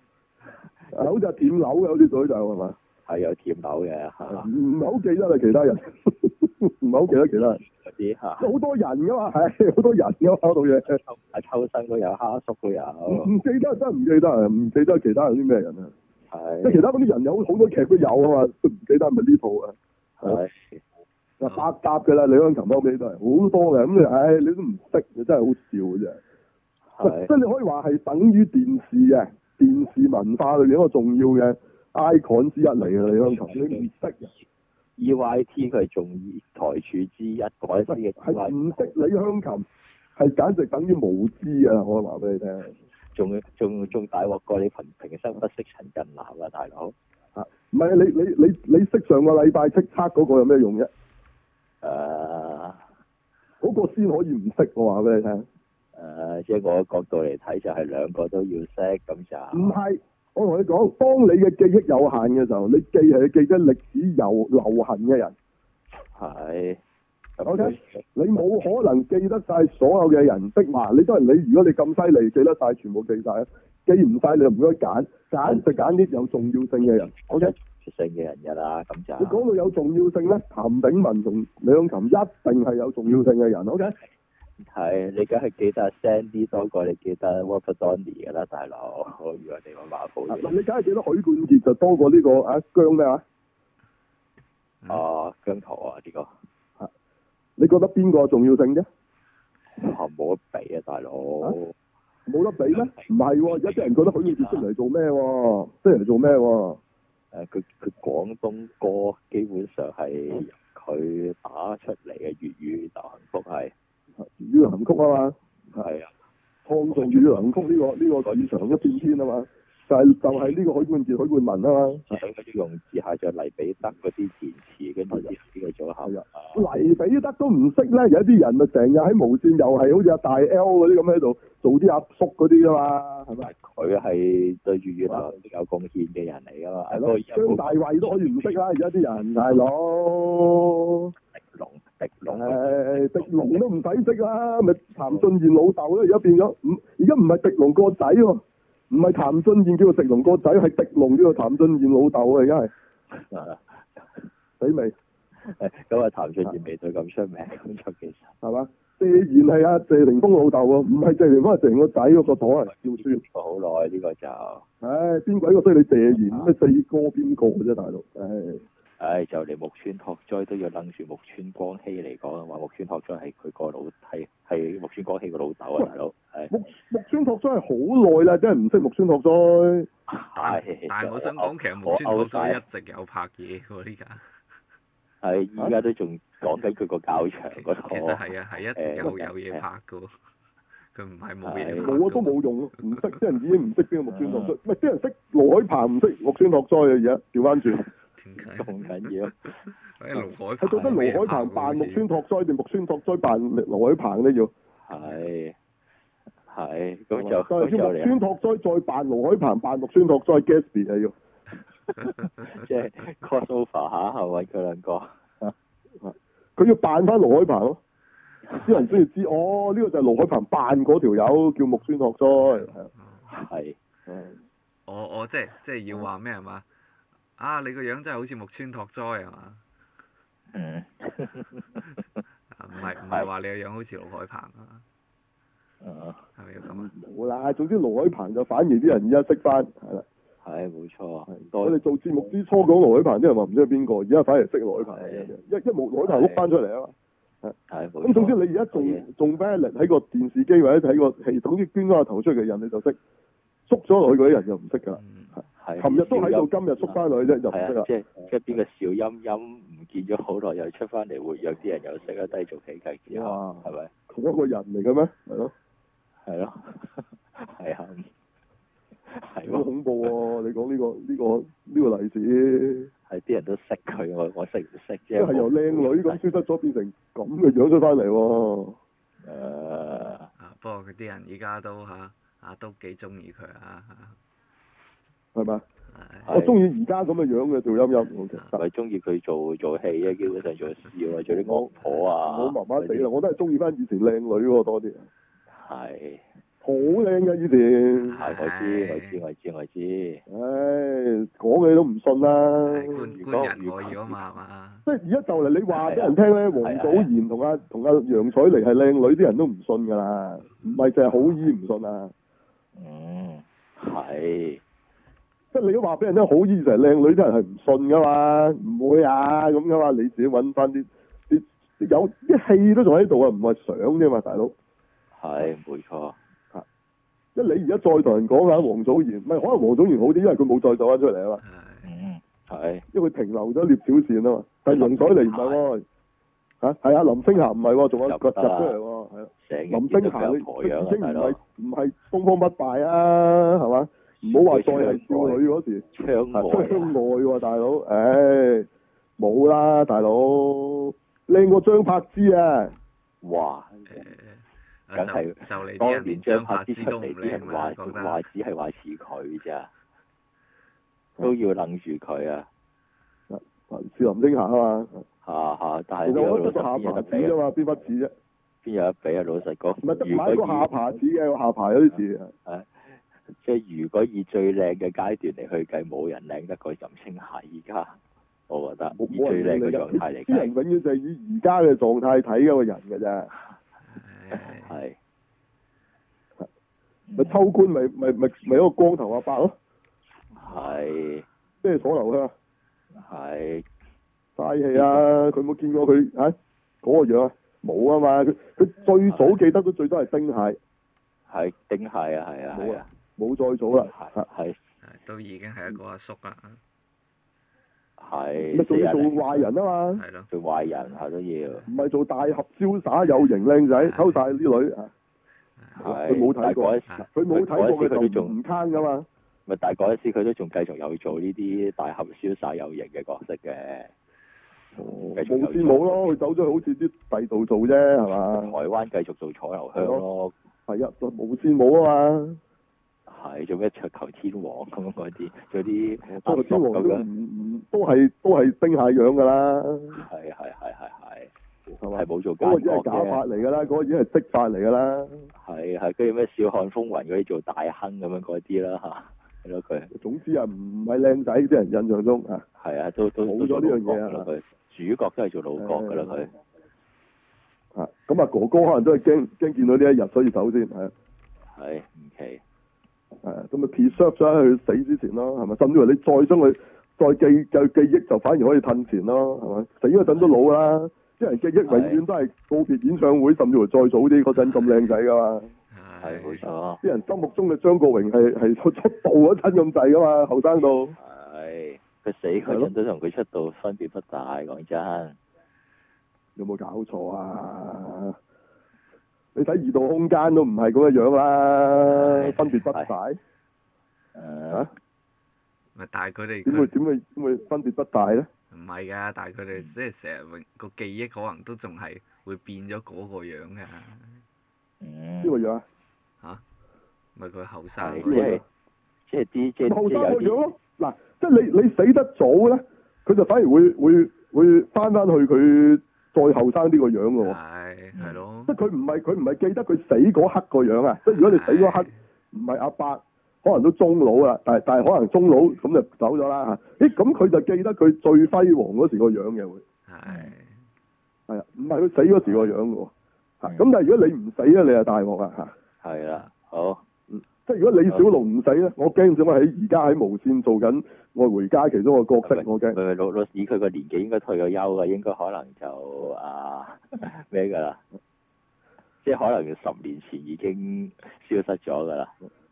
S8: 好似係點樓嘅，好似水就係嘛？
S4: 係有舔樓嘅嚇，
S8: 啊唔係好記得啦，其他人 唔係好記得其他人，
S4: 嗰啲嚇
S8: 好多人㗎嘛， 係好多人㗎嘛，嗰度嘢。
S4: 秋阿秋生都有，蝦叔都有，
S8: 唔唔記得真係唔記得啊！唔記得其他有啲咩人啊？即係
S4: 係
S8: 其他嗰啲人有好多劇都有啊嘛， 唔記得係咪呢套啊？
S4: 係
S8: 嗱，百搭嘅啦，李香琴後尾都係好多嘅，咁你唉，你都唔識，你真係好笑嘅啫。
S4: 係
S8: 即係你可以話係等於電視嘅電視文化裏邊一個重要嘅 icon 之一嚟嘅李香琴，你唔識嘅，
S4: EYT E 佢係仲台柱之一嗰陣時嘅 E
S8: 係
S4: EYT，
S8: 唔識李香琴，係簡直等於無知啊！我話俾你聽，
S4: 仲仲仲大鑊過你平平生不識陳近南啊，大佬！
S8: 唔係你你你你識上個禮拜叱咤嗰個有咩用啫？
S4: 誒
S8: 嗰、個先可以唔識，我話俾你聽。
S4: 誒，即係我嘅角度嚟睇就係兩個都要識咁就
S8: 唔係，我同你講，當你嘅記憶有限嘅時候，你記係你記得歷史有流行嘅人，
S4: 係。咁
S8: OK
S4: 佢
S8: 你冇可能記得晒所有嘅人的嘛？你都係你，如果你咁犀利，記得晒全部記晒啊，記唔晒你就唔該揀，揀就揀啲有重要性嘅人。OK，
S4: 出性嘅人㗎啦，咁就
S8: 你講到有重要性咧，譚炳文同李香琴一定係有重要性嘅人。OK，啊
S4: 係你梗係記得阿 Sandy 多過你記得 Robert Downey 㗎啦，大佬。我如果你話馬普
S8: 嗱你梗係記得許冠傑就多過呢、個啊姜咩啊？嗯
S4: 啊，姜濤啊呢個
S8: 你覺得邊個重要性啫？
S4: 哇冇得比啊，大佬。
S8: 冇得比咩？唔係喎，有啲人覺得許冠傑出嚟做咩喎？出嚟做咩喎？
S4: 誒佢佢廣東歌基本上係由佢打出嚟嘅粵語流行曲
S8: 啊
S4: 係
S8: 粵語流行曲啊嘛，
S4: 係啊，
S8: 創造粵語流行曲呢、個呢、個市場一片天啊嘛，就係、就係、呢個許冠傑、許冠文啊嘛，
S4: 佢嗰啲用字係就黎彼得嗰啲填詞，跟住呢個組合啊，
S8: 黎彼得都唔識咧，有啲人咪成日喺無線又係好似阿大 L 嗰啲咁喺度做啲阿叔嗰啲啊嘛，係咪？
S4: 但係佢係對粵語流行曲有貢獻嘅人嚟㗎嘛，
S8: 係
S4: 不過
S8: 咯
S4: 而，家
S8: 張大衛都可以唔識啦，而家啲人大佬，
S4: 迪龍迪 龍
S8: 誒迪龍都唔使識啦，咪譚俊彥老豆咯，而家變咗，唔而家唔係迪龍個仔喎，唔係譚俊彥叫做迪龍個仔，係迪龍叫做譚俊彥老豆啊，而家係
S4: 啊
S8: 死未？
S4: 咁啊，譚俊彥未到咁出名，咁就其實
S8: 係嘛？謝賢係阿謝霆鋒老豆喎，唔係謝霆鋒係謝個仔喎，個朵係照書。
S4: 好耐呢個就，
S8: 唉，邊鬼個衰你謝賢咩四哥邊個啫，大佬？唉，
S4: 唉就嚟木村拓哉都要楞住木村光希嚟講，話木村拓哉係佢個老係係木村光希個老豆啊，大佬係
S8: 木木村拓哉係好耐啦，真係唔識木村拓哉。
S5: 但
S4: 係
S5: 但係我想講，其實木村
S4: 我勾
S5: 拓哉
S4: 晒
S5: 一直有拍嘢喎，呢家
S4: 係依家都仲講緊佢個教場
S5: 其
S4: 嗰
S5: 其實
S4: 個，
S5: 係啊，係一直
S4: 誒
S5: 有有嘢拍嘅喎，佢唔係冇
S4: 係
S5: 嘢拍
S8: 冇啊，都
S5: 嘅喎。
S8: 冇用啊，唔識啲人已經唔識邊個木村拓哉，唔係啲人識盧海鵬唔識木村拓哉啊，而家調翻轉
S5: 點解？
S4: 仲 緊要。
S5: 誒盧海
S8: 係
S5: 鵬
S8: 到底
S5: 冇嘢
S8: 盧
S5: 拍
S8: 海
S5: 喎
S8: 鵬扮木
S5: 好似
S8: 村拓哉定木村拓哉扮盧海鵬咧要？
S4: 係係，咁就
S8: 但
S4: 咁
S8: 係
S4: 就
S8: 要木村
S4: 嚟，
S8: 拓哉再扮盧海鵬扮木村拓哉 Gatsby 係要，
S4: 即係 crossover 下下揾佢兩個。
S8: 佢要扮翻盧海鵬咯，啲人先至知哦，呢個就係盧海鵬扮嗰條友叫木村拓哉，係啊
S4: 係
S5: 我我即係即係要話咩係嘛？啊！你個樣真係好似木村拓哉係嘛？
S4: 嗯，
S5: 啊唔係唔係
S4: 係
S5: 話你個樣好似盧海鵬啊？
S4: 嗯
S5: 係咪要咁啊？
S8: 冇啦，總之盧海鵬就反而啲人而家識翻，係啦，
S4: 係冇錯，
S8: 我
S4: 多
S8: 哋做節目之初講盧海鵬，啲人話唔知係邊個，而家反而識盧海鵬，
S4: 係
S8: 一一冇盧海鵬碌翻出嚟啊嘛。
S4: 係冇錯。
S8: 咁總之你而家
S4: 哦係啊
S8: 仲仲 valid 喺個電視機或者睇個戲，總之捐咗個頭出嚟嘅人你就識，縮咗落去嗰啲人就唔識㗎啦。
S5: 嗯
S4: 係啊
S8: 琴日都喺度，
S4: 小
S8: 今日縮翻落去啫，就唔
S4: 音係
S8: 識
S4: 啊
S8: 啦，。
S4: 即係即係邊個小音音唔見咗好耐，又出翻嚟活躍，啲人又識得低俗喜劇之後，
S8: 哇
S4: 係啊咪？
S8: 同一個人嚟嘅咩？係咯，
S4: 係咯，係啊，係
S8: 好
S4: 喎，
S8: 恐怖喎！你講呢個呢個呢個例子，
S4: 係啲人都識佢，我我識唔識啫？
S8: 即係由靚女咁消失咗，變成咁嘅樣出翻嚟喎。
S4: 誒。
S5: 啊！不過佢啲人依家都嚇啊都幾中意佢啊！
S8: 係咪？
S5: 係
S4: 係
S8: 我中意而家咁嘅樣嘅趙音音，我其實
S4: 咪中意佢做做戲啫，基本上做笑啊，做啲惡婆啊，
S8: 我麻麻地啦，我都係中意翻以前靚女喎多啲，
S4: 係
S8: 好靚嘅以前。
S4: 係我知我知我知我知，
S8: 唉，講嘅你都唔信
S5: 係
S8: 啦。
S5: 官官人我要啊嘛係嘛？
S8: 即係而家就嚟你話俾人聽咧，
S4: 係啊
S8: 黃祖賢同阿同阿楊采妮係靚女，啲人都唔信㗎啦，唔係淨係好醫唔信啊！
S4: 嗯係
S8: 即係你都話俾人聽好醫就係靚女，啲人係唔信㗎嘛，唔會啊咁㗎嘛，你自己揾翻啲啲啲有啲戲都仲喺度啊，唔係相啫嘛，大佬。
S4: 係冇錯，
S8: 即係你而家再同人講下黃祖賢，唔係可能黃祖賢好啲，因為佢冇再走翻出嚟啊嘛，
S5: 係
S4: 嗯係
S8: 因為佢停留咗聶小倩啊嘛，但係楊采妮唔係喎，嚇係啊，林青霞唔係喎，仲有
S4: 入
S8: 個
S4: 得
S8: 入出
S4: 啦
S8: 嚟喎，係啊。
S4: 成日
S8: 林
S4: 見到
S8: 青霞
S4: 佢
S8: 你
S4: 有婆
S8: 佢
S4: 樣
S8: 已
S4: 啊，
S8: 經
S4: 大
S8: 唔
S4: 佬
S8: 係唔係東方不敗啊，係嘛？
S4: 嗯
S8: 唔好話再係少女嗰時，
S4: 窗
S8: 係張
S4: 外
S8: 愛喎大佬，唉冇啦大佬，靚過張柏芝啊！
S4: 哇，
S5: 誒啊
S4: 梗
S5: 就
S4: 係
S5: 就嚟啲
S4: 當
S5: 人
S4: 年
S5: 連
S4: 張
S5: 張
S4: 柏
S5: 柏
S4: 芝
S5: 芝
S4: 出
S5: 都唔
S4: 嚟，啲人
S5: 靚啦，
S4: 話
S5: 覺
S4: 話
S5: 得
S4: 只係話似佢咋，都要楞住佢啊
S8: 似林青霞啊嘛，
S4: 嚇嚇，但
S8: 其
S4: 係
S8: 實我覺得個
S4: 呢個老
S8: 下
S4: 實邊有
S8: 巴似啫嘛，邊
S4: 得比啊？
S8: 忽似啫？
S4: 邊有得比啊？老實講，
S8: 唔係得
S4: 如
S8: 買個
S4: 果以
S8: 下巴似嘅，個下巴有啲似啊。
S4: 即係如果以最靚嘅階段嚟去計，冇人靚得過林青霞而家，我覺得
S8: 冇
S4: 以
S8: 冇
S4: 最靚
S8: 人
S4: 嘅
S8: 靚
S4: 狀態嚟
S8: 啲人
S4: 計，
S8: 永遠就係以而家嘅狀態睇嗰個人嘅啫。
S5: 係
S4: 係
S8: 咪秋官咪咪咪咪一個光頭阿伯咯，
S4: 係
S8: 即係所留香。
S4: 係
S8: 嘥氣
S4: 嗯
S8: 啊！佢冇見過佢嚇嗰個樣啊，冇啊嘛！佢佢最早記得都最多係丁蟹，
S4: 係丁蟹啊，係啊係啊，
S8: 冇再早啦嚇。
S4: 係
S5: 係啊都已經係一個阿叔啊啦，
S4: 係
S8: 咪
S4: 係
S8: 仲要做
S4: 人
S8: 壞人啊嘛，
S5: 係咯。
S4: 做壞人係都要，
S8: 唔係做大俠瀟灑有型靚仔，偷晒啲女啊！
S4: 係
S8: 佢冇睇
S4: 但係
S8: 過
S4: 嗰一
S5: 啊
S8: 佢冇睇過
S4: 嗰
S8: 佢
S4: 陣時佢都
S8: 就
S4: 仲
S8: 唔坑噶嘛，
S4: 咪但係嗰陣時佢都仲繼續有做呢啲大俠瀟灑有型嘅角色嘅，哦繼續有
S8: 冇先冇咯，佢走咗去好似啲第度做啫係
S4: 台
S8: 嘛？
S4: 灣繼續做楚留香咯，
S8: 係啊，冇先冇啊嘛，
S4: 係做咩桌球天王咁樣嗰啲，做啲
S8: 不過天王
S4: 咁
S8: 都唔
S4: 樣，
S8: 唔都係都係丁蟹樣㗎啦，
S4: 係係係係係。
S8: 係嘛
S4: 係？冇做奸
S8: 嗰個已經係
S4: 角
S8: 假
S4: 嘅，
S8: 髮嚟㗎啦，嗰個已經係織髮嚟㗎啦。
S4: 係係跟住咩笑看風雲嗰啲做大亨咁樣嗰啲啦嚇，係咯佢
S8: 總之啊，唔係靚仔，啲人印象中啊，
S4: 係啊都都
S8: 冇咗
S4: 都做
S8: 呢
S4: 老
S8: 樣嘢啊
S4: 角㗎啦佢，主角都係做老角㗎啦佢，
S8: 啊咁啊哥哥可能都係驚驚見到呢一日，所以走先係啊
S4: 係唔奇，
S8: 係啊，咁咪 preserve 咗喺佢死之前咯，係咪？甚至乎你再將佢再記記記憶，就反而可以褪前咯，係咪？死嗰陣都老啦，啲人記憶永遠都係告別演唱會，甚至乎再早啲嗰陣咁靚仔噶嘛。
S4: 係冇錯，
S8: 啲人心目中嘅張國榮係係出出道嗰陣咁滯噶嘛，後生到
S4: 係佢死嗰陣都同佢出道分別不大，講真。
S8: 有冇搞錯啊？你睇異度空間都唔係咁嘅樣啦，
S4: 係
S8: 分別不大
S4: 誒
S8: 嚇，
S5: 咪但係佢哋
S8: 點會
S5: 佢
S8: 點會點會分別不大咧？
S5: 唔係㗎，但係佢
S4: 嗯
S5: 哋即係成日永個記憶可能都仲係會變咗嗰個樣㗎，
S4: 嗯
S8: 邊，個樣啊？
S5: 咪佢後生
S4: 係
S5: 嗰
S4: 即係即係啲即
S8: 咪後
S4: 係即
S8: 生個
S4: 係
S8: 樣
S4: 有啲
S8: 咯。嗱，即係你你死得早咧，佢就反而會會會翻翻去佢再後生呢個樣嘅
S5: 啲
S8: 喎。
S4: 啊
S5: 係係咯
S4: 嗯
S8: 即，係佢唔係佢唔係記得佢死嗰刻個樣啊！即係如果你死嗰刻唔係阿伯，可能都中老啦，但係但係可能中老咁就走咗啦嚇。咦咁佢就記得佢最輝煌嗰時個樣嘅會
S5: 係
S8: 係啊，唔係佢死嗰時個樣嘅喎嚇。
S4: 嗯
S8: 咁但係如果你唔死咧，你就大鑊啦啊嚇。
S4: 係啦，好
S8: 即係如果李小龍唔死咧，我驚點解喺而家喺無線做緊我回家其中個角色，我
S4: 唔
S8: 驚
S4: 係唔係老老以佢個年紀應該退咗休㗎，應該可能就啊 咩㗎啦，即係可能十年前已經消失咗㗎啦，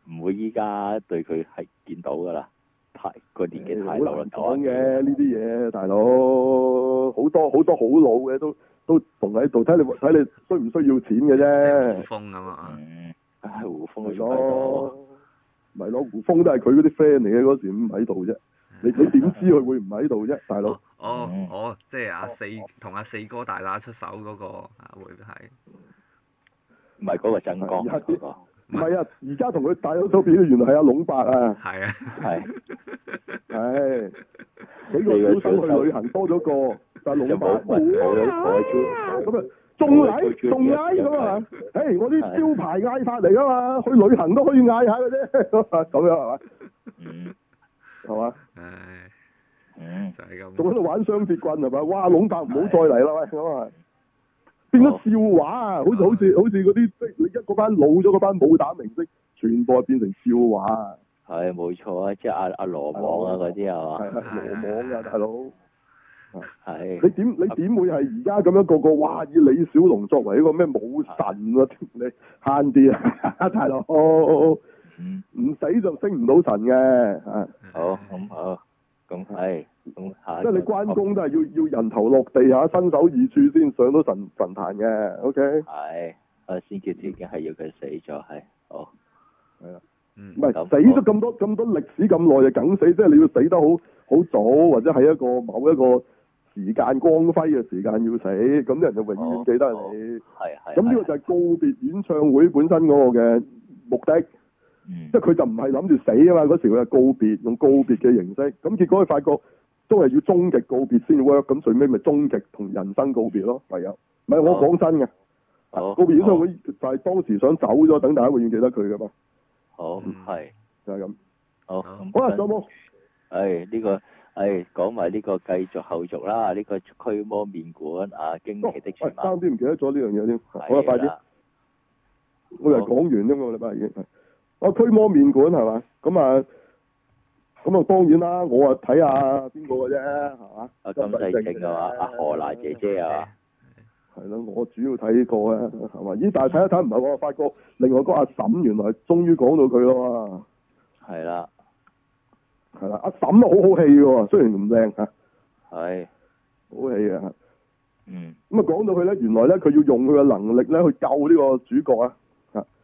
S4: 唔會依家對佢係見到㗎啦，太個年紀
S8: 好
S4: 太老啦
S8: 難，講嘅呢啲嘢，大佬好多好多好老嘅都都仲喺度，睇你睇你需唔需要錢嘅啫
S5: 古。風咁啊，
S4: 嗯，唉，胡
S8: 咪
S4: 風仲喺度，
S8: 咯，咪咯，胡風都係佢嗰啲 friend 嚟嘅，嗰時唔喺度啫。你你點知佢會唔喺度啫，大佬？
S5: 哦哦
S4: 嗯
S5: 哦，即係阿四同阿四哥大打出手嗰個啊會係
S4: 唔係嗰個曾江
S8: 而家
S4: 嗰個，
S8: 唔係啊，而家同佢大咗手表，原來係阿龍伯啊，
S5: 係啊
S4: 係
S8: 唉，幾個小生去旅行多咗個，但係
S4: 就
S8: 龍伯
S4: 冇冇冇冇
S8: 咁
S4: 咗
S8: 啊，仲嗌仲嗌咁啊！誒，我啲招牌嗌法嚟噶嘛，去旅行都可以嗌下嘅啫， 咁樣係嘛？
S4: 嗯
S8: 係嘛？
S5: 唉
S4: 嗯
S5: 就係
S8: 仲喺
S5: 咁
S8: 度玩雙節棍係咪？哇！龍伯唔好再嚟啦喂，咁啊變咗笑話啊！好似好似好似嗰啲即係你一嗰班老咗嗰班武打明星，全部係變成笑話啊！
S4: 係冇錯啊，即係阿阿羅網啊
S8: 哦
S4: 嗰啲係嘛，
S8: 係啊，羅網啊，大佬！你
S4: 係
S8: 點你點會係而家咁樣個個哇以李小龍作為一個咩武神啊？ 你慳啲啊， 大佬！唔
S4: 嗯。
S8: 死就升唔到神嘅啊！
S4: 好，咁好，咁係，咁下一
S8: 即係你
S4: 個
S8: 關公都係要要人頭落地啊下，身首異處先上到神神壇嘅。OK。
S4: 係，我先決條件係要佢死咗，係，好，
S5: 嗯
S8: 唔係
S4: 咁
S8: 死咗咁多咁多歷史咁耐就梗死，即係你要死得好好早，或者喺一個某一個時間光輝嘅時間要死，咁啲人就永遠記得你。
S4: 係係。啊
S8: 咁呢個就係告別演唱會本身嗰個嘅目的，即
S4: 嗯
S8: 係佢就唔係諗住死啊嘛，嗰時佢係告別，用告別嘅形式，咁結果佢發覺都係要終極告別先 work，咁最尾咪終極同人生告別咯，唯有。唔係我
S4: 哦
S8: 講真嘅，
S4: 好，
S8: 告別演唱會就係當時想走咗，等大家永遠記得佢噶嘛，
S4: 好，好係，
S8: 就係咁。
S4: 嗯好，
S5: 好
S4: 咁
S8: 好啦，啊仲有冇？
S4: 誒呢個誒講埋呢個繼續後續啦，呢個驅魔麵館啊，驚奇的
S8: 哦喂爭
S4: 傳聞，
S8: 啲唔記得咗呢樣嘢添，好啦，快
S4: 係
S8: 啲，
S4: 啦，
S8: 我又講完啫嘛，禮拜已經係。啊，驅魔麵館係嘛？咁啊，咁啊當然啦，我啊睇下邊個嘅啫，係嘛？
S4: 阿金世正啊嘛，阿何娜姐姐啊
S8: 係咯，我主要睇過啊，係嘛？咦，但係睇一睇唔係喎，發覺另外嗰個阿嬸原來終於講到佢啦
S4: 嘛，係啊啦，
S8: 喎，係啦，阿嬸啊好好戲喎，雖然唔靚嚇，
S4: 係，
S8: 好戲啊。
S4: 嗯，
S8: 咁啊講到佢咧，原來咧佢要用佢嘅能力咧去救呢個主角啊，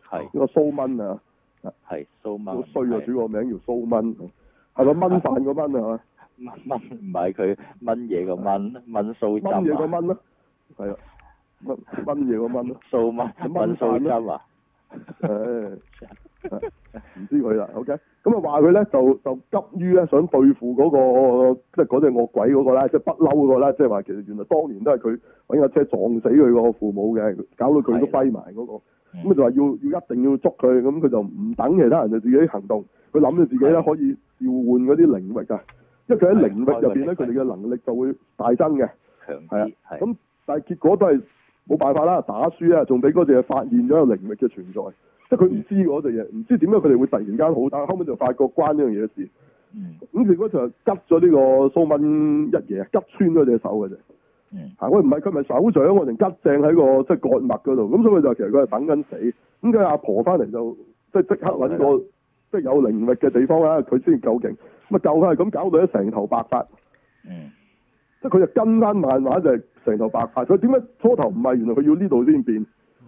S4: 係
S8: 呢個蘇蚊啊。
S4: 係蘇
S8: 好
S4: 媽，
S8: 衰啊！ 主角名叫蘇蚊，啊係咪蚊飯個蚊啊？
S4: 蚊蚊唔係佢蚊嘢個蚊，蚊蘇
S8: 係咪蚊嘢個
S4: 針啊，
S8: 蚊咯，係啊，蚊蚊嘢個 蚊咯，
S4: 蘇蚊蚊蘇針啊。
S8: 唉，唔知佢啦。OK，咁啊話佢咧就就急於咧想對付嗰、個即係嗰隻惡鬼嗰個啦，即係不嬲嗰個啦，即係話其實原來當年都係佢揾架車撞死佢個父母嘅，搞到佢都跛埋嗰個。咁啊就話要要一定要捉佢，咁佢就唔等其他人就自己行動，佢諗住自己咧可以召喚嗰啲靈域啊，因為佢喺靈域入邊咧，佢哋嘅能力就會大增嘅。
S4: 強啲，係
S8: 咁但係結果都係冇辦法啦，打輸啊，仲俾嗰隻嘢發現咗有靈力嘅存在，即係佢唔知嗰隻嘢，唔知點解佢哋會突然間好打，後尾就發覺關呢樣嘢事。
S4: 嗯
S8: 咁結果就吉咗呢個蘇文一嘢，吉穿咗隻手嘅啫。
S4: 嗯
S8: 嚇！我唔係佢咪手掌，我定吉正喺個即係割脈嗰度，咁所以佢就其實佢係等緊死。咁佢阿婆翻嚟就即係即刻揾個
S4: 啊
S8: 即係有靈力嘅地方啦，佢先夠勁。咁啊救佢係咁搞到咧成頭白髮，
S4: 嗯
S8: 即係佢就跟翻漫畫就係成頭白髮。佢點解初頭唔係？原來佢要呢度先變，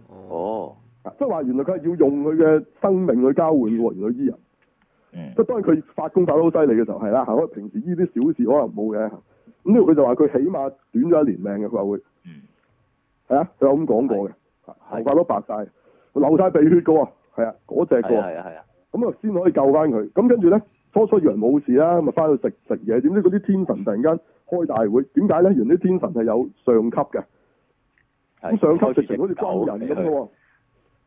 S5: 哦，
S4: 哦
S8: 啊即係話原來佢係要用佢嘅生命去交換喎，原來醫人。
S4: 嗯
S8: 即係當然佢發功發得好犀利嘅時候係啦，嚇！我平時呢啲小事可能冇嘅。咁呢度佢就話佢起碼短咗一年命嘅，佢話會。
S4: 嗯
S8: 係啊，佢有咁講過嘅，頭髮都白晒，流晒鼻血嘅喎，係啊，嗰只
S4: 係
S8: 嘅喎，
S4: 啊係啊係啊
S8: 咁啊先可以救翻佢。咁跟住咧，初初以為冇事啦，咪翻去食食嘢，點知嗰啲天神突然間開大會，點解咧？原來啲天神係有上級嘅，
S4: 係
S8: 咁上級直
S4: 開
S8: 情
S4: 住
S8: 好似
S4: 隻狗
S8: 軍人咁嘅
S4: 俾佢
S8: 喎，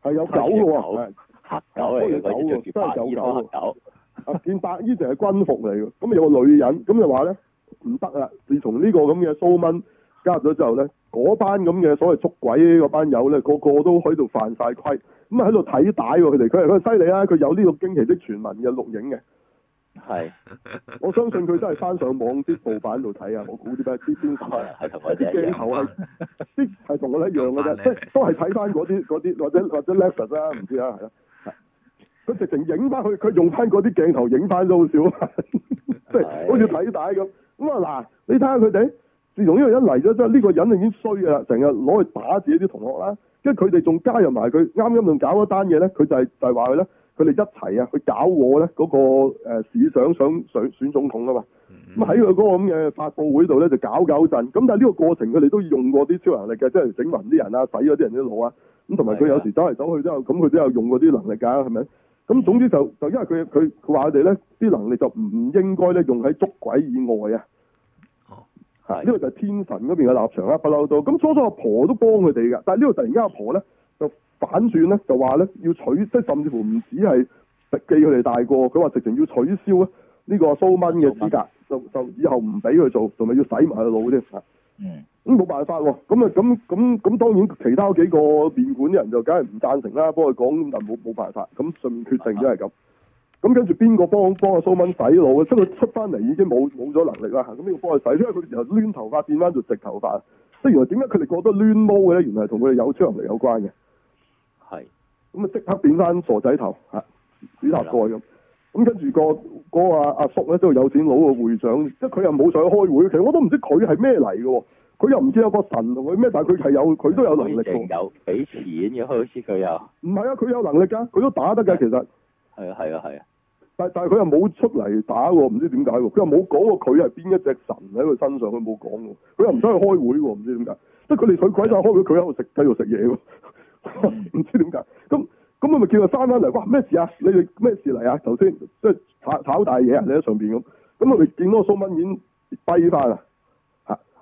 S8: 係有狗
S4: 開
S8: 嘅
S4: 住隻
S8: 喎
S4: 狗，
S8: 係
S4: 黑狗嚟嘅
S8: 開住
S4: 嗰
S8: 隻
S4: 只
S8: 狗
S4: 着
S8: 喎
S4: 住白
S8: 真
S4: 衣
S8: 係有狗啊件白衣淨係
S4: 黑狗，
S8: 軍服嚟嘅，咁有個女人，咁就話咧唔得啦，自從呢個咁嘅蘇蚊加入咗之後咧，嗰班咁嘅所謂捉鬼嗰班友咧，個個都喺度犯晒規，咁啊喺度睇帶喎佢哋，佢係佢係犀利啊，佢有呢個驚奇的傳聞嘅錄影嘅，
S4: 係
S8: 我相信佢真係翻上網啲盜版度睇啊，我估啲咩啲邊
S4: 可能係同啊我
S8: 啲啊
S4: 哋一
S8: 鏡
S4: 樣。
S8: 頭係啲係同我哋一樣嘅啫，
S5: 盜版
S8: 即係都係睇翻嗰啲嗰啲或者或者 Lexus 啦，唔知啦，係啦。啊佢直情影翻佢，佢用翻嗰啲鏡頭影翻都好少 啊，即係好似睇帶咁。咁啊嗱，你睇下佢哋，自從呢個人嚟咗之後，呢、個人已經衰㗎啦，成日攞去打自己啲同學啦。跟住佢哋仲加入埋佢啱啱仲搞嗰單嘢咧，佢就係、就係話佢咧，佢哋一齊啊去搞我咧嗰、個、呃、市長想選選總統啊嘛。咁喺佢嗰個咁嘅發佈會度咧，就搞搞震。咁但係呢個過程，佢哋都用過啲超能力嘅，即係整暈啲人啊，洗咗啲人啲腦啊。咁同埋佢有時走嚟走去都有，咁佢都有用過啲能力㗎，係咪？咁總之就就因為佢佢佢話佢哋咧啲能力就唔應該咧用喺捉鬼以外啊。
S5: 哦，
S8: 係呢個就係天神嗰邊嘅立場啦，不嬲都。咁初初阿婆都幫佢哋㗎，但係呢度突然間阿婆咧就反轉咧，就話咧要取，即係甚至乎唔止係記佢哋大過，佢話直情要取消啊咧呢個蘇蚊嘅資格，就就以後唔俾佢做，同埋要洗埋佢腦添。啊
S4: 嗯
S8: 咁冇辦法喎，咁啊咁咁咁當然其他幾個麵館啲人就梗係唔贊成啦，幫佢講，但冇冇辦法，咁順決定咗係咁。咁跟住邊個幫幫阿蘇蚊洗腦啊？即係佢出翻嚟已經冇冇咗能力啦，咁呢個幫佢洗，因為佢由攣頭髮變翻做直頭髮，即係原來點解佢哋覺得攣毛嘅咧？原來係同佢哋有超能力有關嘅。
S4: 係
S8: 咁啊即刻變翻傻仔頭嚇，紫塔蓋咁。咁跟住個嗰個阿阿叔咧，都有錢佬個會長，即係佢又冇上去開會，其實我都唔知佢係咩嚟嘅喎。佢又唔知有個神同佢咩，但係佢係有佢都有能力
S4: 佢淨
S8: 喎。
S4: 有俾錢嘅，好似佢又係啊
S8: 唔係啊，佢有能力㗎，佢都打得㗎其實，
S4: 係啊係啊，
S8: 但但係佢又冇出嚟打喎，唔知點解喎。佢又冇講過佢係邊一隻神喺佢身上，佢冇講喎。佢又唔想去開會喎，唔知點解。即係佢哋佢鬼晒開會，佢喺度食繼續食嘢喎，
S4: 嗯
S8: 唔知點解。咁咁我咪叫佢翻返嚟，哇咩事啊？你哋咩事嚟啊？頭先即係炒炒大嘢啊！你喺上邊咁，咁我哋見到個蘇文已經跛翻啦。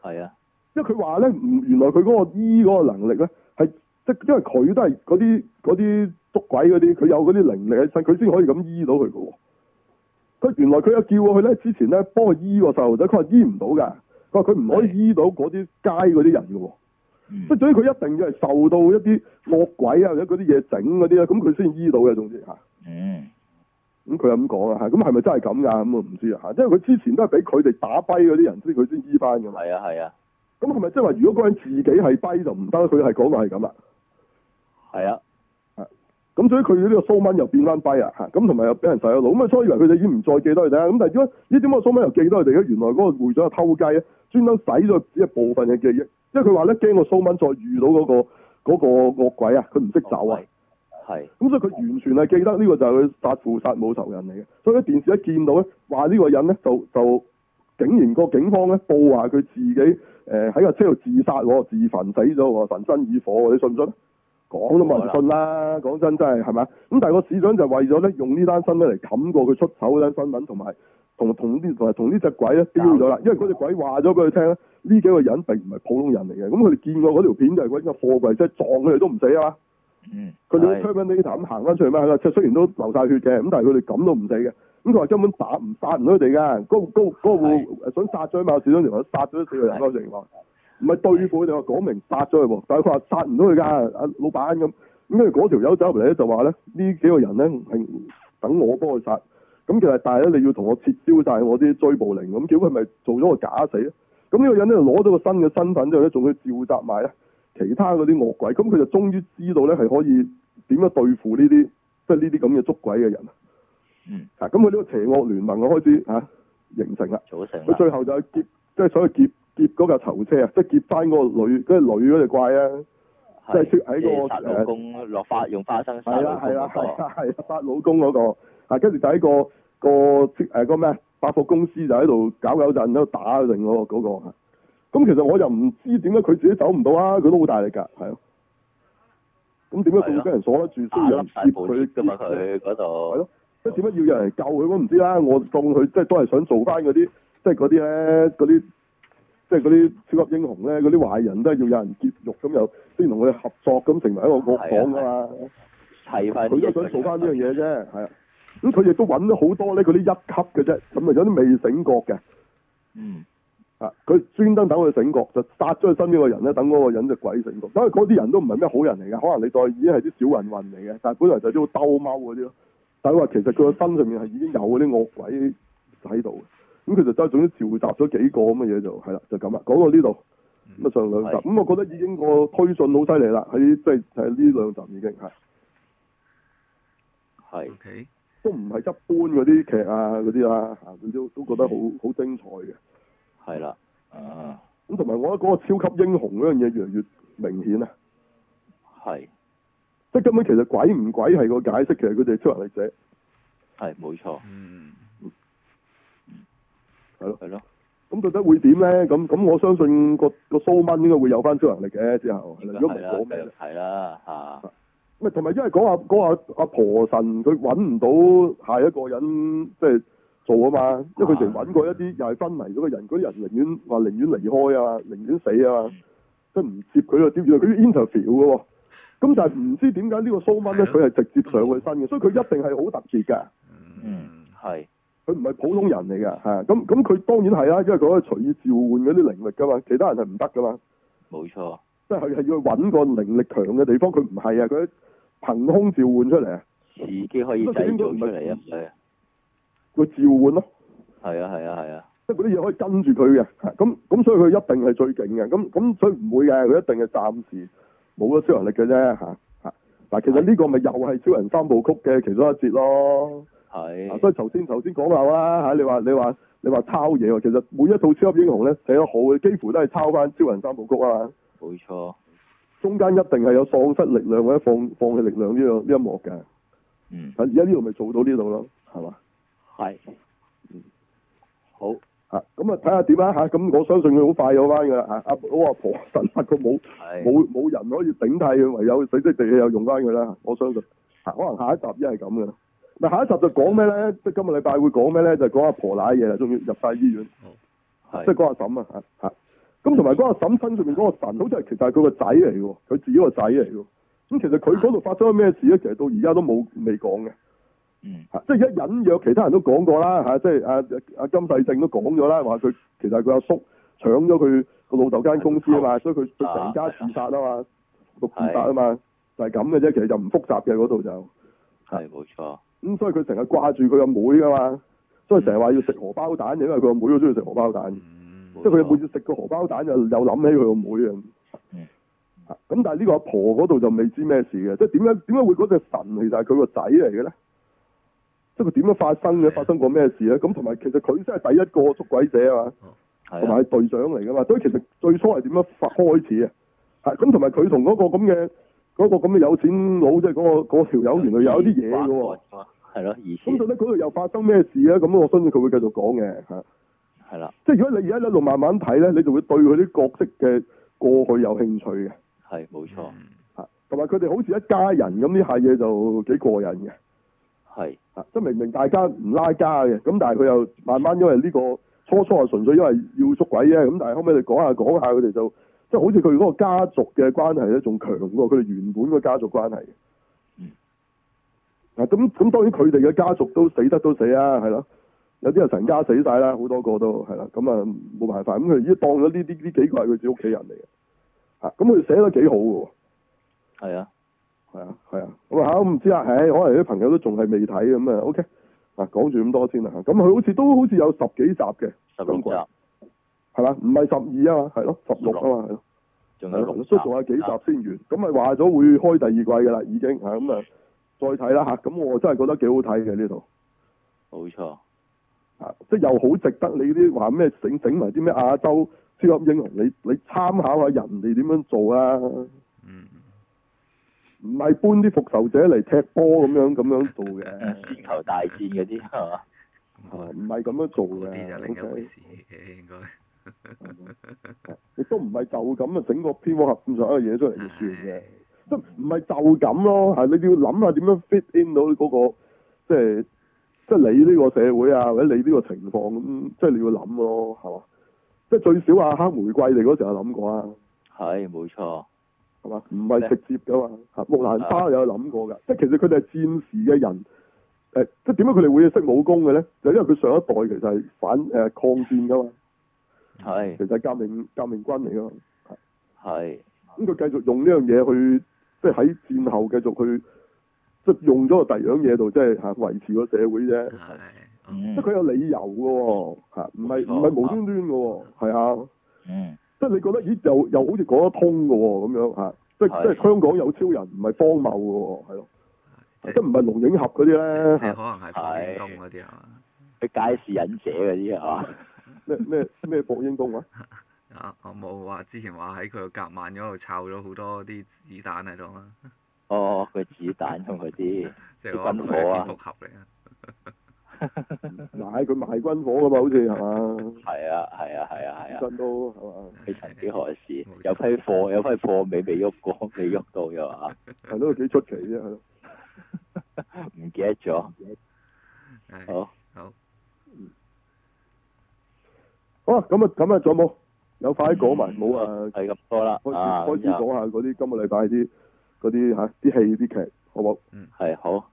S4: 係啊，
S8: 因為佢話咧，唔原來佢嗰個醫嗰個能力咧，係即係因為佢都係嗰啲嗰啲捉鬼嗰啲，佢有嗰啲能力喺身，佢先可以咁醫到佢嘅喎。佢原來佢有叫過佢咧，之前咧幫佢醫個細路仔，佢話醫唔到㗎，佢話佢唔可以醫到嗰啲街嗰啲人嘅喎。
S4: 嗯
S8: 即係總之佢一定要係受到一啲惡鬼啊或者嗰啲嘢整嗰啲咧，咁佢先醫到嘅。總之嚇，
S4: 嗯
S8: 咁佢係咁講啊嚇，咁係咪真係咁㗎？咁我唔知啊嚇，因為佢之前都係俾佢哋打跛嗰啲人先，佢先醫翻㗎嘛。
S4: 係啊係啊
S8: 咁係咪即係話，如果嗰個人自己係跛就唔得？佢係講到係咁啦。啊
S4: 係啊，
S8: 咁所以佢呢個蘇蚊又變翻跛啊，嚇咁同埋又俾人洗咗腦。咁啊，初以為佢哋已經唔再記得佢哋啦。啊咁但係點解？咦？點解蘇蚊又記得佢哋嘅？原來嗰個會長係偷雞啊，專登洗咗一部分嘅記憶，因為佢話咧驚個蘇蚊再遇到嗰、個嗰、個惡鬼啊，佢唔識走啊。
S4: 係
S8: 咁所以佢完全係記得呢個就係佢殺父殺母仇人嚟嘅。所以咧電視一見到咧，話呢個人咧就就竟然個警方咧報話佢自己誒喺架車度自殺喎，自焚死咗喎，焚身以火喎，你信唔信？講都冇人信啦，講真真係係咪啊咁但係個市長就為咗咧用呢單新聞嚟冚過佢出醜嗰單新聞，同埋同同呢同埋同呢隻鬼咧丟咗啦，因為嗰隻鬼話咗俾佢聽咧，呢幾個人並唔係普通人嚟嘅，咁佢哋見過嗰條片就係嗰個貨櫃車撞佢哋都唔死啊嘛。
S4: 嗯
S8: 佢哋
S4: 係
S8: Terminator 咁行翻出去咩？佢即係雖然都流晒血嘅，咁但係佢哋咁都唔死嘅。咁佢話根本打唔殺唔到佢哋㗎。嗰嗰嗰個
S4: 係
S8: 想殺咗嘛，始終條友殺咗四個人咯，成話唔係對付佢哋話講明殺咗佢喎，但係佢話殺唔到佢㗎，阿老闆咁。咁跟住嗰條友走入嚟咧就話咧，呢幾個人咧係等我幫佢殺。咁其實但係咧，你要同我撤銷晒我啲追捕令。咁結果佢咪做咗個假死咧？啊咁呢個人咧攞咗個新嘅身份之後咧，仲要召集埋咧其他嗰啲惡鬼。咁佢就終於知道咧係可以點樣對付呢啲即係呢啲咁嘅捉鬼嘅人。
S4: 嗯，
S8: 啊，咁佢呢個邪惡聯盟就開始嚇、啊形成啦。
S4: 組成
S8: 佢
S4: 啦，
S8: 最後就係劫，即係想去劫劫嗰架囚車啊，即係劫翻嗰個女，嗰個女嗰只怪啊，即係
S4: 係
S8: 雪喺
S4: 即係
S8: 個
S4: 殺
S8: 誒
S4: 老公落花用花生殺
S8: 係
S4: 老
S8: 啦
S4: 公
S8: 係啦係
S4: 嗰個
S8: 啦係啦，殺老公嗰、個啊，跟住就喺個個職誒個咩啊百貨公司就喺度搞搞震，喺度打定嗰、個嗰、個啊咁其實我又唔知點解佢自己走唔到啊，佢都好大力㗎，係咯。咁點解佢會俾人鎖得住，需要
S4: 打
S8: 有人
S4: 笠
S8: 接
S4: 啊晒部
S8: 佢
S4: 㗎嘛，佢嗰
S8: 係
S4: 度
S8: 咯，即係點解要有人救佢？我唔知啦。我當佢即係都係想做翻嗰啲，即係嗰啲咧，嗰啲即係嗰啲超級英雄咧，嗰啲壞人都係要有人劫獄咁，又先同佢合作咁成為一個惡黨噶嘛。
S4: 砌翻
S8: 佢
S4: 啲嘢
S8: 都想做翻呢樣嘢啫，係啊。咁佢亦都揾咗好多咧，嗰啲一級嘅啫，咁啊有啲未醒覺嘅
S4: 嗯，
S8: 啊，佢專登等佢醒覺，就殺咗佢身邊個人咧，等嗰個人就鬼醒覺。因為嗰啲人都唔係咩好人嚟嘅，可能你再已經係啲小混混嚟嘅，但係本來就係啲好兜踎嗰啲咯。但係佢話其實佢個身上面係已經有嗰啲惡鬼喺度嘅，咁佢就真係總之召集咗幾個咁嘅嘢就係啦，就咁啦。講到呢度咁啊上兩集，咁我覺得已經個推進好犀利啦，喺即係喺呢兩集已經係。
S4: 係
S5: OK，
S8: 都唔係一般嗰啲劇啊嗰啲啦，嚇佢都都覺得好好精彩嘅。
S4: 係啦，啊
S8: 咁同埋我覺得嗰個超級英雄嗰樣嘢越嚟越明顯啊！
S4: 係
S8: 即係根本其實鬼唔鬼係個解釋，其實佢哋係超能力者
S4: 係冇錯，
S5: 嗯，
S4: 係咯，
S8: 咁到底會點咧？咁咁我相信個個蘇蚊應該會有翻超能力嘅之後，係
S4: 應該
S8: 啦如果唔係
S4: 係啦
S8: 攞命啊。，
S4: 係啦嚇，
S8: 咪同埋因為嗰阿嗰阿阿婆神佢揾唔到下一個人即係做啊嘛，因為佢成揾過一啲又係昏迷咗嘅人，嗰啲人寧願話寧願離開啊，寧願死啊嘛，即係唔接佢啊，接住佢 interview 嘅喎。咁但係唔知點解呢個蘇蚊咧，佢係直接上佢身嘅，所以佢一定係好特別㗎。
S4: 嗯係
S8: 佢唔係普通人嚟㗎，係啊咁咁佢當然係啦，因為佢可以隨意召喚嗰啲靈力㗎嘛，其他人係唔得㗎嘛，
S4: 冇錯，
S8: 即係佢係要去揾個靈力強嘅地方，佢唔係啊，佢憑空召喚出嚟啊，
S4: 自己可以製造出嚟啊，係啊
S8: 佢召喚咯。
S4: 係啊係啊係啊，
S8: 即係嗰啲嘢可以跟住佢嘅，係咁咁所以佢一定係最勁嘅，咁咁所以唔會嘅，佢一定係暫時冇咗超能力嘅啫嚇嚇。嗱，其實呢個咪又係超人三部曲嘅其中一節咯。啊
S4: 係
S8: 所以頭先頭先講漏啦啊嚇，你話你話你話抄嘢喎，其實每一套超級英雄咧寫得好嘅，幾乎都係抄翻超人三部曲啊嘛。
S4: 冇錯，
S8: 中間一定係有喪失力量或者放放棄力量呢、個呢一幕嘅。啊
S4: 嗯
S8: 而家呢度咪做到呢度咯，係嘛？
S4: 係，好
S8: 啊，咁啊睇下點啦嚇，咁、我相信佢好快有翻㗎啦嚇。阿阿阿婆神發個冇。
S4: 係
S8: 冇冇人可以頂替佢，唯有死死地氣又用翻佢啦。我相信，啊可能下一集一係咁嘅啦。嗱，下一集就講咩咧？即係今個禮拜會講咩咧？就講阿婆奶嘢啦，終於入晒醫院，即係
S4: 係
S8: 講阿嬸啊嚇嚇。咁同埋嗰阿嬸身上面嗰個神，好似係其實係佢個仔嚟嘅喎，佢自己個仔嚟嘅喎。咁其實佢嗰度發生咗咩事咧？其實到而家都冇未講嘅。
S4: 嗯
S8: 啊即係一隱約，其他人都講過啦嚇、即係阿阿金世正都講咗啦，話佢其實係佢阿叔搶咗佢個老豆間公司啊嘛，所以佢佢成家自殺啊嘛，六自殺啊嘛，就係咁嘅啫，其實就唔複雜嘅嗰度就，咁、
S4: 係冇錯，
S8: 所以佢成日掛住佢阿妹噶嘛，所以成日話要食荷包蛋，因為佢阿妹都中意食荷包蛋，
S5: 嗯，
S8: 即係佢每次食個荷包蛋就又諗起佢阿妹啊。
S4: 嗯
S8: 啊咁但係呢個阿婆嗰度就未知咩事嘅，即係點解點解會嗰隻神其實係佢個仔嚟嘅咧？即係佢點樣發生嘅？發生過咩事咧？咁同埋其實佢先係第一個捉鬼者啊嘛，同埋
S4: 係
S8: 係隊長嚟噶嘛，所以其實最初係點樣發開始啊？係咁同埋佢同嗰個咁嘅嗰個咁嘅有錢佬，即係嗰個嗰條友原來有啲嘢嘅喎。
S4: 喎，係咯，以前
S8: 咁到底嗰度又發生咩事咧？咁我相信佢會繼續講嘅嚇。
S4: 係啦，
S8: 即係如果你而家一路慢慢睇咧，你就會對佢啲角色嘅過去有興趣嘅。
S4: 係冇錯，
S8: 嚇，同埋佢哋好似一家人咁，呢下嘢就幾過癮嘅。
S4: 係
S8: 嚇，啊即係明明大家唔拉家嘅，咁但係佢又慢慢因為呢、個初初係純粹因為要捉鬼啫，咁但係後尾你講下講下，佢哋就即係好似佢嗰個家族嘅關係咧，仲強過佢哋原本個家族關係。
S4: 嗯。
S8: 嗱咁咁當然佢哋嘅家族都死得都死啊，係咯。有啲人成家死晒啦，好多個都係啦，咁啊冇辦法，咁佢已經當咗呢啲呢幾個係佢自己屋企人嚟嘅，啊，咁佢寫得幾好嘅喎，
S4: 系啊，
S8: 係啊係啊，咁啊嚇唔知啊，唉，可能啲朋友都仲係未睇咁啊，OK，啊講住咁多先啦，咁佢好似都好似有十幾集嘅，
S4: 十六
S8: 今季
S4: 集，
S8: 係嘛？唔係十二啊嘛，係咯，十六啊嘛，係咯。
S4: 仲有
S8: 係
S4: 六
S8: 咯，
S4: 集
S8: 都仲有幾集先完，咁咪話咗會開第二季㗎啦，已經嚇咁啊，再睇啦嚇，咁我真係覺得幾好睇嘅呢度
S4: 冇錯，
S8: 嚇，即係又好值得你啲話咩整整埋啲咩亞洲超級英雄，你你參考下人哋點樣做啊，唔
S5: 嗯，
S8: 係搬啲復仇者嚟踢波咁樣咁樣做嘅，
S4: 星球大戰嗰啲係嘛？
S8: 嚇啊唔係咁樣做
S5: 嗰啲就另一
S8: 嘅
S5: 回
S8: OK，
S5: 事嘅應該。
S8: 亦都唔係就咁啊整個蝙蝠俠咁上下嘅嘢出嚟就算嘅。
S5: 唉
S8: 即係唔係就咁咯，係你要諗下點樣 fit in 到嗰、個即係即係你呢個社會啊，或者你呢個情況咁，即係你要諗咯，係嘛？即係最少啊，黑玫瑰你嗰時候有諗過啊，
S4: 係冇錯，
S8: 係嘛？唔係直接噶嘛，嚇木蘭
S5: 啊
S8: 花有諗過㗎，即係其實佢哋係戰士嘅人。誒，即係點解佢哋會識武功嘅咧？就因為佢上一代其實係反誒、抗戰噶嘛，
S4: 係
S8: 其實係革命革命軍嚟噶嘛。
S4: 係
S8: 咁佢繼續用呢樣嘢去，即係喺戰後繼續去，即係用咗個第二樣嘢度，即係嚇維持個社會啫。
S5: 係，嗯
S4: 嗯
S8: 即係佢有理由嘅喎，嚇唔係唔係無端端嘅喎，係啊，
S4: 嗯
S8: 即係你覺得咦又又好似講得通嘅喎咁樣嚇，即係
S4: 係
S8: 即係香港有超人唔係荒謬嘅喎，係咯，
S5: 即
S8: 即係唔係龍影俠嗰啲咧
S5: 即係
S8: 嚇
S5: 可能係霍英東嗰啲係嘛？
S4: 佢街市忍者嗰啲係嘛？
S8: 咩咩咩霍英東啊，
S5: 啊，我冇話之前話喺佢個夾萬嗰度摷咗好多啲子彈喺度啦，
S4: 哦，佢子彈同嗰啲
S5: 即係我諗
S4: 軍
S5: 佢
S4: 火
S5: 係
S4: 啊
S5: 蝙蝠俠嚟啊！
S8: 嗱佢賣軍火嘅嘛，好似係嘛，
S4: 係啊係啊係啊係啊，
S8: 真都係嘛，
S4: 佢曾幾何時
S5: 冇錯
S4: 有批貨有批貨尾未喐過， 未喐到嘅嘛？
S8: 係咯幾出奇啫，係咯，
S4: 唔記得咗，
S5: 唉
S4: 好
S5: 好，
S8: 好啊咁啊咁啊仲有冇？有快啲講埋冇啊！
S4: 係咁多啦
S8: 開始
S4: 啊，
S8: 開始
S4: 咁就
S8: 講下嗰啲今個禮拜啲嗰啲嚇啲戲啲劇，好冇？
S4: 係好